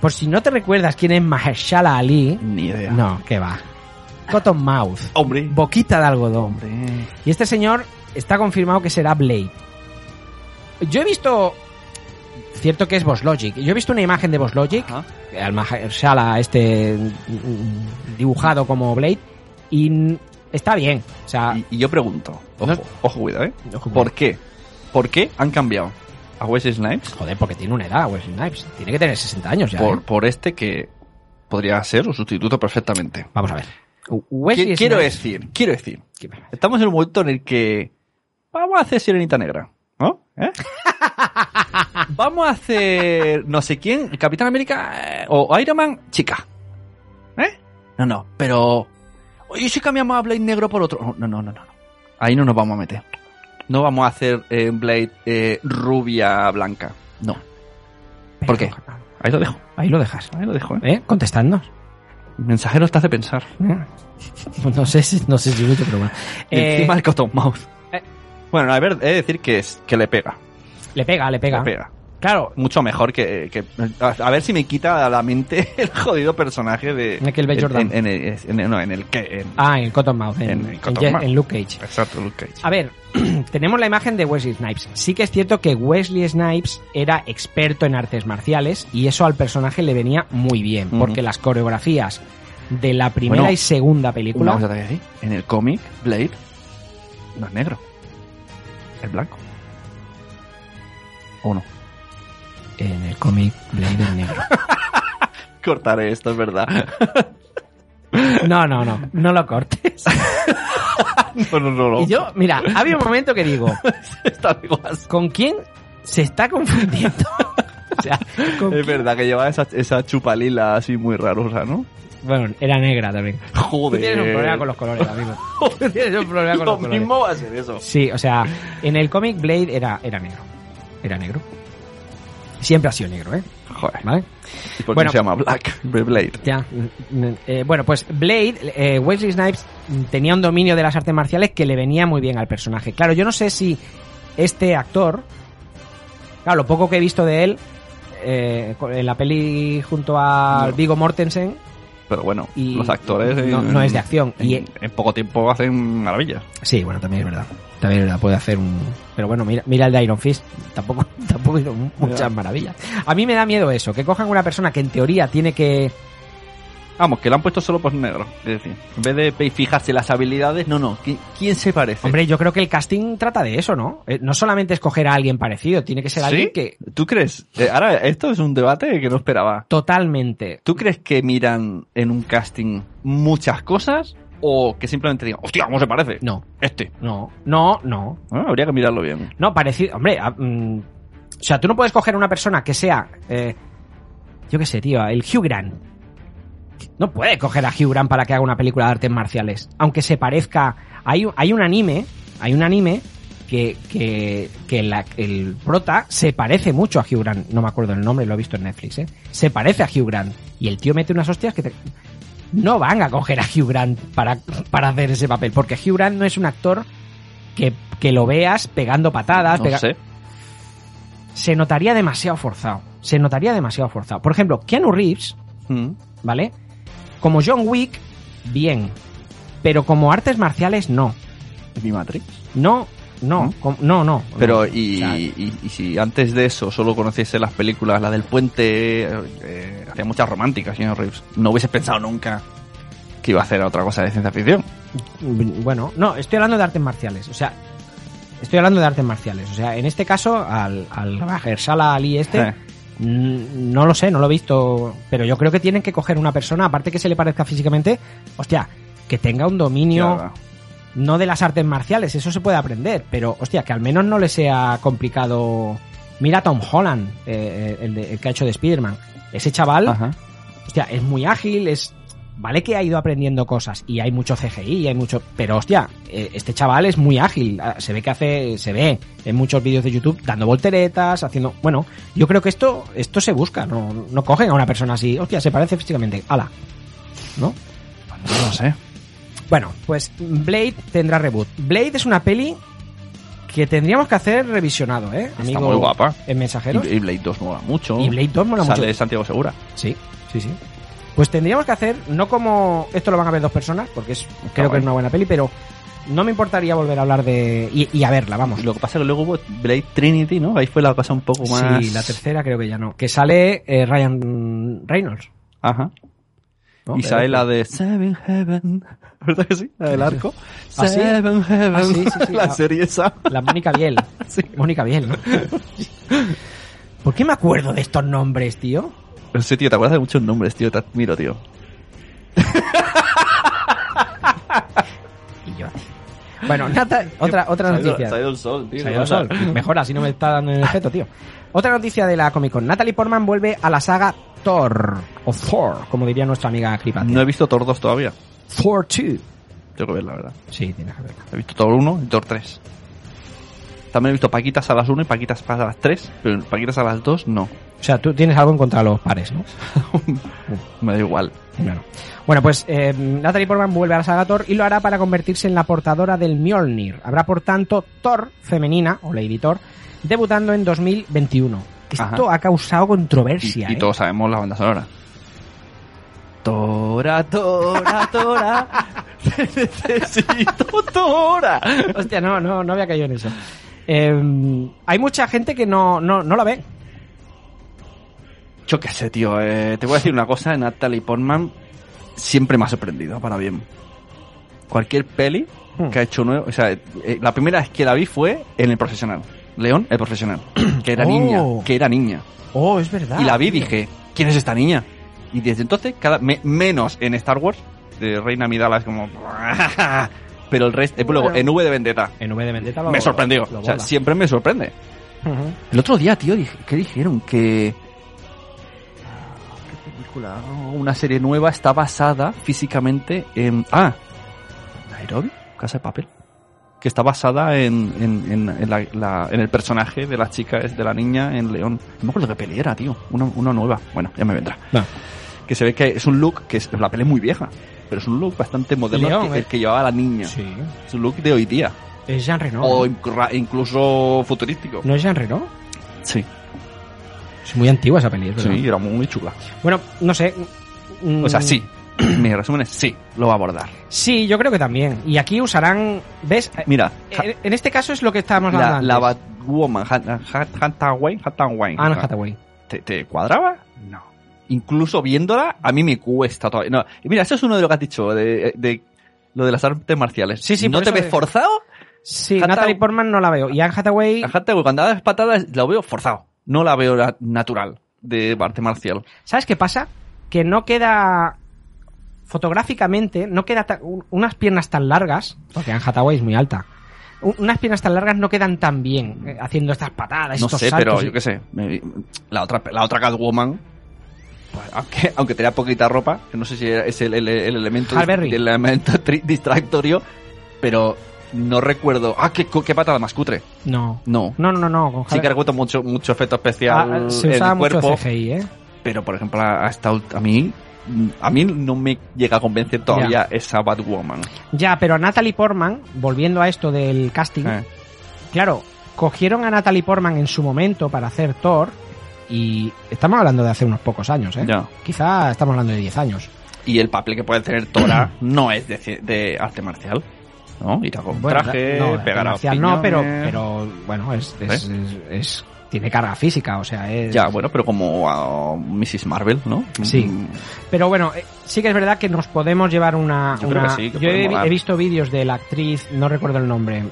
[SPEAKER 3] Por si no te recuerdas quién es Mahershala Ali,
[SPEAKER 2] Ni idea.
[SPEAKER 3] no, que va. Cottonmouth.
[SPEAKER 2] Hombre.
[SPEAKER 3] Boquita de algodón. Y este señor está confirmado que será Blade. Yo he visto. Cierto que es Boss Logic. Yo he visto una imagen de Boss Logic, al Mahershala este mm, dibujado como Blade, y n- está bien. O sea,
[SPEAKER 2] Y yo pregunto, ojo, ojo, cuidado, ¿eh? ¿Por qué? ¿Por qué han cambiado a Wesley Snipes?
[SPEAKER 3] Joder, porque tiene una edad, Wesley Snipes. Tiene que tener 60 años ya.
[SPEAKER 2] Por,
[SPEAKER 3] ¿eh?
[SPEAKER 2] por este que podría ser su sustituto perfectamente.
[SPEAKER 3] Vamos a ver. Uh, Wesley
[SPEAKER 2] Qui- quiero
[SPEAKER 3] Snipes.
[SPEAKER 2] decir, quiero decir, estamos en un momento en el que vamos a hacer Sirenita Negra, ¿no? ¿Eh? vamos a hacer no sé quién, Capitán América eh, o Iron Man, chica. ¿Eh? No, no, pero... Oye, si cambiamos a Blade Negro por otro... No, no, no, no. no. Ahí no nos vamos a meter. No vamos a hacer eh, Blade eh, rubia blanca. No. ¿Por qué? Ahí lo dejo.
[SPEAKER 3] Ahí lo dejas.
[SPEAKER 2] Ahí lo dejo, ¿eh?
[SPEAKER 3] ¿Eh? Contestadnos.
[SPEAKER 2] Mensajero te hace pensar.
[SPEAKER 3] No sé, si- no sé si mucho, pero bueno. Eh,
[SPEAKER 2] Encima el Cottonmouth.
[SPEAKER 3] eh.
[SPEAKER 2] Bueno, a ver, he de decir que, es, que le pega.
[SPEAKER 3] Le pega, le pega.
[SPEAKER 2] Le pega.
[SPEAKER 3] Claro,
[SPEAKER 2] Mucho mejor que, que- A a ver si me quita a la mente el jodido personaje de.
[SPEAKER 3] Michael B.
[SPEAKER 2] en-
[SPEAKER 3] Jordan.
[SPEAKER 2] En, en- en- no, en el que. en-
[SPEAKER 3] Ah, en Cottonmouth, en,
[SPEAKER 2] En- en
[SPEAKER 3] en
[SPEAKER 2] Cottonmouth.
[SPEAKER 3] Je- en Luke Cage.
[SPEAKER 2] Exacto, Luke Cage.
[SPEAKER 3] A ver, tenemos la imagen de Wesley Snipes. Sí que es cierto que Wesley Snipes era experto en artes marciales y eso al personaje le venía muy bien,
[SPEAKER 2] Ujú.
[SPEAKER 3] porque las coreografías de la primera
[SPEAKER 2] Bueno,
[SPEAKER 3] y segunda
[SPEAKER 2] Una
[SPEAKER 3] película...
[SPEAKER 2] cosa te voy a decir. En el cómic, Blade no es negro. Es blanco. ¿O no?
[SPEAKER 3] En el cómic Blade es negro.
[SPEAKER 2] Cortaré esto, es verdad.
[SPEAKER 3] No, no, no, no lo cortes.
[SPEAKER 2] no, no, no. no.
[SPEAKER 3] Y yo, mira, había un momento que digo,
[SPEAKER 2] Está igual.
[SPEAKER 3] ¿con quién se está confundiendo? O sea, ¿con
[SPEAKER 2] Es
[SPEAKER 3] quién?
[SPEAKER 2] verdad que lleva esa, esa chupa lila así muy rarosa, ¿no?
[SPEAKER 3] Bueno, era negra también. Tú
[SPEAKER 2] Joder.
[SPEAKER 3] tienes un problema con los colores, amigo. Tú tienes un problema con los colores.
[SPEAKER 2] va a ser eso.
[SPEAKER 3] Sí, o sea, en el cómic Blade era, era negro. Era negro. Siempre ha sido negro, ¿eh?
[SPEAKER 2] Joder.
[SPEAKER 3] ¿Vale?
[SPEAKER 2] ¿Y por qué
[SPEAKER 3] Bueno.
[SPEAKER 2] se llama Black Blade?
[SPEAKER 3] Ya. mm, mm, eh, bueno, pues Blade, eh, Wesley Snipes mm, tenía un dominio de las artes marciales que le venía muy bien al personaje. Claro, yo no sé si este actor, claro, lo poco que he visto de él eh, co- en la peli junto al
[SPEAKER 2] No.
[SPEAKER 3] Vigo Mortensen,
[SPEAKER 2] Pero bueno,
[SPEAKER 3] Y-
[SPEAKER 2] los actores.
[SPEAKER 3] no- no es de acción.
[SPEAKER 2] En,
[SPEAKER 3] Y-
[SPEAKER 2] en poco tiempo hacen maravillas.
[SPEAKER 3] Sí, bueno, también es verdad. También es verdad, puede hacer un... Pero bueno, mira, mira el de Iron Fist, tampoco, tampoco hizo muchas
[SPEAKER 2] Ya.
[SPEAKER 3] maravillas. A mí me da miedo eso, que cojan una persona que en teoría tiene que...
[SPEAKER 2] Vamos, que lo han puesto solo por negro. Es decir, en vez de pe- fijarse las habilidades, no, no. ¿qui- ¿Quién se parece?
[SPEAKER 3] Hombre, yo creo que el casting trata de eso, ¿no? Eh, no solamente escoger a alguien parecido, tiene que ser
[SPEAKER 2] ¿Sí?
[SPEAKER 3] alguien que...
[SPEAKER 2] ¿Tú crees? Eh, ahora, esto es un debate que no esperaba.
[SPEAKER 3] Totalmente.
[SPEAKER 2] ¿Tú crees que miran en un casting muchas cosas o que simplemente digan, hostia, ¿cómo se parece?
[SPEAKER 3] No,
[SPEAKER 2] Este.
[SPEAKER 3] no, no, no.
[SPEAKER 2] Ah, habría que mirarlo bien.
[SPEAKER 3] No, parecido... Hombre, a- mm, o sea, tú no puedes coger a una persona que sea... eh, yo qué sé, tío, el Hugh Grant. No puede coger a Hugh Grant para que haga una película de artes marciales. Aunque se parezca. Hay, hay un anime. Hay un anime que, que, que la- el prota se parece mucho a Hugh Grant. No me acuerdo el nombre, lo he visto en Netflix, ¿eh? Se parece a Hugh Grant. Y el tío mete unas hostias que te- No van a coger a Hugh Grant para, para hacer ese papel. Porque Hugh Grant no es un actor que, que lo veas pegando patadas.
[SPEAKER 2] No
[SPEAKER 3] Ah, pega-
[SPEAKER 2] sé.
[SPEAKER 3] Se notaría demasiado forzado. Se notaría demasiado forzado. Por ejemplo, Keanu Reeves.
[SPEAKER 2] Mm.
[SPEAKER 3] ¿vale? Como John Wick, bien. Pero como artes marciales, no.
[SPEAKER 2] Mi Matrix.
[SPEAKER 3] No, no,
[SPEAKER 2] ¿Mm?
[SPEAKER 3] com- no, no.
[SPEAKER 2] Pero,
[SPEAKER 3] No.
[SPEAKER 2] y,
[SPEAKER 3] O sea,
[SPEAKER 2] y- y si antes de eso solo conociese las películas, la del puente, eh, eh, hacía muchas románticas, señor Reeves, no hubiese pensado nunca que iba a hacer otra cosa de ciencia ficción.
[SPEAKER 3] mm, Bueno, no, estoy hablando de artes marciales. O sea, estoy hablando de artes marciales. O sea, en este caso, al, al Mahershala Ali este,
[SPEAKER 2] Eh,
[SPEAKER 3] mm, no lo sé, no lo he visto. Pero yo creo que tienen que coger una persona, aparte que se le parezca físicamente, hostia, que tenga un dominio.
[SPEAKER 2] ya,
[SPEAKER 3] no de las artes marciales, eso se puede aprender, pero hostia, que al menos no le sea complicado. Mira a Tom Holland, eh, eh, el, de- el que ha hecho de Spider-Man. Ese chaval,
[SPEAKER 2] Ajá.
[SPEAKER 3] hostia, es muy ágil, es Vale que ha ido aprendiendo cosas y hay mucho CGI y hay mucho, pero hostia, eh, este chaval es muy ágil, ah, se ve que hace, se ve en muchos vídeos de YouTube dando volteretas, haciendo, bueno, yo creo que esto esto se busca, no no cogen a una persona así, hostia, se parece físicamente, ala. ¿No?
[SPEAKER 2] No lo sé.
[SPEAKER 3] Bueno, pues Blade tendrá reboot. Blade es una peli que tendríamos que hacer revisionado, ¿eh?
[SPEAKER 2] Está muy guapa.
[SPEAKER 3] En mensajeros.
[SPEAKER 2] Y, y Blade 2 mola mucho.
[SPEAKER 3] Y Blade 2 mola
[SPEAKER 2] Sale
[SPEAKER 3] mucho.
[SPEAKER 2] de Santiago Segura.
[SPEAKER 3] Sí, sí, sí. Pues tendríamos que hacer, no como esto lo van a ver dos personas, porque es, creo que
[SPEAKER 2] guay.
[SPEAKER 3] es una buena peli, pero no me importaría volver a hablar de. y, y a verla, vamos.
[SPEAKER 2] Lo que pasa es que luego hubo Blade Trinity, ¿no? Ahí fue la cosa un poco más.
[SPEAKER 3] Sí, la tercera creo que ya no. Que sale eh, Ryan Reynolds.
[SPEAKER 2] Ajá.
[SPEAKER 3] ¿no?
[SPEAKER 2] y sale la de Seven Heaven. ¿Verdad que sí? La del arco.
[SPEAKER 3] ¿Ah, sí?
[SPEAKER 2] Seven Heaven.
[SPEAKER 3] Ah, sí, sí, sí,
[SPEAKER 2] la,
[SPEAKER 3] la-
[SPEAKER 2] serie esa.
[SPEAKER 3] La Mónica Biel. Mónica Biel, ¿no? ¿Por qué me acuerdo de estos nombres, tío?
[SPEAKER 2] No sé, tío, te acuerdas de muchos nombres, tío. Te admiro, tío.
[SPEAKER 3] Y yo. Bueno, nata- otra, otra
[SPEAKER 2] Se ha ido-
[SPEAKER 3] noticia.
[SPEAKER 2] se ha ido el sol, tío.
[SPEAKER 3] Se ha ido el sol. Mejor así no me está dando el efecto, tío. Otra noticia de la Comic Con. Natalie Portman vuelve a la saga Thor. O Thor, como diría nuestra amiga Cripatia.
[SPEAKER 2] No he visto Thor 2 todavía.
[SPEAKER 3] Thor 2.
[SPEAKER 2] Tengo que ver, la verdad.
[SPEAKER 3] Sí, tienes que verla.
[SPEAKER 2] He visto Thor 1 y Thor 3. También he visto Paquitas a las 1 y Paquitas a las 3, pero Paquitas a las 2 no.
[SPEAKER 3] O sea, tú tienes algo en contra de los pares, ¿no?
[SPEAKER 2] Me da igual.
[SPEAKER 3] Claro. Bueno, pues eh, Natalie Portman vuelve a la saga Thor y lo hará para convertirse en la portadora del Mjolnir. Habrá, por tanto, Thor femenina, o Lady Thor, debutando en 2021. Esto
[SPEAKER 2] Ajá.
[SPEAKER 3] ha causado
[SPEAKER 2] Y,
[SPEAKER 3] controversia,
[SPEAKER 2] y
[SPEAKER 3] ¿eh?
[SPEAKER 2] todos sabemos la banda sonora. Tora, tora, tora. Necesito tora.
[SPEAKER 3] Hostia, no, no, no había caído en eso. Eh, hay mucha gente que no, no, no la ve.
[SPEAKER 2] Yo qué sé, tío. eh, te voy a decir una cosa. Natalie Portman siempre me ha sorprendido, para bien. Cualquier peli
[SPEAKER 3] Hmm.
[SPEAKER 2] que ha hecho nuevo. O sea, eh, la primera vez que la vi fue en El Profesional. León, El Profesional. Que era
[SPEAKER 3] Oh.
[SPEAKER 2] niña. Que era niña.
[SPEAKER 3] Oh, es verdad.
[SPEAKER 2] y la vi y
[SPEAKER 3] tío.
[SPEAKER 2] dije, ¿quién es esta niña? Y desde entonces, cada me- menos en Star Wars, de Reina Midala es como... Pero el resto, eh,
[SPEAKER 3] Bueno.
[SPEAKER 2] luego en V de Vendetta,
[SPEAKER 3] En V de Vendetta lo-
[SPEAKER 2] me sorprendió.
[SPEAKER 3] lo
[SPEAKER 2] O sea,
[SPEAKER 3] borda.
[SPEAKER 2] siempre me sorprende.
[SPEAKER 3] Ujú.
[SPEAKER 2] El otro día, tío, dije, ¿qué dijeron? Que... ¿Qué película? Una serie nueva está basada físicamente en... Ah, Nairobi, Casa de Papel. Que está basada en, en, en- en la- la- en el personaje de la chica, de la niña en León. No me acuerdo qué peli era, tío. Una, una nueva. Bueno, ya me vendrá.
[SPEAKER 3] No.
[SPEAKER 2] Que se ve que es un look, que es, la peli es muy vieja, pero es un look bastante moderno
[SPEAKER 3] León,
[SPEAKER 2] que,
[SPEAKER 3] eh.
[SPEAKER 2] el que llevaba la niña.
[SPEAKER 3] Sí. Eh,
[SPEAKER 2] Es un look de hoy día.
[SPEAKER 3] Es Jean Reno.
[SPEAKER 2] O incra- incluso futurístico.
[SPEAKER 3] ¿No es Jean Reno?
[SPEAKER 2] Sí.
[SPEAKER 3] Es muy antigua esa peli, es verdad.
[SPEAKER 2] Sí, era muy chula.
[SPEAKER 3] Bueno, no sé. mm,
[SPEAKER 2] O sea, sí. Mi resumen es sí, lo va a abordar.
[SPEAKER 3] Sí, yo creo que también. Y aquí usarán. ¿Ves? Eh,
[SPEAKER 2] Mira,
[SPEAKER 3] En, en este caso es lo que estábamos
[SPEAKER 2] la,
[SPEAKER 3] hablando.
[SPEAKER 2] la
[SPEAKER 3] antes.
[SPEAKER 2] Batwoman, Han- Han- Hathaway, Hathaway.
[SPEAKER 3] Anne Hathaway.
[SPEAKER 2] ¿Te, te cuadraba? No. Incluso viéndola, a mí me cuesta todavía. No. y Mira, eso es uno de lo que has dicho, de, de lo de las artes marciales.
[SPEAKER 3] Sí, sí,
[SPEAKER 2] ¿No
[SPEAKER 3] por
[SPEAKER 2] te
[SPEAKER 3] eso
[SPEAKER 2] ves
[SPEAKER 3] de-
[SPEAKER 2] forzado?
[SPEAKER 3] Sí,
[SPEAKER 2] Hathaway-
[SPEAKER 3] Natalie Portman no la veo. Y Anne Hathaway.
[SPEAKER 2] A Hathaway, cuando das patadas, lo veo forzado. No la veo la- natural de arte marcial.
[SPEAKER 3] ¿Sabes qué pasa? Que no queda. Fotográficamente, no queda ta- un- unas piernas tan largas. Porque Anne Hathaway es muy alta. un- Unas piernas tan largas no quedan tan bien eh, haciendo estas patadas,
[SPEAKER 2] No
[SPEAKER 3] estos
[SPEAKER 2] sé,
[SPEAKER 3] saltos.
[SPEAKER 2] pero yo qué sé. me- La otra, la otra Catwoman, pues, aunque, aunque tenía poquita ropa, que no sé si es el, el- el elemento,
[SPEAKER 3] Halle Berry.
[SPEAKER 2] el elemento tri- distractorio, pero no recuerdo. ¡Ah, qué, co- qué patada más cutre!
[SPEAKER 3] No.
[SPEAKER 2] No.
[SPEAKER 3] No, no, no, no. con
[SPEAKER 2] Sí
[SPEAKER 3] Halle-
[SPEAKER 2] que recuerdo mucho, mucho efecto especial
[SPEAKER 3] Ah, se
[SPEAKER 2] en
[SPEAKER 3] usaba
[SPEAKER 2] el cuerpo,
[SPEAKER 3] mucho CGI, ¿eh?
[SPEAKER 2] pero por ejemplo, a, esta ult- a mí. A mí no me llega a convencer todavía esa Batwoman.
[SPEAKER 3] Ya, pero a Natalie Portman, volviendo a esto del casting,
[SPEAKER 2] Eh.
[SPEAKER 3] claro, cogieron a Natalie Portman en su momento para hacer Thor y estamos hablando de hace unos pocos años, ¿eh?
[SPEAKER 2] Ya.
[SPEAKER 3] Quizá estamos hablando de 10 años.
[SPEAKER 2] Y el papel que puede tener Tora no es de, ci- de arte marcial. ¿No? Ir a con
[SPEAKER 3] Bueno,
[SPEAKER 2] traje,
[SPEAKER 3] no,
[SPEAKER 2] pegar a
[SPEAKER 3] marcial no, pero,
[SPEAKER 2] piñones.
[SPEAKER 3] pero bueno, es, es- es- es- tiene carga física, o sea, es...
[SPEAKER 2] Ya, bueno, pero como a Mrs. Marvel, ¿no?
[SPEAKER 3] Sí.
[SPEAKER 2] Mm,
[SPEAKER 3] Pero bueno, eh, sí que es verdad que nos podemos llevar una.
[SPEAKER 2] Yo creo
[SPEAKER 3] una-
[SPEAKER 2] que sí, que
[SPEAKER 3] yo
[SPEAKER 2] puede
[SPEAKER 3] he,
[SPEAKER 2] molar.
[SPEAKER 3] he visto vídeos de la actriz, no recuerdo el nombre.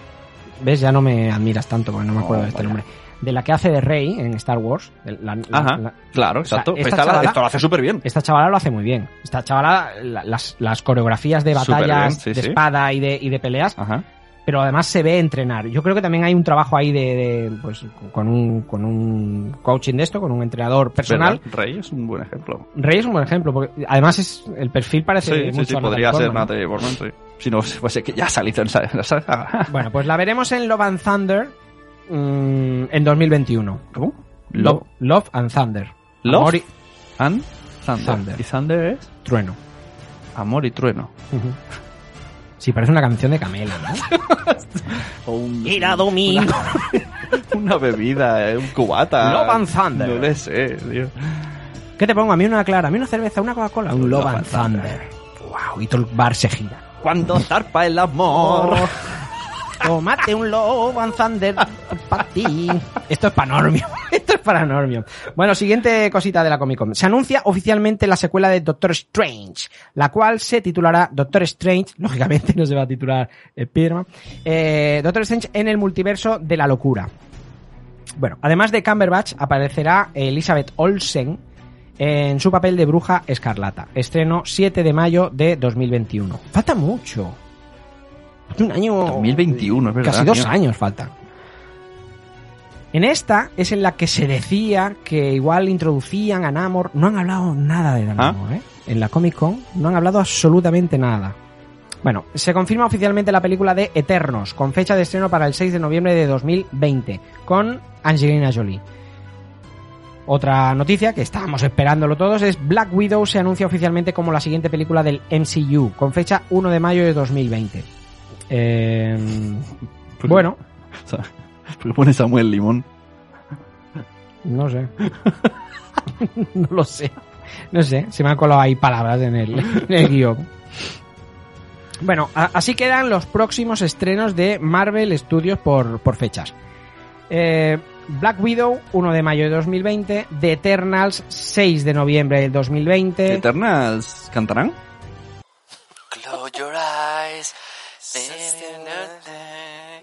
[SPEAKER 3] ¿Ves? Ya no me admiras tanto porque no me
[SPEAKER 2] No,
[SPEAKER 3] acuerdo de este
[SPEAKER 2] vaya.
[SPEAKER 3] nombre. De la que hace de Rey en Star Wars. de la- la-
[SPEAKER 2] Ajá,
[SPEAKER 3] la-
[SPEAKER 2] claro,
[SPEAKER 3] o sea,
[SPEAKER 2] exacto.
[SPEAKER 3] esta
[SPEAKER 2] Esta la-
[SPEAKER 3] chavala-
[SPEAKER 2] esto lo hace súper bien.
[SPEAKER 3] esta chavala lo hace muy bien. Esta chavala, la- las, las coreografías de
[SPEAKER 2] Súper
[SPEAKER 3] batallas,
[SPEAKER 2] bien, sí,
[SPEAKER 3] de
[SPEAKER 2] sí.
[SPEAKER 3] espada y de, y de peleas,
[SPEAKER 2] Ajá.
[SPEAKER 3] pero además se ve entrenar. Yo creo que también hay un trabajo ahí de, de, pues, con un, con un coaching de esto, con un entrenador personal.
[SPEAKER 2] ¿Verdad? Rey es un buen ejemplo.
[SPEAKER 3] Rey es un buen ejemplo, porque además es, el perfil parece
[SPEAKER 2] Sí, sí,
[SPEAKER 3] mucho
[SPEAKER 2] sí,
[SPEAKER 3] a
[SPEAKER 2] podría
[SPEAKER 3] Natalie
[SPEAKER 2] ser
[SPEAKER 3] Portman.
[SPEAKER 2] Natalie Portman, sí. Si no, fuese que ya ha salido en esa- en esa saga.
[SPEAKER 3] Bueno, pues la veremos en Love and Thunder mm, en 2021.
[SPEAKER 2] ¿Cómo?
[SPEAKER 3] Love, Love and Thunder.
[SPEAKER 2] Love
[SPEAKER 3] Amor y-
[SPEAKER 2] And Thunder.
[SPEAKER 3] Thunder.
[SPEAKER 2] Y Thunder es
[SPEAKER 3] Trueno.
[SPEAKER 2] amor y trueno.
[SPEAKER 3] Sí, parece una canción de Camela, ¿no?
[SPEAKER 2] O un-
[SPEAKER 3] Mira, Domingo.
[SPEAKER 2] Una, una bebida, eh, un cubata.
[SPEAKER 3] Love and Thunder.
[SPEAKER 2] No le sé, tío.
[SPEAKER 3] ¿Qué te pongo? A mí una clara, a mí una cerveza, una Coca-Cola. Un Love and Thunder. Wow, y todo el bar se gira.
[SPEAKER 2] Cuando zarpa el amor.
[SPEAKER 3] Tomate un Love and Thunder para ti. Esto es panormio. Esto es paranormio. Bueno, siguiente cosita de la Comic Con. Se anuncia oficialmente la secuela de Doctor Strange, la cual se titulará Doctor Strange, lógicamente no se va a titular Spiderman, eh, Doctor Strange en el multiverso de la locura. Bueno, además de Cumberbatch aparecerá Elizabeth Olsen en su papel de bruja escarlata. Estreno 7 de mayo de 2021. Falta mucho. Falta un año.
[SPEAKER 2] 2021, es verdad.
[SPEAKER 3] Casi dos
[SPEAKER 2] tío.
[SPEAKER 3] años faltan. En esta es en la que se decía que igual introducían a Namor. No han hablado nada de Namor, ¿eh? En la Comic Con no han hablado absolutamente nada. Bueno, se confirma oficialmente la película de Eternos, con fecha de estreno para el 6 de noviembre de 2020, con Angelina Jolie. Otra noticia que estábamos esperándolo todos es Black Widow se anuncia oficialmente como la siguiente película del MCU, con fecha 1 de mayo de 2020. Eh, bueno,
[SPEAKER 2] O sea, ¿Por qué pone Samuel Limón?
[SPEAKER 3] no sé. no lo sé. No sé, se me han colado ahí palabras en el, en el guión. Bueno, a- así quedan los próximos estrenos de Marvel Studios por, por fechas. Eh, Black Widow, 1 de mayo de 2020. The Eternals, 6 de noviembre del 2020.
[SPEAKER 2] ¿Eternals cantarán?
[SPEAKER 13] Close your eyes.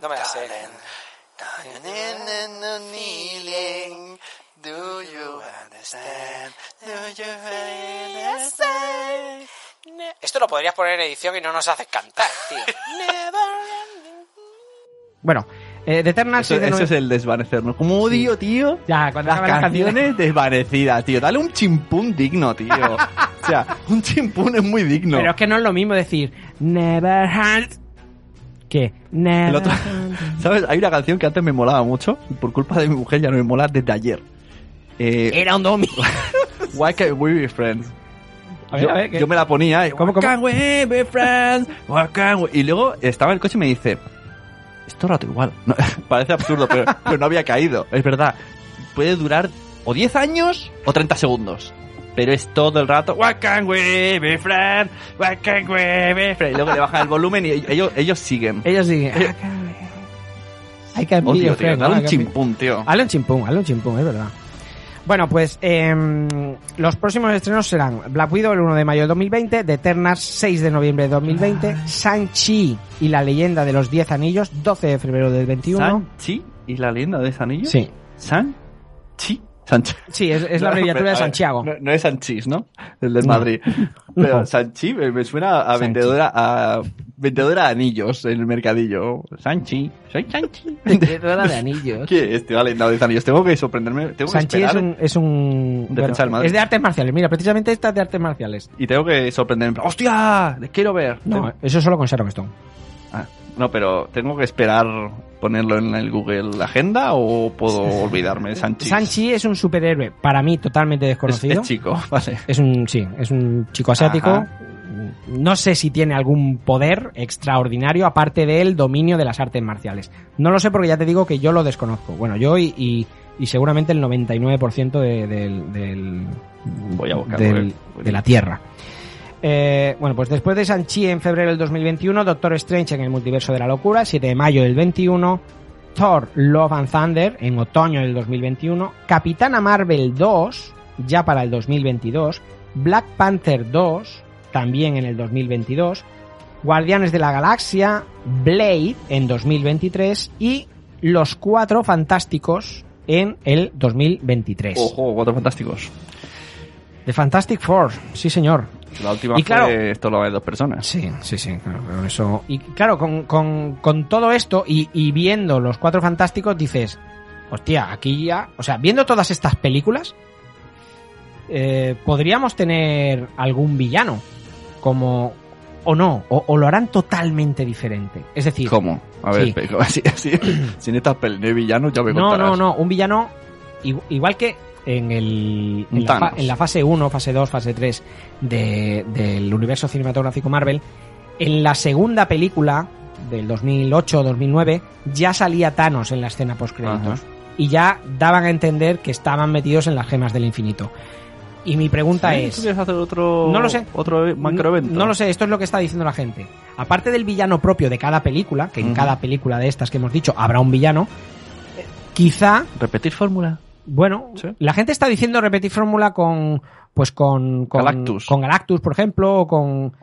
[SPEAKER 13] No me la sé. Kneeling. Do you understand? Do you understand?
[SPEAKER 3] Esto lo podrías poner en edición y no nos haces cantar, tío. Bueno, eh, The Eternals,
[SPEAKER 2] Eso-
[SPEAKER 3] 6 de
[SPEAKER 2] ese
[SPEAKER 3] noviembre.
[SPEAKER 2] es el desvanecer, ¿no? Como odio, tío.
[SPEAKER 3] Ya, cuando
[SPEAKER 2] Las
[SPEAKER 3] acaban las
[SPEAKER 2] canciones desvanecidas, tío. Dale un chimpún digno, tío. o sea, un chimpún es muy digno.
[SPEAKER 3] Pero es que no es lo mismo decir Never Hand que Never
[SPEAKER 2] El otro-
[SPEAKER 3] Hand-
[SPEAKER 2] ¿Sabes? Hay una canción que antes me molaba mucho y por culpa de mi mujer ya no me mola desde ayer. Eh,
[SPEAKER 3] Era un domingo.
[SPEAKER 2] Why can't we be friends?
[SPEAKER 3] A ver,
[SPEAKER 2] yo,
[SPEAKER 3] a ver, ¿qué?
[SPEAKER 2] yo me la ponía y,
[SPEAKER 3] ¿Cómo,
[SPEAKER 2] "Why
[SPEAKER 3] cómo?
[SPEAKER 2] can't we be friends? Why can't we-" y luego estaba en el coche y me dice esto rato igual No, parece absurdo pero, pero no había caído es verdad puede durar o 10 años o 30 segundos pero es todo el rato Why can't we be friends? Why can't we be friends? y luego le bajan el volumen y ellos, ellos siguen
[SPEAKER 3] Ellos siguen
[SPEAKER 2] Eh,
[SPEAKER 3] Hay que
[SPEAKER 2] odio, tío, dale un chimpún tío
[SPEAKER 3] Hazle un chimpún, hazle un chimpún, es verdad. Bueno, pues em, los próximos estrenos serán Black Widow el 1 de mayo de 2020, The Eternals 6 de noviembre de 2020,
[SPEAKER 2] Ah.
[SPEAKER 3] Shang-Chi y la leyenda de los 10 anillos 12 de febrero del 21.
[SPEAKER 2] Sanchi y la leyenda de ese anillo
[SPEAKER 3] Sí.
[SPEAKER 2] Sanchi Sanchi
[SPEAKER 3] Sí, es, es la
[SPEAKER 2] No,
[SPEAKER 3] abreviatura
[SPEAKER 2] pero,
[SPEAKER 3] de
[SPEAKER 2] a ver,
[SPEAKER 3] Santiago.
[SPEAKER 2] No, no es Sanchís, ¿no? El de
[SPEAKER 3] No.
[SPEAKER 2] Madrid. Pero
[SPEAKER 3] No.
[SPEAKER 2] Sanchi me, me suena a
[SPEAKER 3] Sanchi.
[SPEAKER 2] vendedora a vendedora de anillos en el mercadillo. Sanchi, soy Sanchi.
[SPEAKER 3] Vendedora de anillos.
[SPEAKER 2] ¿Qué es, tío? Vale, no, de anillos. Tengo que sorprenderme, tengo que
[SPEAKER 3] Sanchi es
[SPEAKER 2] esperar
[SPEAKER 3] un, es un
[SPEAKER 2] Defensa del Madrid.
[SPEAKER 3] es de artes marciales. Mira, precisamente esta es de artes marciales.
[SPEAKER 2] y tengo que sorprenderme. ¡Hostia! ¡Les quiero ver!
[SPEAKER 3] No, eso solo con Sharon Stone.
[SPEAKER 2] Ah, no, pero tengo que esperar ponerlo en el Google Agenda o puedo olvidarme de Eh, Sanchi.
[SPEAKER 3] Sanchi es un superhéroe para mí totalmente
[SPEAKER 2] es,
[SPEAKER 3] desconocido.
[SPEAKER 2] es chico, vale.
[SPEAKER 3] Es un sí, es un chico asiático.
[SPEAKER 2] Ajá.
[SPEAKER 3] No sé si tiene algún poder extraordinario aparte del dominio de las artes marciales. No lo sé porque ya te digo que yo lo desconozco. Bueno, yo y, y- y seguramente el 99% de, del- del-
[SPEAKER 2] Voy a buscar,
[SPEAKER 3] del-
[SPEAKER 2] porque-
[SPEAKER 3] de la Tierra. Eh, bueno, pues después de Sanchi en febrero del 2021, Doctor Strange en el Multiverso de la Locura, 7 de mayo del 21, Thor Love and Thunder en otoño del 2021, Capitana Marvel 2 ya para el 2022, Black Panther 2 también en el 2022, Guardianes de la Galaxia, Blade en 2023 y Los Cuatro Fantásticos en el 2023.
[SPEAKER 2] Ojo, cuatro fantásticos.
[SPEAKER 3] The Fantastic Four, sí señor.
[SPEAKER 2] La última
[SPEAKER 3] Y claro-
[SPEAKER 2] fue esto lo de dos personas.
[SPEAKER 3] Sí, sí, sí. Claro, eso, y claro, con, con- con todo esto y, y viendo los cuatro fantásticos, dices, hostia, aquí ya. O sea, viendo todas estas películas, eh, podríamos tener algún villano. Como. O no, o, o lo harán totalmente diferente. Es decir.
[SPEAKER 2] ¿Cómo? A ver,
[SPEAKER 3] Sí.
[SPEAKER 2] pero así, así, sin estas pelis de villanos ya me
[SPEAKER 3] No,
[SPEAKER 2] contarás.
[SPEAKER 3] no, no. Un villano igu- igual que en, el,
[SPEAKER 2] Un
[SPEAKER 3] en, la, fa-
[SPEAKER 2] Thanos.
[SPEAKER 3] en la fase 1, fase 2, fase 3 de- del universo cinematográfico Marvel. En la segunda película del 2008-2009 ya salía Thanos en la escena post créditos y ya daban a entender que estaban metidos en las gemas del infinito. Y mi pregunta
[SPEAKER 2] Sí,
[SPEAKER 3] es,
[SPEAKER 2] ¿tú quieres hacer otro,
[SPEAKER 3] No lo sé.
[SPEAKER 2] Otro e- macroevento.
[SPEAKER 3] no, no lo sé, esto es lo que está diciendo la gente. Aparte del villano propio de cada película, que en
[SPEAKER 2] Ujú.
[SPEAKER 3] cada película de estas que hemos dicho habrá un villano, eh, quizá
[SPEAKER 2] Repetir fórmula.
[SPEAKER 3] bueno, la gente está diciendo repetir fórmula con pues con, con
[SPEAKER 2] Galactus.
[SPEAKER 3] con Galactus, por ejemplo, o con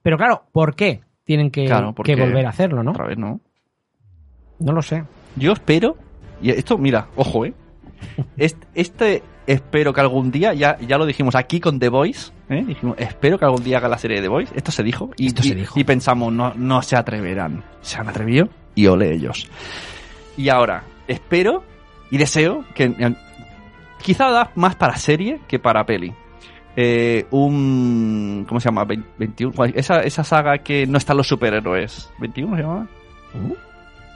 [SPEAKER 3] pero claro, ¿por qué tienen que,
[SPEAKER 2] Claro, porque-
[SPEAKER 3] que volver a hacerlo, no?
[SPEAKER 2] Otra vez, ¿no?
[SPEAKER 3] No lo sé.
[SPEAKER 2] Yo espero, y esto, mira, ojo, ¿eh? Este, este espero que algún día, ya, ya lo dijimos aquí con The Voice, ¿eh? dijimos, espero que algún día haga la serie de The Voice. Esto se dijo y,
[SPEAKER 3] Esto se
[SPEAKER 2] y- y pensamos, no, no se atreverán. Se han atrevido y ole ellos. Y ahora, espero y deseo que eh, quizá da más para serie que para peli. Eh, un... ¿Cómo se llama? Ve- 21. ¿cuál? Esa, esa saga que no están los superhéroes. ¿21 se llamaba?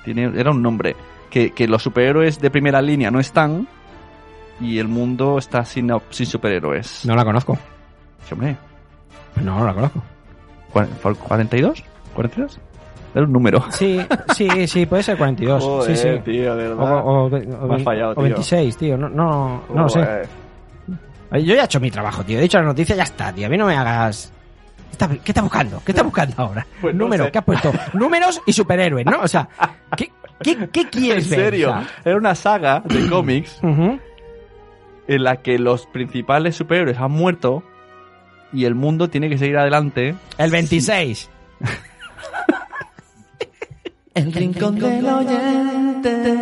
[SPEAKER 2] Tiene, era un nombre. Que, que los superhéroes de primera línea no están y el mundo está sin, sin superhéroes.
[SPEAKER 3] No la conozco. Pues
[SPEAKER 2] Sí, hombre.
[SPEAKER 3] No, no la conozco.
[SPEAKER 2] ¿Cuál- cuál- ¿42? ¿42? Era un número.
[SPEAKER 3] Sí, sí, sí, puede ser 42.
[SPEAKER 2] Joder,
[SPEAKER 3] sí, sí.
[SPEAKER 2] tío, de
[SPEAKER 3] o,
[SPEAKER 2] verdad.
[SPEAKER 3] o- o ve- o
[SPEAKER 2] Me has
[SPEAKER 3] ve-
[SPEAKER 2] fallado,
[SPEAKER 3] o
[SPEAKER 2] tío.
[SPEAKER 3] 26, tío. No, no, no lo sé.
[SPEAKER 2] Joder.
[SPEAKER 3] Ay, Yo ya he hecho mi trabajo, tío. He dicho la noticia, ya está, tío. A mí no me hagas. ¿Qué estás- ¿Qué estás buscando? ¿Qué estás buscando ahora?
[SPEAKER 2] Pues no
[SPEAKER 3] Números,
[SPEAKER 2] sé.
[SPEAKER 3] ¿qué has puesto? Números y superhéroes, ¿no? O sea, ¿qué, qué, qué
[SPEAKER 2] En
[SPEAKER 3] quieres ver?
[SPEAKER 2] serio,
[SPEAKER 3] O sea,
[SPEAKER 2] era una saga de cómics
[SPEAKER 3] Ujú.
[SPEAKER 2] en la que los principales superhéroes han muerto y el mundo tiene que seguir adelante.
[SPEAKER 3] El 26.
[SPEAKER 14] El rincón del oyente.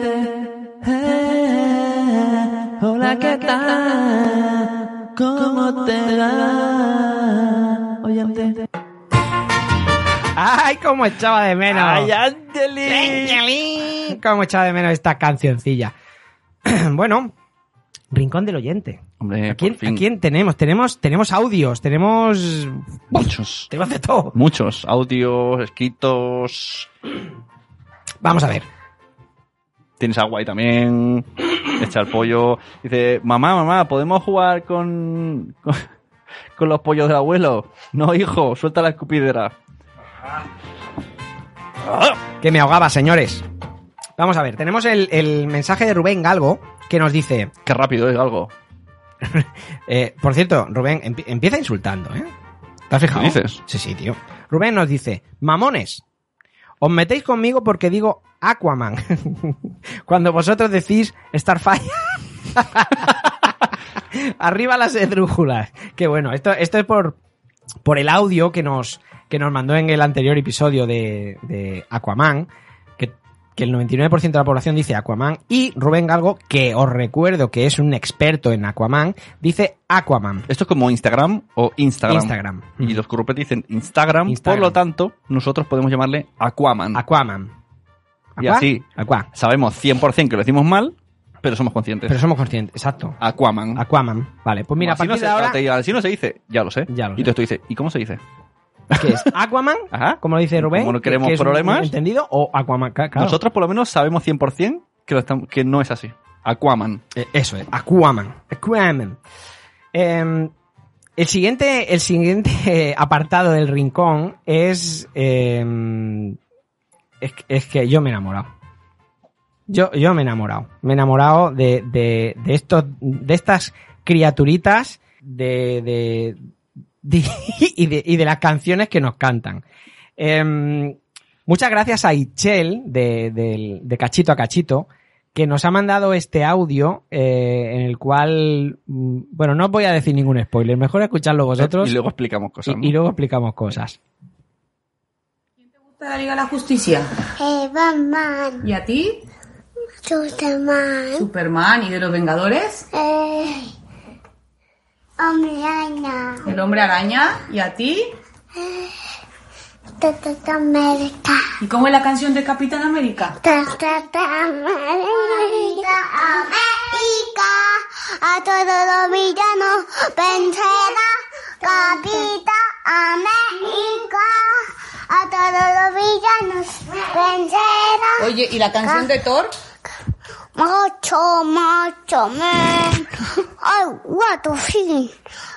[SPEAKER 14] Eh, hola, ¿qué tal? ¿Cómo te va? Oyente.
[SPEAKER 3] ¡Ay, cómo echaba de menos!
[SPEAKER 14] ¡Ay,
[SPEAKER 3] Angeli! ¡Cómo echaba de menos esta cancioncilla! bueno, Rincón del Oyente.
[SPEAKER 2] Hombre,
[SPEAKER 3] ¿A quién,
[SPEAKER 2] por fin.
[SPEAKER 3] a quién tenemos? tenemos? Tenemos audios, tenemos.
[SPEAKER 2] Muchos.
[SPEAKER 3] Tenemos de todo.
[SPEAKER 2] Muchos. Audios, escritos.
[SPEAKER 3] Vamos a ver.
[SPEAKER 2] Tienes agua ahí también. Echar pollo. Dice, mamá, mamá, ¿podemos jugar con, con, con los pollos del abuelo? No, hijo, suelta la escupidera.
[SPEAKER 3] Que me ahogaba, señores. Vamos a ver, tenemos el, el mensaje de Rubén Galgo que nos dice. Eh,
[SPEAKER 2] Qué rápido es Galgo.
[SPEAKER 3] por cierto, Rubén empie- empieza insultando, ¿eh? ¿Te has fijado?
[SPEAKER 2] ¿Qué dices?
[SPEAKER 3] Sí, sí, tío. Rubén nos dice: Mamones, os metéis conmigo porque digo Aquaman. Cuando vosotros decís Starfire. Arriba las esdrújulas. Que bueno, esto, esto es por, por el audio que nos, que nos mandó en el anterior episodio de, de Aquaman, que, que el 99% de la población dice Aquaman, y Rubén Galgo, que os recuerdo que es un experto en Aquaman, dice Aquaman.
[SPEAKER 2] Esto es como Instagram o Instagram.
[SPEAKER 3] Instagram.
[SPEAKER 2] Y los currupetes dicen Instagram,
[SPEAKER 3] Instagram.
[SPEAKER 2] Por lo tanto, nosotros podemos llamarle Aquaman.
[SPEAKER 3] Aquaman.
[SPEAKER 2] Y
[SPEAKER 3] Aqua-
[SPEAKER 2] así
[SPEAKER 3] Aqua.
[SPEAKER 2] sabemos 100% que lo decimos mal, pero somos conscientes.
[SPEAKER 3] Pero somos conscientes, exacto.
[SPEAKER 2] Aquaman.
[SPEAKER 3] Aquaman. Vale, pues mira, a
[SPEAKER 2] Así no
[SPEAKER 3] partir
[SPEAKER 2] se-
[SPEAKER 3] de ahora,
[SPEAKER 2] te digo, así no se dice, ya lo sé. Y tú, tú dices, ¿y cómo se dice?
[SPEAKER 3] ¿qué es? Aquaman,
[SPEAKER 2] Ajá.
[SPEAKER 3] como dice Rubén.
[SPEAKER 2] Como no
[SPEAKER 3] que-
[SPEAKER 2] queremos
[SPEAKER 3] que es un-
[SPEAKER 2] problemas.
[SPEAKER 3] ¿Entendido? O Aquaman, ca- claro.
[SPEAKER 2] Nosotros por lo menos sabemos 100% que, lo estamos- que no es así. Aquaman.
[SPEAKER 3] Eh, eso es, Aquaman. Aquaman. Eh, el siguiente, el siguiente apartado del rincón es, eh, es, que- es que yo me he enamorado. Yo, yo me he enamorado. Me he enamorado de, de, de estos, de estas criaturitas de, de, de- y, de, y de las canciones que nos cantan. Em, muchas gracias a Ichel de, del- de Cachito a Cachito que nos ha mandado este audio eh, en el cual, mm, bueno, no os voy a decir ningún spoiler, mejor escucharlo vosotros
[SPEAKER 2] Y luego explicamos cosas.
[SPEAKER 3] y-
[SPEAKER 2] ¿no?
[SPEAKER 3] y luego explicamos cosas.
[SPEAKER 15] gusta la Liga de la Justicia? Batman. ¿Y a ti? Superman. ¿Superman y de los Vengadores?
[SPEAKER 16] hombre araña.
[SPEAKER 15] El hombre araña. ¿Y a ti?
[SPEAKER 16] Capitán América.
[SPEAKER 15] ¿Y cómo es la canción de Capitán América?
[SPEAKER 16] Capitán América. América. A todos los villanos vencerá. Capitán América. A todos los villanos vencerá.
[SPEAKER 15] Oye, ¿y la canción de Thor?
[SPEAKER 16] Macho, macho, man. I want to feel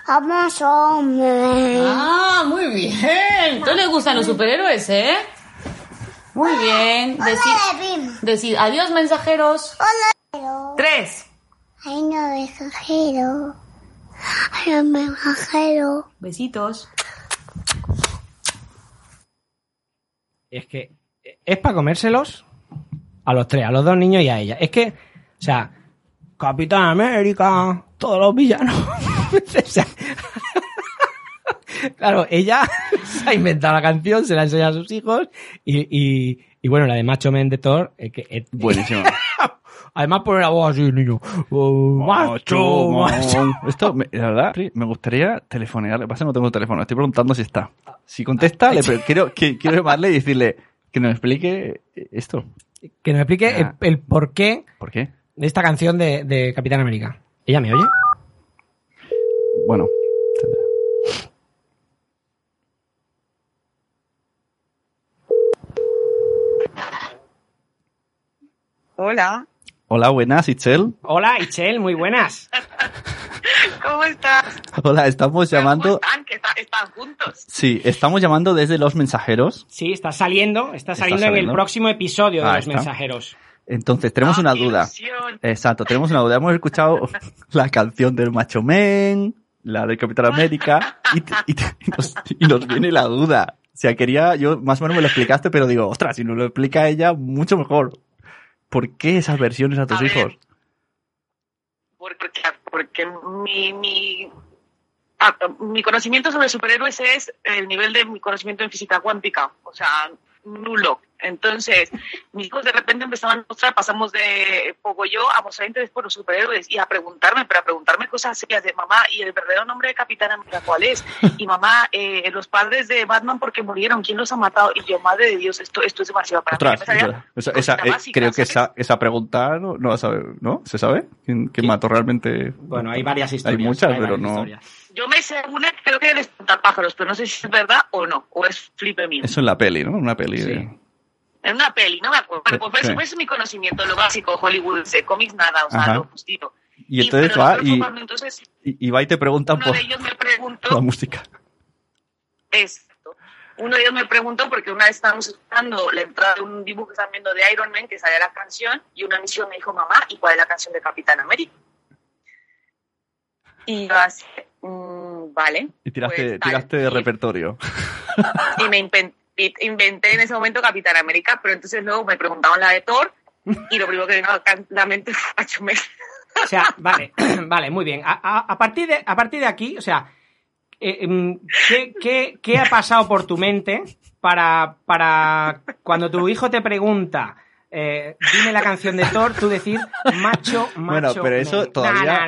[SPEAKER 16] a macho man.
[SPEAKER 17] Ah, muy bien. ¿Tú le gustan los superhéroes, eh? Muy bien. Decid, decid adiós, mensajeros. Tres.
[SPEAKER 16] Ay, no, mensajero. Ay, no, mensajero.
[SPEAKER 17] Besitos.
[SPEAKER 3] Es que es para comérselos a los tres, a los dos niños y a ella. Es que, o sea, Capitán América, todos los villanos. O sea, claro, ella se ha inventado la canción, se la ha enseñado a sus hijos y, y, y bueno, la de Macho Man de Thor, eh, que es
[SPEAKER 2] Buenísimo.
[SPEAKER 3] Además pone la voz así, niño. Oh, macho, macho.
[SPEAKER 2] Esto, me- la verdad, Pri, me gustaría telefonearle. Pasa que no tengo teléfono, estoy preguntando si está. Si contesta, le pre- quiero, que- quiero llamarle y decirle que nos explique esto.
[SPEAKER 3] Que nos explique el,
[SPEAKER 2] Ah.
[SPEAKER 3] el porqué
[SPEAKER 2] ¿Por qué?
[SPEAKER 3] de esta canción de, de Capitán América. ¿Ella me oye?
[SPEAKER 2] Bueno.
[SPEAKER 18] Hola,
[SPEAKER 2] Hola, buenas, Itzel.
[SPEAKER 3] Hola, Ichel, muy buenas.
[SPEAKER 18] ¿cómo estás?
[SPEAKER 2] Hola, estamos llamando.
[SPEAKER 18] Están, que está- están juntos.
[SPEAKER 2] Sí, estamos llamando desde Los Mensajeros.
[SPEAKER 3] Sí, está saliendo, está saliendo en
[SPEAKER 2] saliendo.
[SPEAKER 3] el próximo episodio de
[SPEAKER 2] Ah,
[SPEAKER 3] Los
[SPEAKER 2] está.
[SPEAKER 3] Mensajeros.
[SPEAKER 2] Entonces, tenemos una duda. Exacto, tenemos una duda. Hemos escuchado la canción del Macho Men, la del Capitán América, y, te- y te- y nos, y nos viene la duda. O sea, quería, yo más o menos me lo explicaste, pero digo, ostras, si nos lo explica ella, mucho mejor. ¿Por qué esas versiones a tus hijos?
[SPEAKER 18] Porque, porque mi, mi, ah, mi conocimiento sobre superhéroes es el nivel de mi conocimiento en física cuántica, o sea, nulo. Entonces, mis hijos de repente empezaban a mostrar, pasamos de Pogoyo a mostrar interés por los superhéroes y a preguntarme, pero a preguntarme cosas serias de mamá, ¿y el verdadero nombre de Capitán América cuál es? Y mamá, eh, los padres de Batman porque murieron, ¿quién los ha matado? Y yo, madre de Dios, esto, esto es demasiado para mí.
[SPEAKER 2] Ostras,
[SPEAKER 18] Yo pensaría,
[SPEAKER 2] esa- esa-
[SPEAKER 18] cosita
[SPEAKER 2] eh,
[SPEAKER 18] básica,
[SPEAKER 2] creo que esa, esa pregunta no, no la sabe- ¿no? ¿Se sabe? ¿Quién, quién mató realmente?
[SPEAKER 3] Bueno, hay varias historias,
[SPEAKER 2] Hay muchas,
[SPEAKER 3] hay
[SPEAKER 2] pero
[SPEAKER 3] varias
[SPEAKER 2] no.
[SPEAKER 18] Yo me sé una, creo que del pájaros, pero no sé si es verdad o no, o es flipe mío.
[SPEAKER 2] Eso en la peli, ¿no? Una peli. de-
[SPEAKER 18] En una peli, no me acuerdo. Pero pues,
[SPEAKER 2] Sí.
[SPEAKER 18] pues, es mi conocimiento, lo básico, Hollywood, de cómics, nada, o sea,
[SPEAKER 2] Ajá.
[SPEAKER 18] lo justito.
[SPEAKER 2] Y entonces
[SPEAKER 18] pero
[SPEAKER 2] va
[SPEAKER 18] nosotros
[SPEAKER 2] y, pues
[SPEAKER 18] cuando entonces
[SPEAKER 2] y- y va y te preguntan
[SPEAKER 18] uno
[SPEAKER 2] por
[SPEAKER 18] de ellos me preguntó
[SPEAKER 2] la música.
[SPEAKER 18] esto. Uno de ellos me preguntó porque una vez estábamos escuchando la entrada de un dibujo que están viendo de Iron Man, que salía la canción, y una misión me dijo, mamá, ¿y cuál es la canción de Capitán América? Y yo así, "Mm, vale.
[SPEAKER 2] Y tiraste,
[SPEAKER 18] Pues, tal.
[SPEAKER 2] tiraste de repertorio.
[SPEAKER 18] y me inven- y- inventé en ese momento Capitán América, pero entonces luego me preguntaban la de Thor y lo primero que vino a can- la mente fue a Chumel.
[SPEAKER 3] O sea, vale, vale, muy bien. A, a- a partir, de, a partir de aquí, o sea, eh, em, ¿qué, qué, qué ha pasado por tu mente para, para cuando tu hijo te pregunta, eh, dime la canción de Thor, tú decir macho, macho?
[SPEAKER 2] Bueno, pero eso
[SPEAKER 3] man"? No,
[SPEAKER 2] todavía-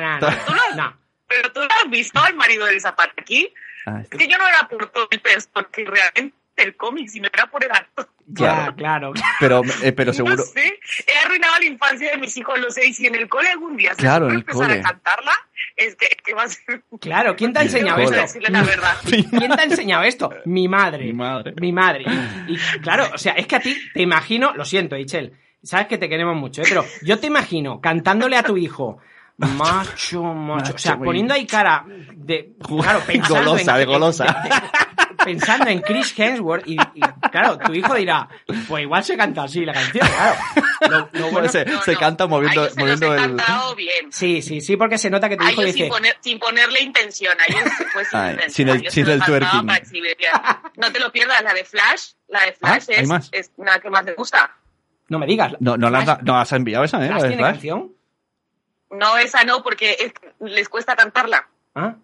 [SPEAKER 3] no, no, no,
[SPEAKER 18] ¿Tú lo-
[SPEAKER 3] no.
[SPEAKER 18] Pero tú lo has visto al marido del zapato aquí.
[SPEAKER 2] Ah,
[SPEAKER 18] Es que yo no era por todo el pez, porque realmente el cómic, sino era por el actor.
[SPEAKER 2] Claro.
[SPEAKER 3] Ah, claro.
[SPEAKER 2] Pero, eh, pero seguro.
[SPEAKER 18] No sé, he arruinado la infancia de mis hijos, lo sé, y si en el cole algún día se
[SPEAKER 2] Claro,
[SPEAKER 18] me
[SPEAKER 2] en el
[SPEAKER 18] ocurre empezar
[SPEAKER 2] cole.
[SPEAKER 18] a cantarla, es que, es que va a ser...
[SPEAKER 3] Claro, ¿quién te ha enseñado
[SPEAKER 18] Voy a
[SPEAKER 3] esto?
[SPEAKER 18] decirle la verdad.
[SPEAKER 3] ¿Quién te ha enseñado esto? Mi madre. Mi madre. Mi madre. Y, y, claro, o sea, es que a ti te imagino, lo siento, Ichel, sabes que te queremos mucho, ¿eh? pero yo te imagino cantándole a tu hijo. Macho, macho. O sea,
[SPEAKER 2] Macho,
[SPEAKER 3] poniendo ahí cara de. Claro, pensando.
[SPEAKER 2] Golosa,
[SPEAKER 3] en,
[SPEAKER 2] de golosa.
[SPEAKER 3] Pensando en Chris Hemsworth. Y, y, claro, tu hijo dirá, pues igual se canta así la canción, claro. Lo- lo bueno-
[SPEAKER 2] se se canta moviendo,
[SPEAKER 18] Yo se los
[SPEAKER 2] moviendo
[SPEAKER 18] he
[SPEAKER 2] el.
[SPEAKER 18] cantado bien.
[SPEAKER 3] Sí, sí, sí, porque se nota que tu
[SPEAKER 18] A
[SPEAKER 3] hijo
[SPEAKER 18] ellos
[SPEAKER 3] dice.
[SPEAKER 18] sin, poner- sin ponerle intención, a ellos fue sin
[SPEAKER 2] Ay,
[SPEAKER 18] intención.
[SPEAKER 2] sin el-
[SPEAKER 18] A ellos
[SPEAKER 2] sin
[SPEAKER 18] se
[SPEAKER 2] el
[SPEAKER 18] los cantaba
[SPEAKER 2] twerking.
[SPEAKER 18] para exhibirían. No te lo pierdas, la de Flash, la de Flash
[SPEAKER 2] Ah, ¿hay
[SPEAKER 18] es,
[SPEAKER 2] más?
[SPEAKER 18] es la que más me gusta.
[SPEAKER 3] No me digas.
[SPEAKER 2] No, no, la has, da- no has enviado esa, ¿eh?
[SPEAKER 3] ¿Flash
[SPEAKER 2] ¿La de
[SPEAKER 3] tiene
[SPEAKER 2] Flash?
[SPEAKER 3] canción?
[SPEAKER 18] No, esa no, porque es- les cuesta cantarla.
[SPEAKER 3] ¿Ah?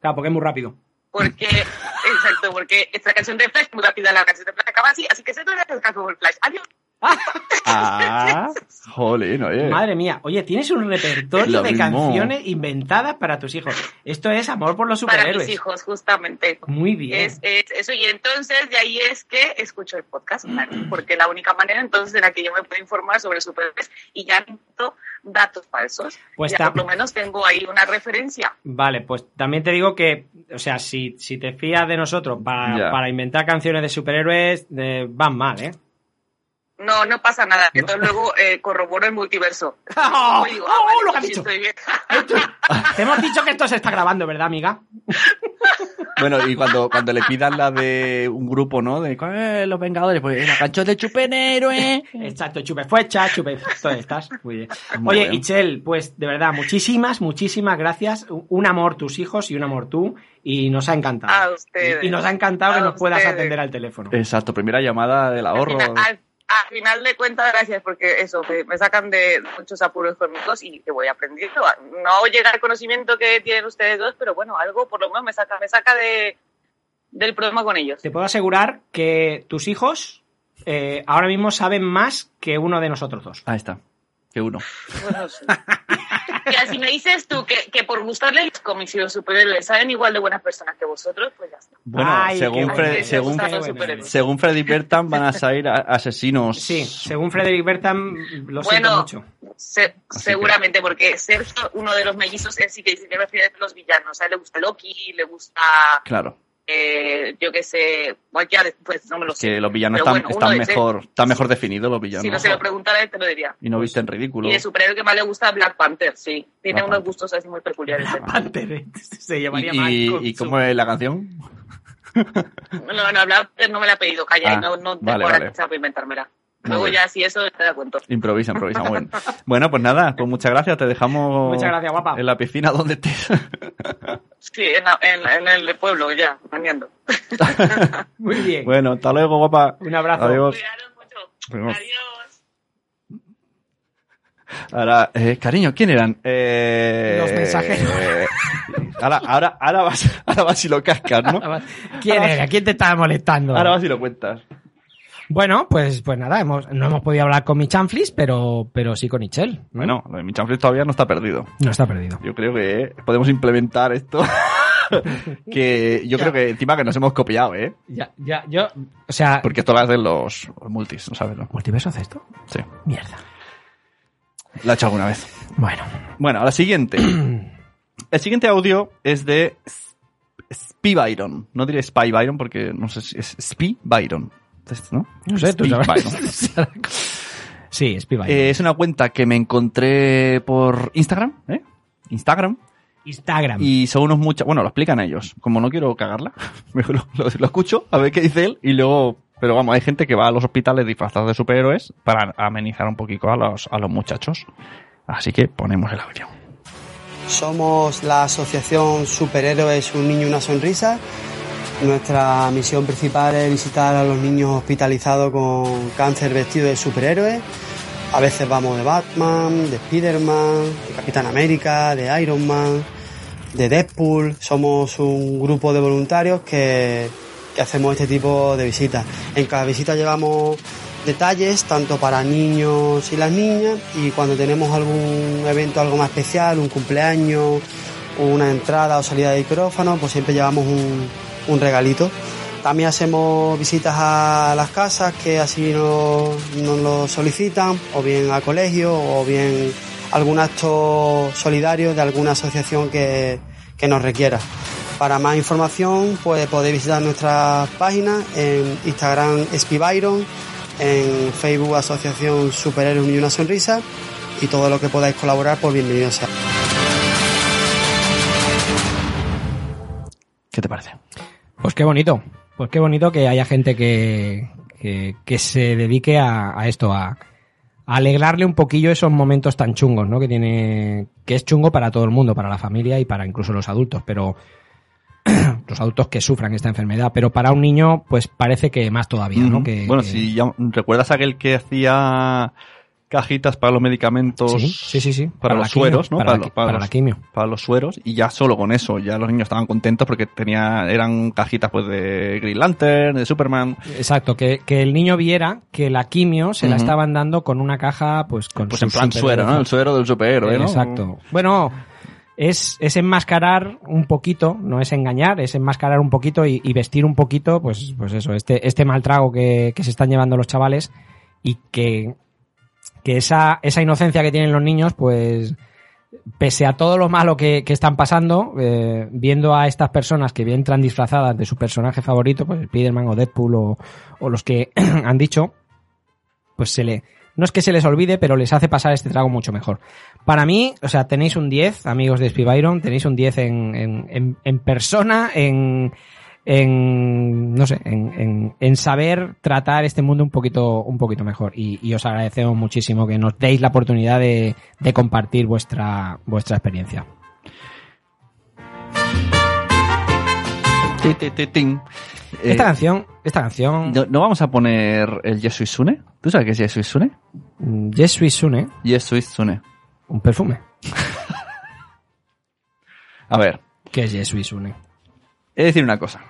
[SPEAKER 3] Claro, porque es muy rápido.
[SPEAKER 18] Porque, exacto, porque esta canción de Flash es muy rápida, la canción de Flash acaba así, así que se te deja el caso por Flash. Adiós.
[SPEAKER 2] Ah, jolín, oye.
[SPEAKER 3] Madre mía, oye, tienes un repertorio
[SPEAKER 2] Lo
[SPEAKER 3] de
[SPEAKER 2] mismo.
[SPEAKER 3] canciones inventadas para tus hijos. Esto es amor por los
[SPEAKER 18] para mis
[SPEAKER 3] superhéroes.
[SPEAKER 18] hijos, justamente.
[SPEAKER 3] Muy bien.
[SPEAKER 18] Es, es eso, y entonces de ahí es que escucho el podcast,
[SPEAKER 3] Mm.
[SPEAKER 18] claro, porque la única manera entonces en la que yo me puedo informar sobre superhéroes y ya no tengo datos falsos,
[SPEAKER 3] Pues
[SPEAKER 18] ya
[SPEAKER 3] tam-
[SPEAKER 18] por lo menos tengo ahí una referencia.
[SPEAKER 3] Vale, pues también te digo que, o sea, si, si te fías de nosotros para,
[SPEAKER 18] Ya.
[SPEAKER 3] para inventar canciones de superhéroes, eh, van mal, ¿eh?
[SPEAKER 18] No, no pasa nada. Entonces luego eh, corroboro el multiverso.
[SPEAKER 3] ¡Oh!
[SPEAKER 18] Y digo,
[SPEAKER 3] ¡Oh,
[SPEAKER 18] vale,
[SPEAKER 3] lo que has
[SPEAKER 18] sí,
[SPEAKER 3] dicho!
[SPEAKER 18] estoy bien.
[SPEAKER 3] Te hemos dicho que esto se está grabando, ¿verdad, amiga?
[SPEAKER 2] Bueno, y cuando, cuando le pidan la de un grupo, ¿no? De "Eh, los Vengadores, pues eh, la canción de chupenero, ¿eh?
[SPEAKER 3] Exacto, chupe fuecha, chupe todas estas. Muy bien.
[SPEAKER 2] Muy
[SPEAKER 3] Oye,
[SPEAKER 2] bien.
[SPEAKER 3] Ichel, pues de verdad, muchísimas, muchísimas gracias. Un- Un amor tus hijos y un amor tú. Y nos ha encantado.
[SPEAKER 18] A ustedes.
[SPEAKER 3] Y nos ha encantado que
[SPEAKER 18] A
[SPEAKER 3] nos puedas
[SPEAKER 18] ustedes.
[SPEAKER 3] atender al teléfono.
[SPEAKER 2] Exacto, primera llamada del ahorro.
[SPEAKER 18] Al, al- al final de cuentas, gracias, porque eso, me, me sacan de muchos apuros económicos y que voy aprendiendo. No llega el conocimiento que tienen ustedes dos, pero bueno, algo por lo menos me saca, me saca de, del problema con ellos.
[SPEAKER 3] Te puedo asegurar que tus hijos eh, ahora mismo saben más que uno de nosotros dos.
[SPEAKER 2] Ahí está, que uno.
[SPEAKER 18] Bueno, sí. Mira, si me dices tú que, que por gustarles los cómics y los superhéroes saben igual de buenas personas que vosotros, pues ya está.
[SPEAKER 2] Bueno,
[SPEAKER 3] Ay, qué
[SPEAKER 2] según,
[SPEAKER 3] bueno.
[SPEAKER 2] Fre-
[SPEAKER 3] Ay, qué
[SPEAKER 2] según,
[SPEAKER 3] bueno, qué bueno.
[SPEAKER 2] según Freddy Bertan van a salir a- asesinos.
[SPEAKER 3] Sí, según Frederick Bertam, lo siento
[SPEAKER 18] Bueno,
[SPEAKER 3] mucho.
[SPEAKER 18] Se-
[SPEAKER 2] Así
[SPEAKER 18] seguramente, porque Sergio, uno de los mellizos, él sí que dice que prefiere los villanos. A él le gusta Loki, le gusta,
[SPEAKER 2] Claro,
[SPEAKER 18] eh, yo qué sé, bueno, ya después no me lo sé.
[SPEAKER 2] que los villanos
[SPEAKER 18] Pero
[SPEAKER 2] están,
[SPEAKER 18] bueno, uno
[SPEAKER 2] están
[SPEAKER 18] de ese-
[SPEAKER 2] mejor, están mejor definidos los
[SPEAKER 18] Si no
[SPEAKER 2] villanos.
[SPEAKER 18] se lo preguntara, él te lo diría.
[SPEAKER 2] y no viste en ridículo.
[SPEAKER 18] Y de superhéroe que más le gusta Black Panther, sí. Tiene
[SPEAKER 2] Black
[SPEAKER 18] unos gustos así muy peculiares. eh.
[SPEAKER 3] eh, se
[SPEAKER 2] ¿Y,
[SPEAKER 3] llamaría
[SPEAKER 2] y-
[SPEAKER 3] Malcolm.
[SPEAKER 2] y cómo es la canción?
[SPEAKER 18] No, no, Black Panther no me la ha pedido, calla,
[SPEAKER 2] Ah,
[SPEAKER 18] y no, no
[SPEAKER 2] vale,
[SPEAKER 18] tengo la
[SPEAKER 2] vale.
[SPEAKER 18] chapa para inventármela.
[SPEAKER 2] Muy
[SPEAKER 18] Luego
[SPEAKER 2] bien.
[SPEAKER 18] ya, si eso, te da cuento.
[SPEAKER 2] Improvisa, improvisa. Bueno. bueno, pues nada, pues muchas gracias. Te dejamos
[SPEAKER 18] Muchas gracias, guapa.
[SPEAKER 2] en la piscina donde estés.
[SPEAKER 18] Sí, en, la- en- en el pueblo, ya, bañando.
[SPEAKER 3] Muy bien.
[SPEAKER 2] Bueno, hasta luego, guapa.
[SPEAKER 3] Un abrazo.
[SPEAKER 2] Adiós. Adiós. Ahora, eh, cariño, ¿quién eran? Eh,
[SPEAKER 3] Los mensajeros.
[SPEAKER 2] eh, ahora, ahora, ahora, vas, ahora vas y lo cascas, ¿no?
[SPEAKER 3] ¿Quién era? ¿Quién te estaba molestando?
[SPEAKER 2] Ahora vas y lo cuentas.
[SPEAKER 3] Bueno, pues, pues nada, hemos, no hemos podido hablar con mi chanflis, pero, pero sí con Ichel.
[SPEAKER 2] ¿Mm? Bueno, lo de mi chanfle todavía no está perdido.
[SPEAKER 3] No está perdido.
[SPEAKER 2] Yo creo que podemos implementar esto. que yo creo que encima que nos hemos copiado, ¿eh?
[SPEAKER 3] Ya, ya, yo. O sea.
[SPEAKER 2] Porque esto lo hacen los multis, ¿no sabes? no?
[SPEAKER 3] ¿Multiverso hace esto?
[SPEAKER 2] Sí.
[SPEAKER 3] Mierda.
[SPEAKER 2] Lo he hecho alguna vez.
[SPEAKER 3] Bueno.
[SPEAKER 2] Bueno, ahora siguiente. El siguiente audio es de S- Spy Byron. No diré Spy Byron porque no sé si es Spy Byron. Entonces, ¿No?
[SPEAKER 3] Pues, No sé, tú
[SPEAKER 2] Spy
[SPEAKER 3] sabrás.
[SPEAKER 2] Byron.
[SPEAKER 3] Sí, es piba.
[SPEAKER 2] Eh, es una cuenta que me encontré por Instagram, ¿eh? Instagram.
[SPEAKER 3] Instagram.
[SPEAKER 2] Y son unos muchos. Bueno, lo explican ellos. Como no quiero cagarla, mejor lo, lo- lo escucho, a ver qué dice él y luego. Pero vamos, hay gente que va a los hospitales disfrazados de superhéroes para amenizar un poquito a los, a los muchachos. Así que ponemos el audio.
[SPEAKER 19] Somos la Asociación Superhéroes Un Niño Una Sonrisa. Nuestra misión principal es visitar a los niños hospitalizados con cáncer vestidos de superhéroes. A veces vamos de Batman, de Spider-Man, de Capitán América, de Iron Man, de Deadpool. Somos un grupo de voluntarios que, que hacemos este tipo de visitas. En cada visita llevamos detalles tanto para niños y las niñas y cuando tenemos algún evento algo más especial, un cumpleaños, una entrada o salida de micrófono, pues siempre llevamos un, un regalito. También hacemos visitas a las casas que así nos, nos lo solicitan, o bien a colegios, o bien algún acto solidario de alguna asociación que, que nos requiera. Para más información, pues podéis visitar nuestras páginas en Instagram Spybyron, en Facebook Asociación Superhéroes y una Sonrisa, y todo lo que podáis colaborar, pues bienvenido sea.
[SPEAKER 2] ¿Qué te parece?
[SPEAKER 3] Pues qué bonito. Pues qué bonito que haya gente que, que, que se dedique a, a esto, a, a alegrarle un poquillo esos momentos tan chungos, ¿no? Que tiene. que es chungo para todo el mundo, para la familia y para incluso los adultos, pero. los adultos que sufran esta enfermedad. Pero para un niño, pues parece que más todavía, ¿no?
[SPEAKER 2] Ujú.
[SPEAKER 3] Que,
[SPEAKER 2] bueno,
[SPEAKER 3] que-
[SPEAKER 2] si ya- recuerdas aquel que hacía cajitas para los medicamentos.
[SPEAKER 3] Sí, sí, sí, sí.
[SPEAKER 2] Para,
[SPEAKER 3] Para
[SPEAKER 2] los
[SPEAKER 3] la quimio,
[SPEAKER 2] sueros, ¿no?
[SPEAKER 3] para la qui-
[SPEAKER 2] los-
[SPEAKER 3] para
[SPEAKER 2] los-
[SPEAKER 3] la quimio.
[SPEAKER 2] Para los sueros. Y ya solo con eso, ya los niños estaban contentos porque tenía, eran cajitas pues de Green Lantern, de Superman.
[SPEAKER 3] Exacto, que, que el niño viera que la quimio se la
[SPEAKER 2] Ujú.
[SPEAKER 3] estaban dando con una caja, pues con
[SPEAKER 2] Pues
[SPEAKER 3] su
[SPEAKER 2] en plan
[SPEAKER 3] superhéroe.
[SPEAKER 2] suero, ¿no? El suero del superhéroe, ¿no?
[SPEAKER 3] Exacto. Bueno, es, es enmascarar un poquito, no es engañar, es enmascarar un poquito y, y vestir un poquito, pues, pues eso, este, este mal trago que, que se están llevando los chavales y que, que esa, esa inocencia que tienen los niños, pues pese a todo lo malo que, que están pasando, eh, viendo a estas personas que entran disfrazadas de su personaje favorito, pues Spiderman o Deadpool o, o los que han dicho, pues se le. No es que se les olvide, pero les hace pasar este trago mucho mejor. Para mí, o sea, tenéis un 10, amigos de Spybyron, tenéis un 10 en, en, en- en persona, en. En, no sé, en, en- en saber tratar este mundo un poquito, un poquito mejor. Y, y os agradecemos muchísimo que nos deis la oportunidad de, de compartir vuestra, vuestra experiencia.
[SPEAKER 2] Ti, ti, ti, tin.
[SPEAKER 3] Esta
[SPEAKER 2] Eh,
[SPEAKER 3] canción, esta canción,
[SPEAKER 2] ¿no, no vamos a poner el Yesu Isune? ¿Tú sabes qué es Yesu Isune?
[SPEAKER 3] Yesu Isune.
[SPEAKER 2] Yesu Isune.
[SPEAKER 3] Un perfume.
[SPEAKER 2] A ver,
[SPEAKER 3] que es Yesu Isune.
[SPEAKER 2] he de decir una cosa.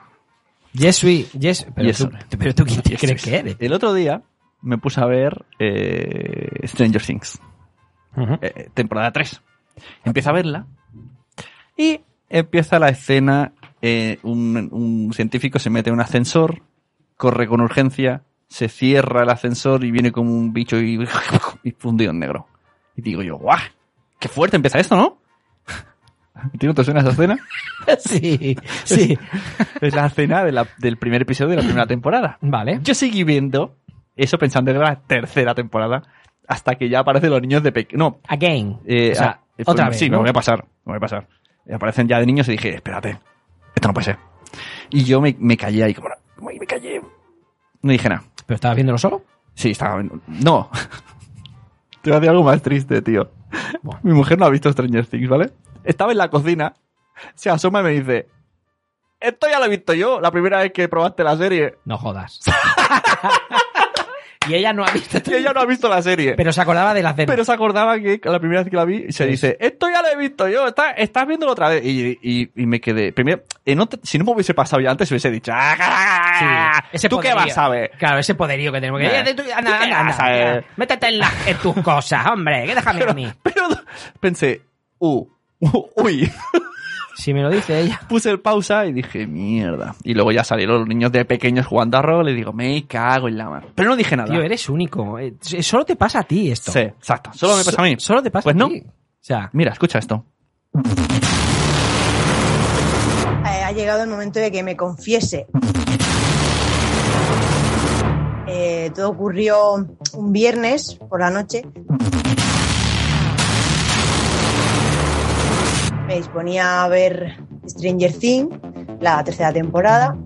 [SPEAKER 3] Yesui, yes, pero,
[SPEAKER 2] Yesu.
[SPEAKER 3] tú, pero tú quién te crees que eres.
[SPEAKER 2] El otro día me puse a ver eh, Stranger Things, eh, temporada 3. Empiezo a verla y empieza la escena, eh, un, un científico se mete en un ascensor, corre con urgencia, se cierra el ascensor y viene como un bicho y, y fundido en negro. Y digo yo, guau, qué fuerte empieza esto, ¿no? ¿Tiene otra escena esa escena?
[SPEAKER 3] sí, sí.
[SPEAKER 2] Es la escena de la- del primer episodio de la primera temporada.
[SPEAKER 3] Vale.
[SPEAKER 2] Yo seguí viendo eso pensando que era la tercera temporada hasta que ya aparecen los niños de pequeño. No.
[SPEAKER 3] Again.
[SPEAKER 2] eh,
[SPEAKER 3] O sea,
[SPEAKER 2] ah, eh,
[SPEAKER 3] otra
[SPEAKER 2] pues,
[SPEAKER 3] vez,
[SPEAKER 2] Sí,
[SPEAKER 3] ¿no?
[SPEAKER 2] me voy a pasar. Me voy a pasar. Y aparecen ya de niños y dije, espérate, esto no puede ser. Y yo me, me callé ahí, como, "Uy, me callé. No dije nada.
[SPEAKER 3] ¿Pero estabas viéndolo solo?
[SPEAKER 2] Sí, estaba viendo. No. Te voy a decir algo más triste, tío. Mi mujer no ha visto Stranger Things, ¿vale? Estaba en la cocina, se asoma y me dice: Esto ya lo he visto yo, la primera vez que probaste la serie.
[SPEAKER 3] No jodas. y ella no ha visto.
[SPEAKER 2] Y ella no ha visto la serie.
[SPEAKER 3] Pero se acordaba de la cena.
[SPEAKER 2] Pero se acordaba que la primera vez que la vi se dice, esto ya lo he visto yo, está- estás viéndolo otra vez. Y, y- y me quedé. Primero, en otra- si no me hubiese pasado ya antes, hubiese dicho, "Ah, ah, ah,
[SPEAKER 3] ese
[SPEAKER 2] ¿tú qué
[SPEAKER 3] poderío.
[SPEAKER 2] vas a ver?
[SPEAKER 3] Claro, ese poderío que tenemos que.
[SPEAKER 2] Eh,
[SPEAKER 3] Eh, tú-
[SPEAKER 2] ¿tú
[SPEAKER 3] Anda,
[SPEAKER 2] qué
[SPEAKER 3] anda,
[SPEAKER 2] vas a
[SPEAKER 3] anda,
[SPEAKER 2] ver?
[SPEAKER 3] ya. Métete en, la- en tus cosas, hombre, que déjame a mí.
[SPEAKER 2] Pensé, uh, uy.
[SPEAKER 3] Si me lo dice ella.
[SPEAKER 2] Puse el pausa y dije, mierda. Y luego ya salieron los niños de pequeños jugando a rol y digo, me cago en la mano. Pero no dije nada.
[SPEAKER 3] Tío, eres único. Eh, Solo te pasa a ti esto.
[SPEAKER 2] Sí, exacto. Solo me pasa a mí.
[SPEAKER 3] So- Solo te pasa
[SPEAKER 2] Pues
[SPEAKER 3] a
[SPEAKER 2] no.
[SPEAKER 3] ti. O sea,
[SPEAKER 2] Mira, escucha esto.
[SPEAKER 20] Eh, ha llegado el momento de que me confiese. Eh, todo ocurrió un viernes por la noche. Me disponía a ver Stranger Things, la tercera temporada.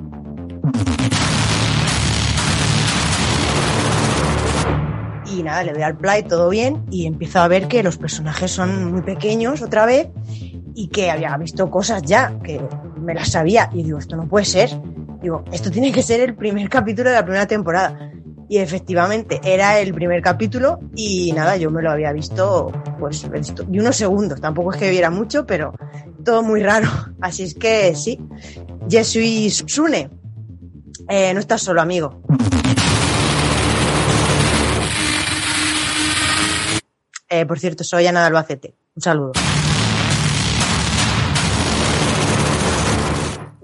[SPEAKER 20] Y nada, le doy al play, todo bien, y empiezo a ver que los personajes son muy pequeños otra vez y que había visto cosas ya, que me las sabía. Y digo, esto no puede ser. Digo, esto tiene que ser el primer capítulo de la primera temporada. Y efectivamente, era el primer capítulo y nada, yo me lo había visto, pues, he visto- y unos segundos. Tampoco es que viera mucho, pero todo muy raro. Así es que sí. Yesui Sune, eh, no estás solo, amigo. Eh, por cierto, soy Ana de Albacete. Un saludo.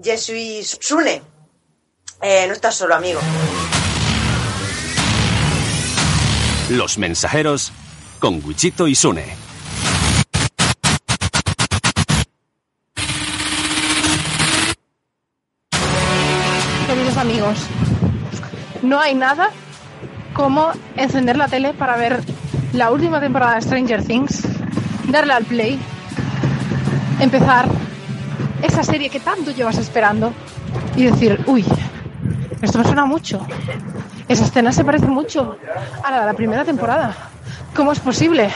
[SPEAKER 20] Yesui Sune. Eh, no estás solo, amigo.
[SPEAKER 1] Los mensajeros con Wichito y Sune.
[SPEAKER 21] Queridos amigos, no hay nada como encender la tele para ver la última temporada de Stranger Things, darle al play, empezar esa serie que tanto llevas esperando y decir, uy, esto me suena mucho, esa escena se parece mucho a la de la primera temporada, ¿cómo es posible?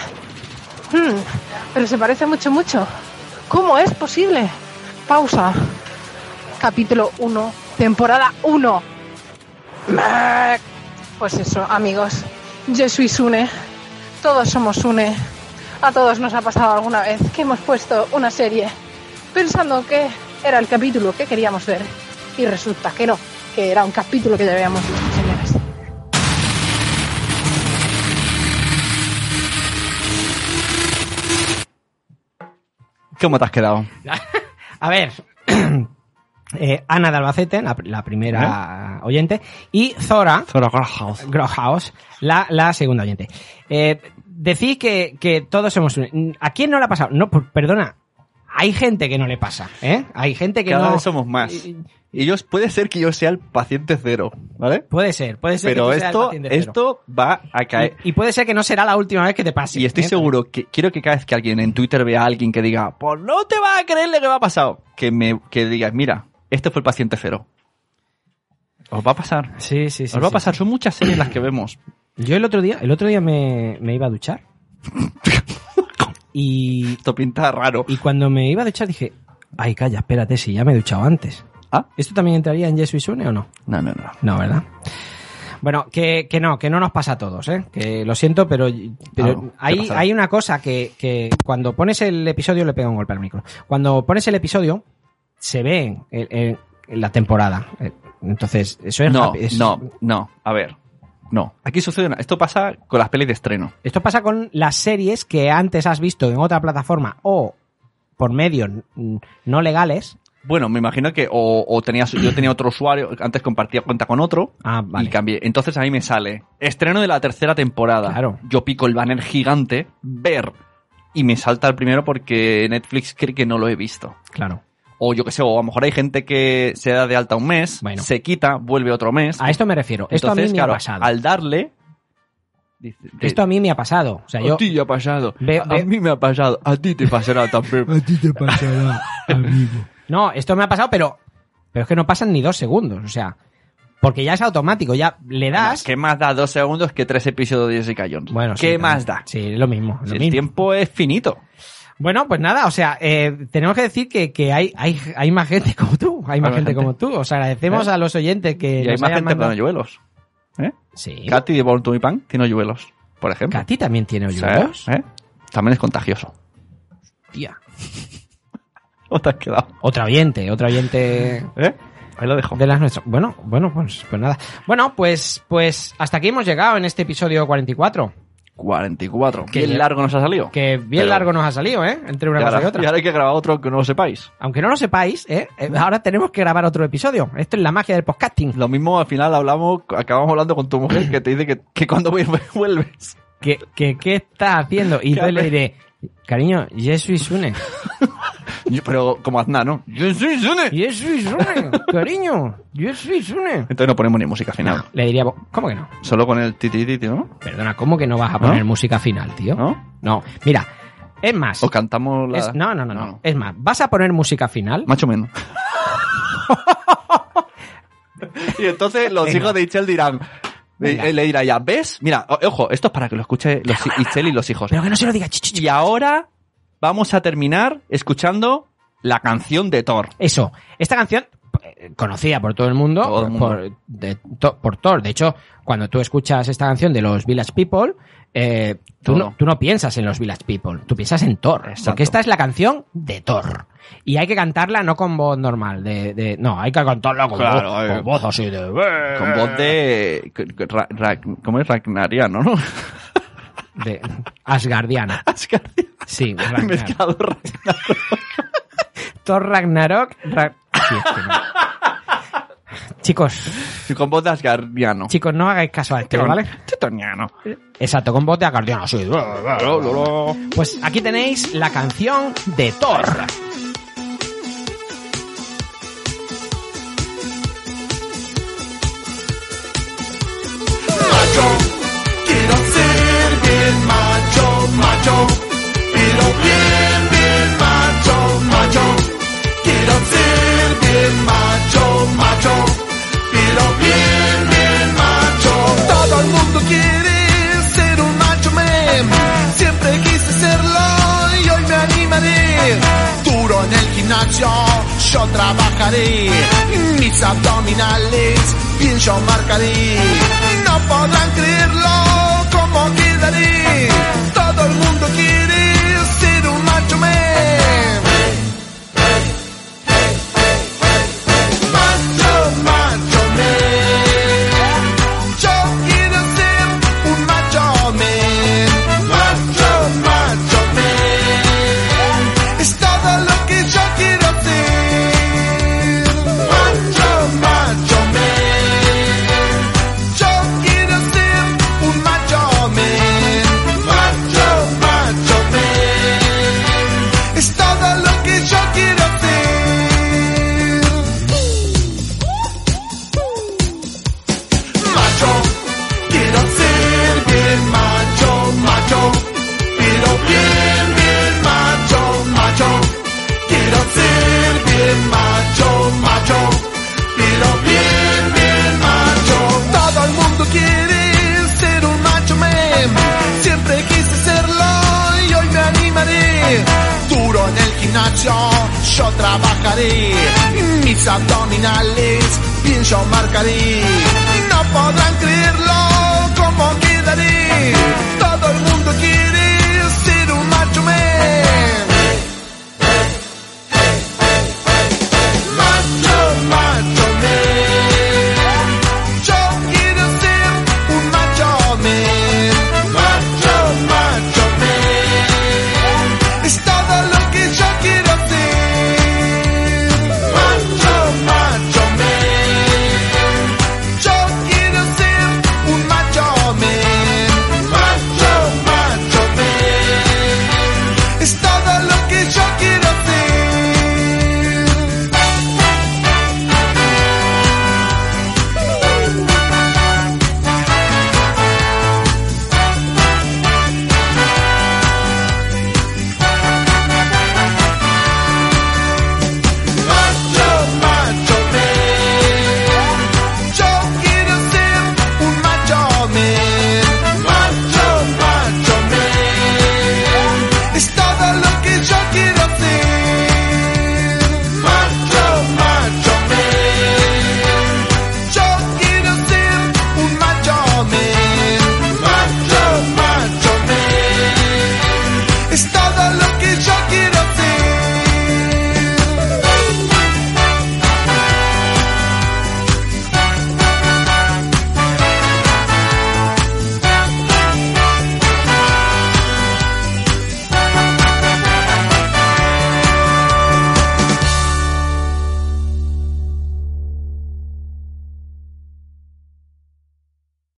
[SPEAKER 21] Hmm, pero se parece mucho, mucho, ¿cómo es posible? Pausa, capítulo 1, temporada 1. Pues eso, amigos. Yo soy Sune. Todos somos une. A todos nos ha pasado alguna vez que hemos puesto una serie pensando que era el capítulo que queríamos ver y resulta que no, que era un capítulo que ya habíamos visto, señores.
[SPEAKER 2] ¿Cómo te has quedado?
[SPEAKER 3] A ver. eh, Ana de Albacete, la, la primera oyente, y Zora.
[SPEAKER 2] ¿Eh? Zora Grauhaus.
[SPEAKER 3] Grauhaus, la, la segunda oyente. Eh, decís que, que todos hemos. un- ¿A quién no le ha pasado? No, por- perdona. Hay gente que no le pasa, ¿eh? Hay gente que
[SPEAKER 2] Cada
[SPEAKER 3] no.
[SPEAKER 2] vez somos más. Y yo, puede ser que yo sea el paciente cero, ¿vale?
[SPEAKER 3] Puede ser, puede ser. que
[SPEAKER 2] Pero
[SPEAKER 3] tú seas el
[SPEAKER 2] esto,
[SPEAKER 3] paciente cero.
[SPEAKER 2] esto va a caer.
[SPEAKER 3] Y, y puede ser que no será la última vez que te pase.
[SPEAKER 2] Y estoy
[SPEAKER 3] ¿eh?
[SPEAKER 2] seguro que quiero que cada vez que alguien en Twitter vea a alguien que diga, pues no te vas a creer lo que me ha pasado, que me que digas, mira, este fue el paciente cero. Os va a pasar.
[SPEAKER 3] Sí, sí,
[SPEAKER 2] Os va a pasar. Son muchas series las que vemos.
[SPEAKER 3] Yo el otro día, el otro día me, me iba a duchar. y.
[SPEAKER 2] Esto pinta raro.
[SPEAKER 3] Y cuando me iba a duchar dije, ay, calla, espérate, si ya me he duchado antes.
[SPEAKER 2] ¿Ah?
[SPEAKER 3] ¿Esto también entraría en Yes We Sune o no?
[SPEAKER 2] No, no, no.
[SPEAKER 3] No, ¿verdad? Bueno, que, que no, que no nos pasa a todos, ¿eh? Que lo siento, pero, pero
[SPEAKER 2] No, Ah, ¿qué
[SPEAKER 3] hay,
[SPEAKER 2] pasará?
[SPEAKER 3] hay una cosa que, que cuando pones el episodio, le pego un golpe al micro. Cuando pones el episodio, se ve en, en- en la temporada. Eh, Entonces, eso es
[SPEAKER 2] No,
[SPEAKER 3] rápido, es-
[SPEAKER 2] no, no. A ver. No. Aquí sucede una- Esto pasa con las pelis de estreno.
[SPEAKER 3] Esto pasa con las series que antes has visto en otra plataforma o por medios mm, no legales.
[SPEAKER 2] Bueno, me imagino que o, o tenías, yo tenía otro usuario, antes compartía cuenta con otro
[SPEAKER 3] Ah,
[SPEAKER 2] y cambié. Entonces a mí me sale estreno de la tercera temporada. Yo pico el banner gigante, ver, y me salta el primero porque Netflix cree que no lo he visto.
[SPEAKER 3] Claro.
[SPEAKER 2] O yo qué sé, o a lo mejor hay gente que se da de alta un mes, se quita, vuelve otro mes.
[SPEAKER 3] A esto me refiero. Esto a mí
[SPEAKER 2] Entonces,
[SPEAKER 3] me ha
[SPEAKER 2] claro,
[SPEAKER 3] pasado.
[SPEAKER 2] al darle... dice-
[SPEAKER 3] Esto a mí me ha pasado. O sea, yo
[SPEAKER 2] a ti ya ha pasado.
[SPEAKER 3] Veo-
[SPEAKER 2] a
[SPEAKER 3] veo-
[SPEAKER 2] mí me ha pasado. A ti te pasará también. a ti te pasará, amigo.
[SPEAKER 3] No, esto me ha pasado, pero, pero es que no pasan ni dos segundos. O sea, porque ya es automático, ya le das.
[SPEAKER 2] ¿Qué más da dos segundos que tres episodios de Jessica Jones? Bueno, ¿Qué más da?
[SPEAKER 3] Sí, lo mismo.
[SPEAKER 2] el tiempo es finito.
[SPEAKER 3] Bueno, pues nada, o sea, eh, tenemos que decir que, que hay, hay, hay más gente como tú. Hay más
[SPEAKER 2] más
[SPEAKER 3] gente,
[SPEAKER 2] gente.
[SPEAKER 3] como tú. Os agradecemos
[SPEAKER 2] ¿Eh?
[SPEAKER 3] a los oyentes que.
[SPEAKER 2] Y hay
[SPEAKER 3] nos
[SPEAKER 2] más
[SPEAKER 3] hayan
[SPEAKER 2] gente
[SPEAKER 3] mandado-
[SPEAKER 2] con hoyuelos. ¿Eh?
[SPEAKER 3] Sí.
[SPEAKER 2] Katy de Born to Be Punk tiene hoyuelos, por ejemplo.
[SPEAKER 3] Katy también tiene
[SPEAKER 2] hoyuelos. También es contagioso.
[SPEAKER 3] Tía.
[SPEAKER 2] ¿O te has quedado?
[SPEAKER 3] Otra oyente, otra oyente.
[SPEAKER 2] ¿Eh? Ahí lo dejo.
[SPEAKER 3] De las nuestras. Bueno, bueno, pues, pues nada. Bueno, pues, pues hasta aquí hemos llegado en este episodio 44.
[SPEAKER 2] 44.
[SPEAKER 3] Que
[SPEAKER 2] Qué
[SPEAKER 3] ya-
[SPEAKER 2] largo nos ha salido.
[SPEAKER 3] Que bien
[SPEAKER 2] Pero-
[SPEAKER 3] largo nos ha salido, ¿eh? Entre una
[SPEAKER 2] y
[SPEAKER 3] cosa
[SPEAKER 2] ahora,
[SPEAKER 3] y otra.
[SPEAKER 2] y ahora hay que grabar otro que no lo sepáis.
[SPEAKER 3] Aunque no lo sepáis, ¿eh? Eh, ahora tenemos que grabar otro episodio. Esto es la magia del podcasting.
[SPEAKER 2] Lo mismo al final hablamos, acabamos hablando con tu mujer que te dice que, que cuando vuelves, vuelves.
[SPEAKER 3] ¿Qué, qué, qué estás haciendo? Y yo le diré, cariño, Yesu Isune.
[SPEAKER 2] Yo- Pero como Aznar, ¿no? Yesu Isune.
[SPEAKER 3] Yesu Isune, cariño, Yesu Isune.
[SPEAKER 2] Entonces no ponemos ni música final.
[SPEAKER 3] Le diría, "Bo- ¿cómo que no?
[SPEAKER 2] Solo con el titititi, ¿no?
[SPEAKER 3] Perdona, ¿cómo que no vas a poner música final, tío?
[SPEAKER 2] ¿No?
[SPEAKER 3] No, mira, es más.
[SPEAKER 2] O cantamos la...
[SPEAKER 3] es- no, no, no, no, Es más, ¿vas a poner música final?
[SPEAKER 2] Más o menos. Y entonces los
[SPEAKER 3] Venga.
[SPEAKER 2] hijos de Itzel dirán...
[SPEAKER 3] Venga.
[SPEAKER 2] eh, Le dirá ya, ¿ves? Mira, o- ojo, esto es para que lo escuche los, hi- Itzel y los hijos.
[SPEAKER 3] Pero que no se lo diga. ch-
[SPEAKER 2] Y ahora vamos a terminar escuchando la canción de Thor.
[SPEAKER 3] Eso, esta canción eh, conocida por todo el mundo, por, Por, de- to- por Thor. De hecho, cuando tú escuchas esta canción de los Village People, eh, tú,
[SPEAKER 2] Todo.
[SPEAKER 3] no, tú no piensas en los Village People, tú piensas en Thor. Porque esta es la canción de Thor. Y hay que cantarla no con voz normal, de, de- no, hay que cantarla con,
[SPEAKER 2] Claro,
[SPEAKER 3] voz,
[SPEAKER 2] hay que-
[SPEAKER 3] eh. con voz así de...
[SPEAKER 2] Con voz de... c- c- ra- ra- ¿Cómo es? Ragnariano, ¿no?
[SPEAKER 3] de Asgardiana. Sí, Ragnarok.
[SPEAKER 2] Mezclado
[SPEAKER 3] Thor Ragnarok. Ra- Sí, es que no. Chicos,
[SPEAKER 2] Con voz de Asgardiano.
[SPEAKER 3] chicos, no hagáis caso a este, ¿vale?
[SPEAKER 2] Tetoniano.
[SPEAKER 3] Exacto, con voz de acordeón así. Pues aquí tenéis la canción de Thor.
[SPEAKER 13] Macho, quiero ser bien macho, macho, pero bien, bien macho, macho. Quiero ser bien macho, macho, pero bien, bien macho. Todo el mundo quiere ser un macho man, siempre quise serlo y hoy me animaré. Duro en el gimnasio, yo trabajaré, mis abdominales bien yo marcaré. No podrán creerlo como quedaré. Todo el mundo quiere ser un macho man. Macho, macho man. Yo quiero ser un macho man. Macho, macho man. Es todo lo que yo quiero ser. Macho, macho man. Yo quiero ser un macho man. Macho, macho man. Es todo lo que yo quiero ser. Macho, quiero ser bien macho, macho. Quiero bien, bien macho, macho. Quiero ser bien macho, macho. Quiero bien, bien macho. Todo el mundo quiere ser un macho man. Siempre quise serlo y hoy me animaré. Duro en el gimnasio, yo trabajaré. Mis abdominales, bien yo marcaré. No podrán creerlo como quedaré. Todo el mundo quiere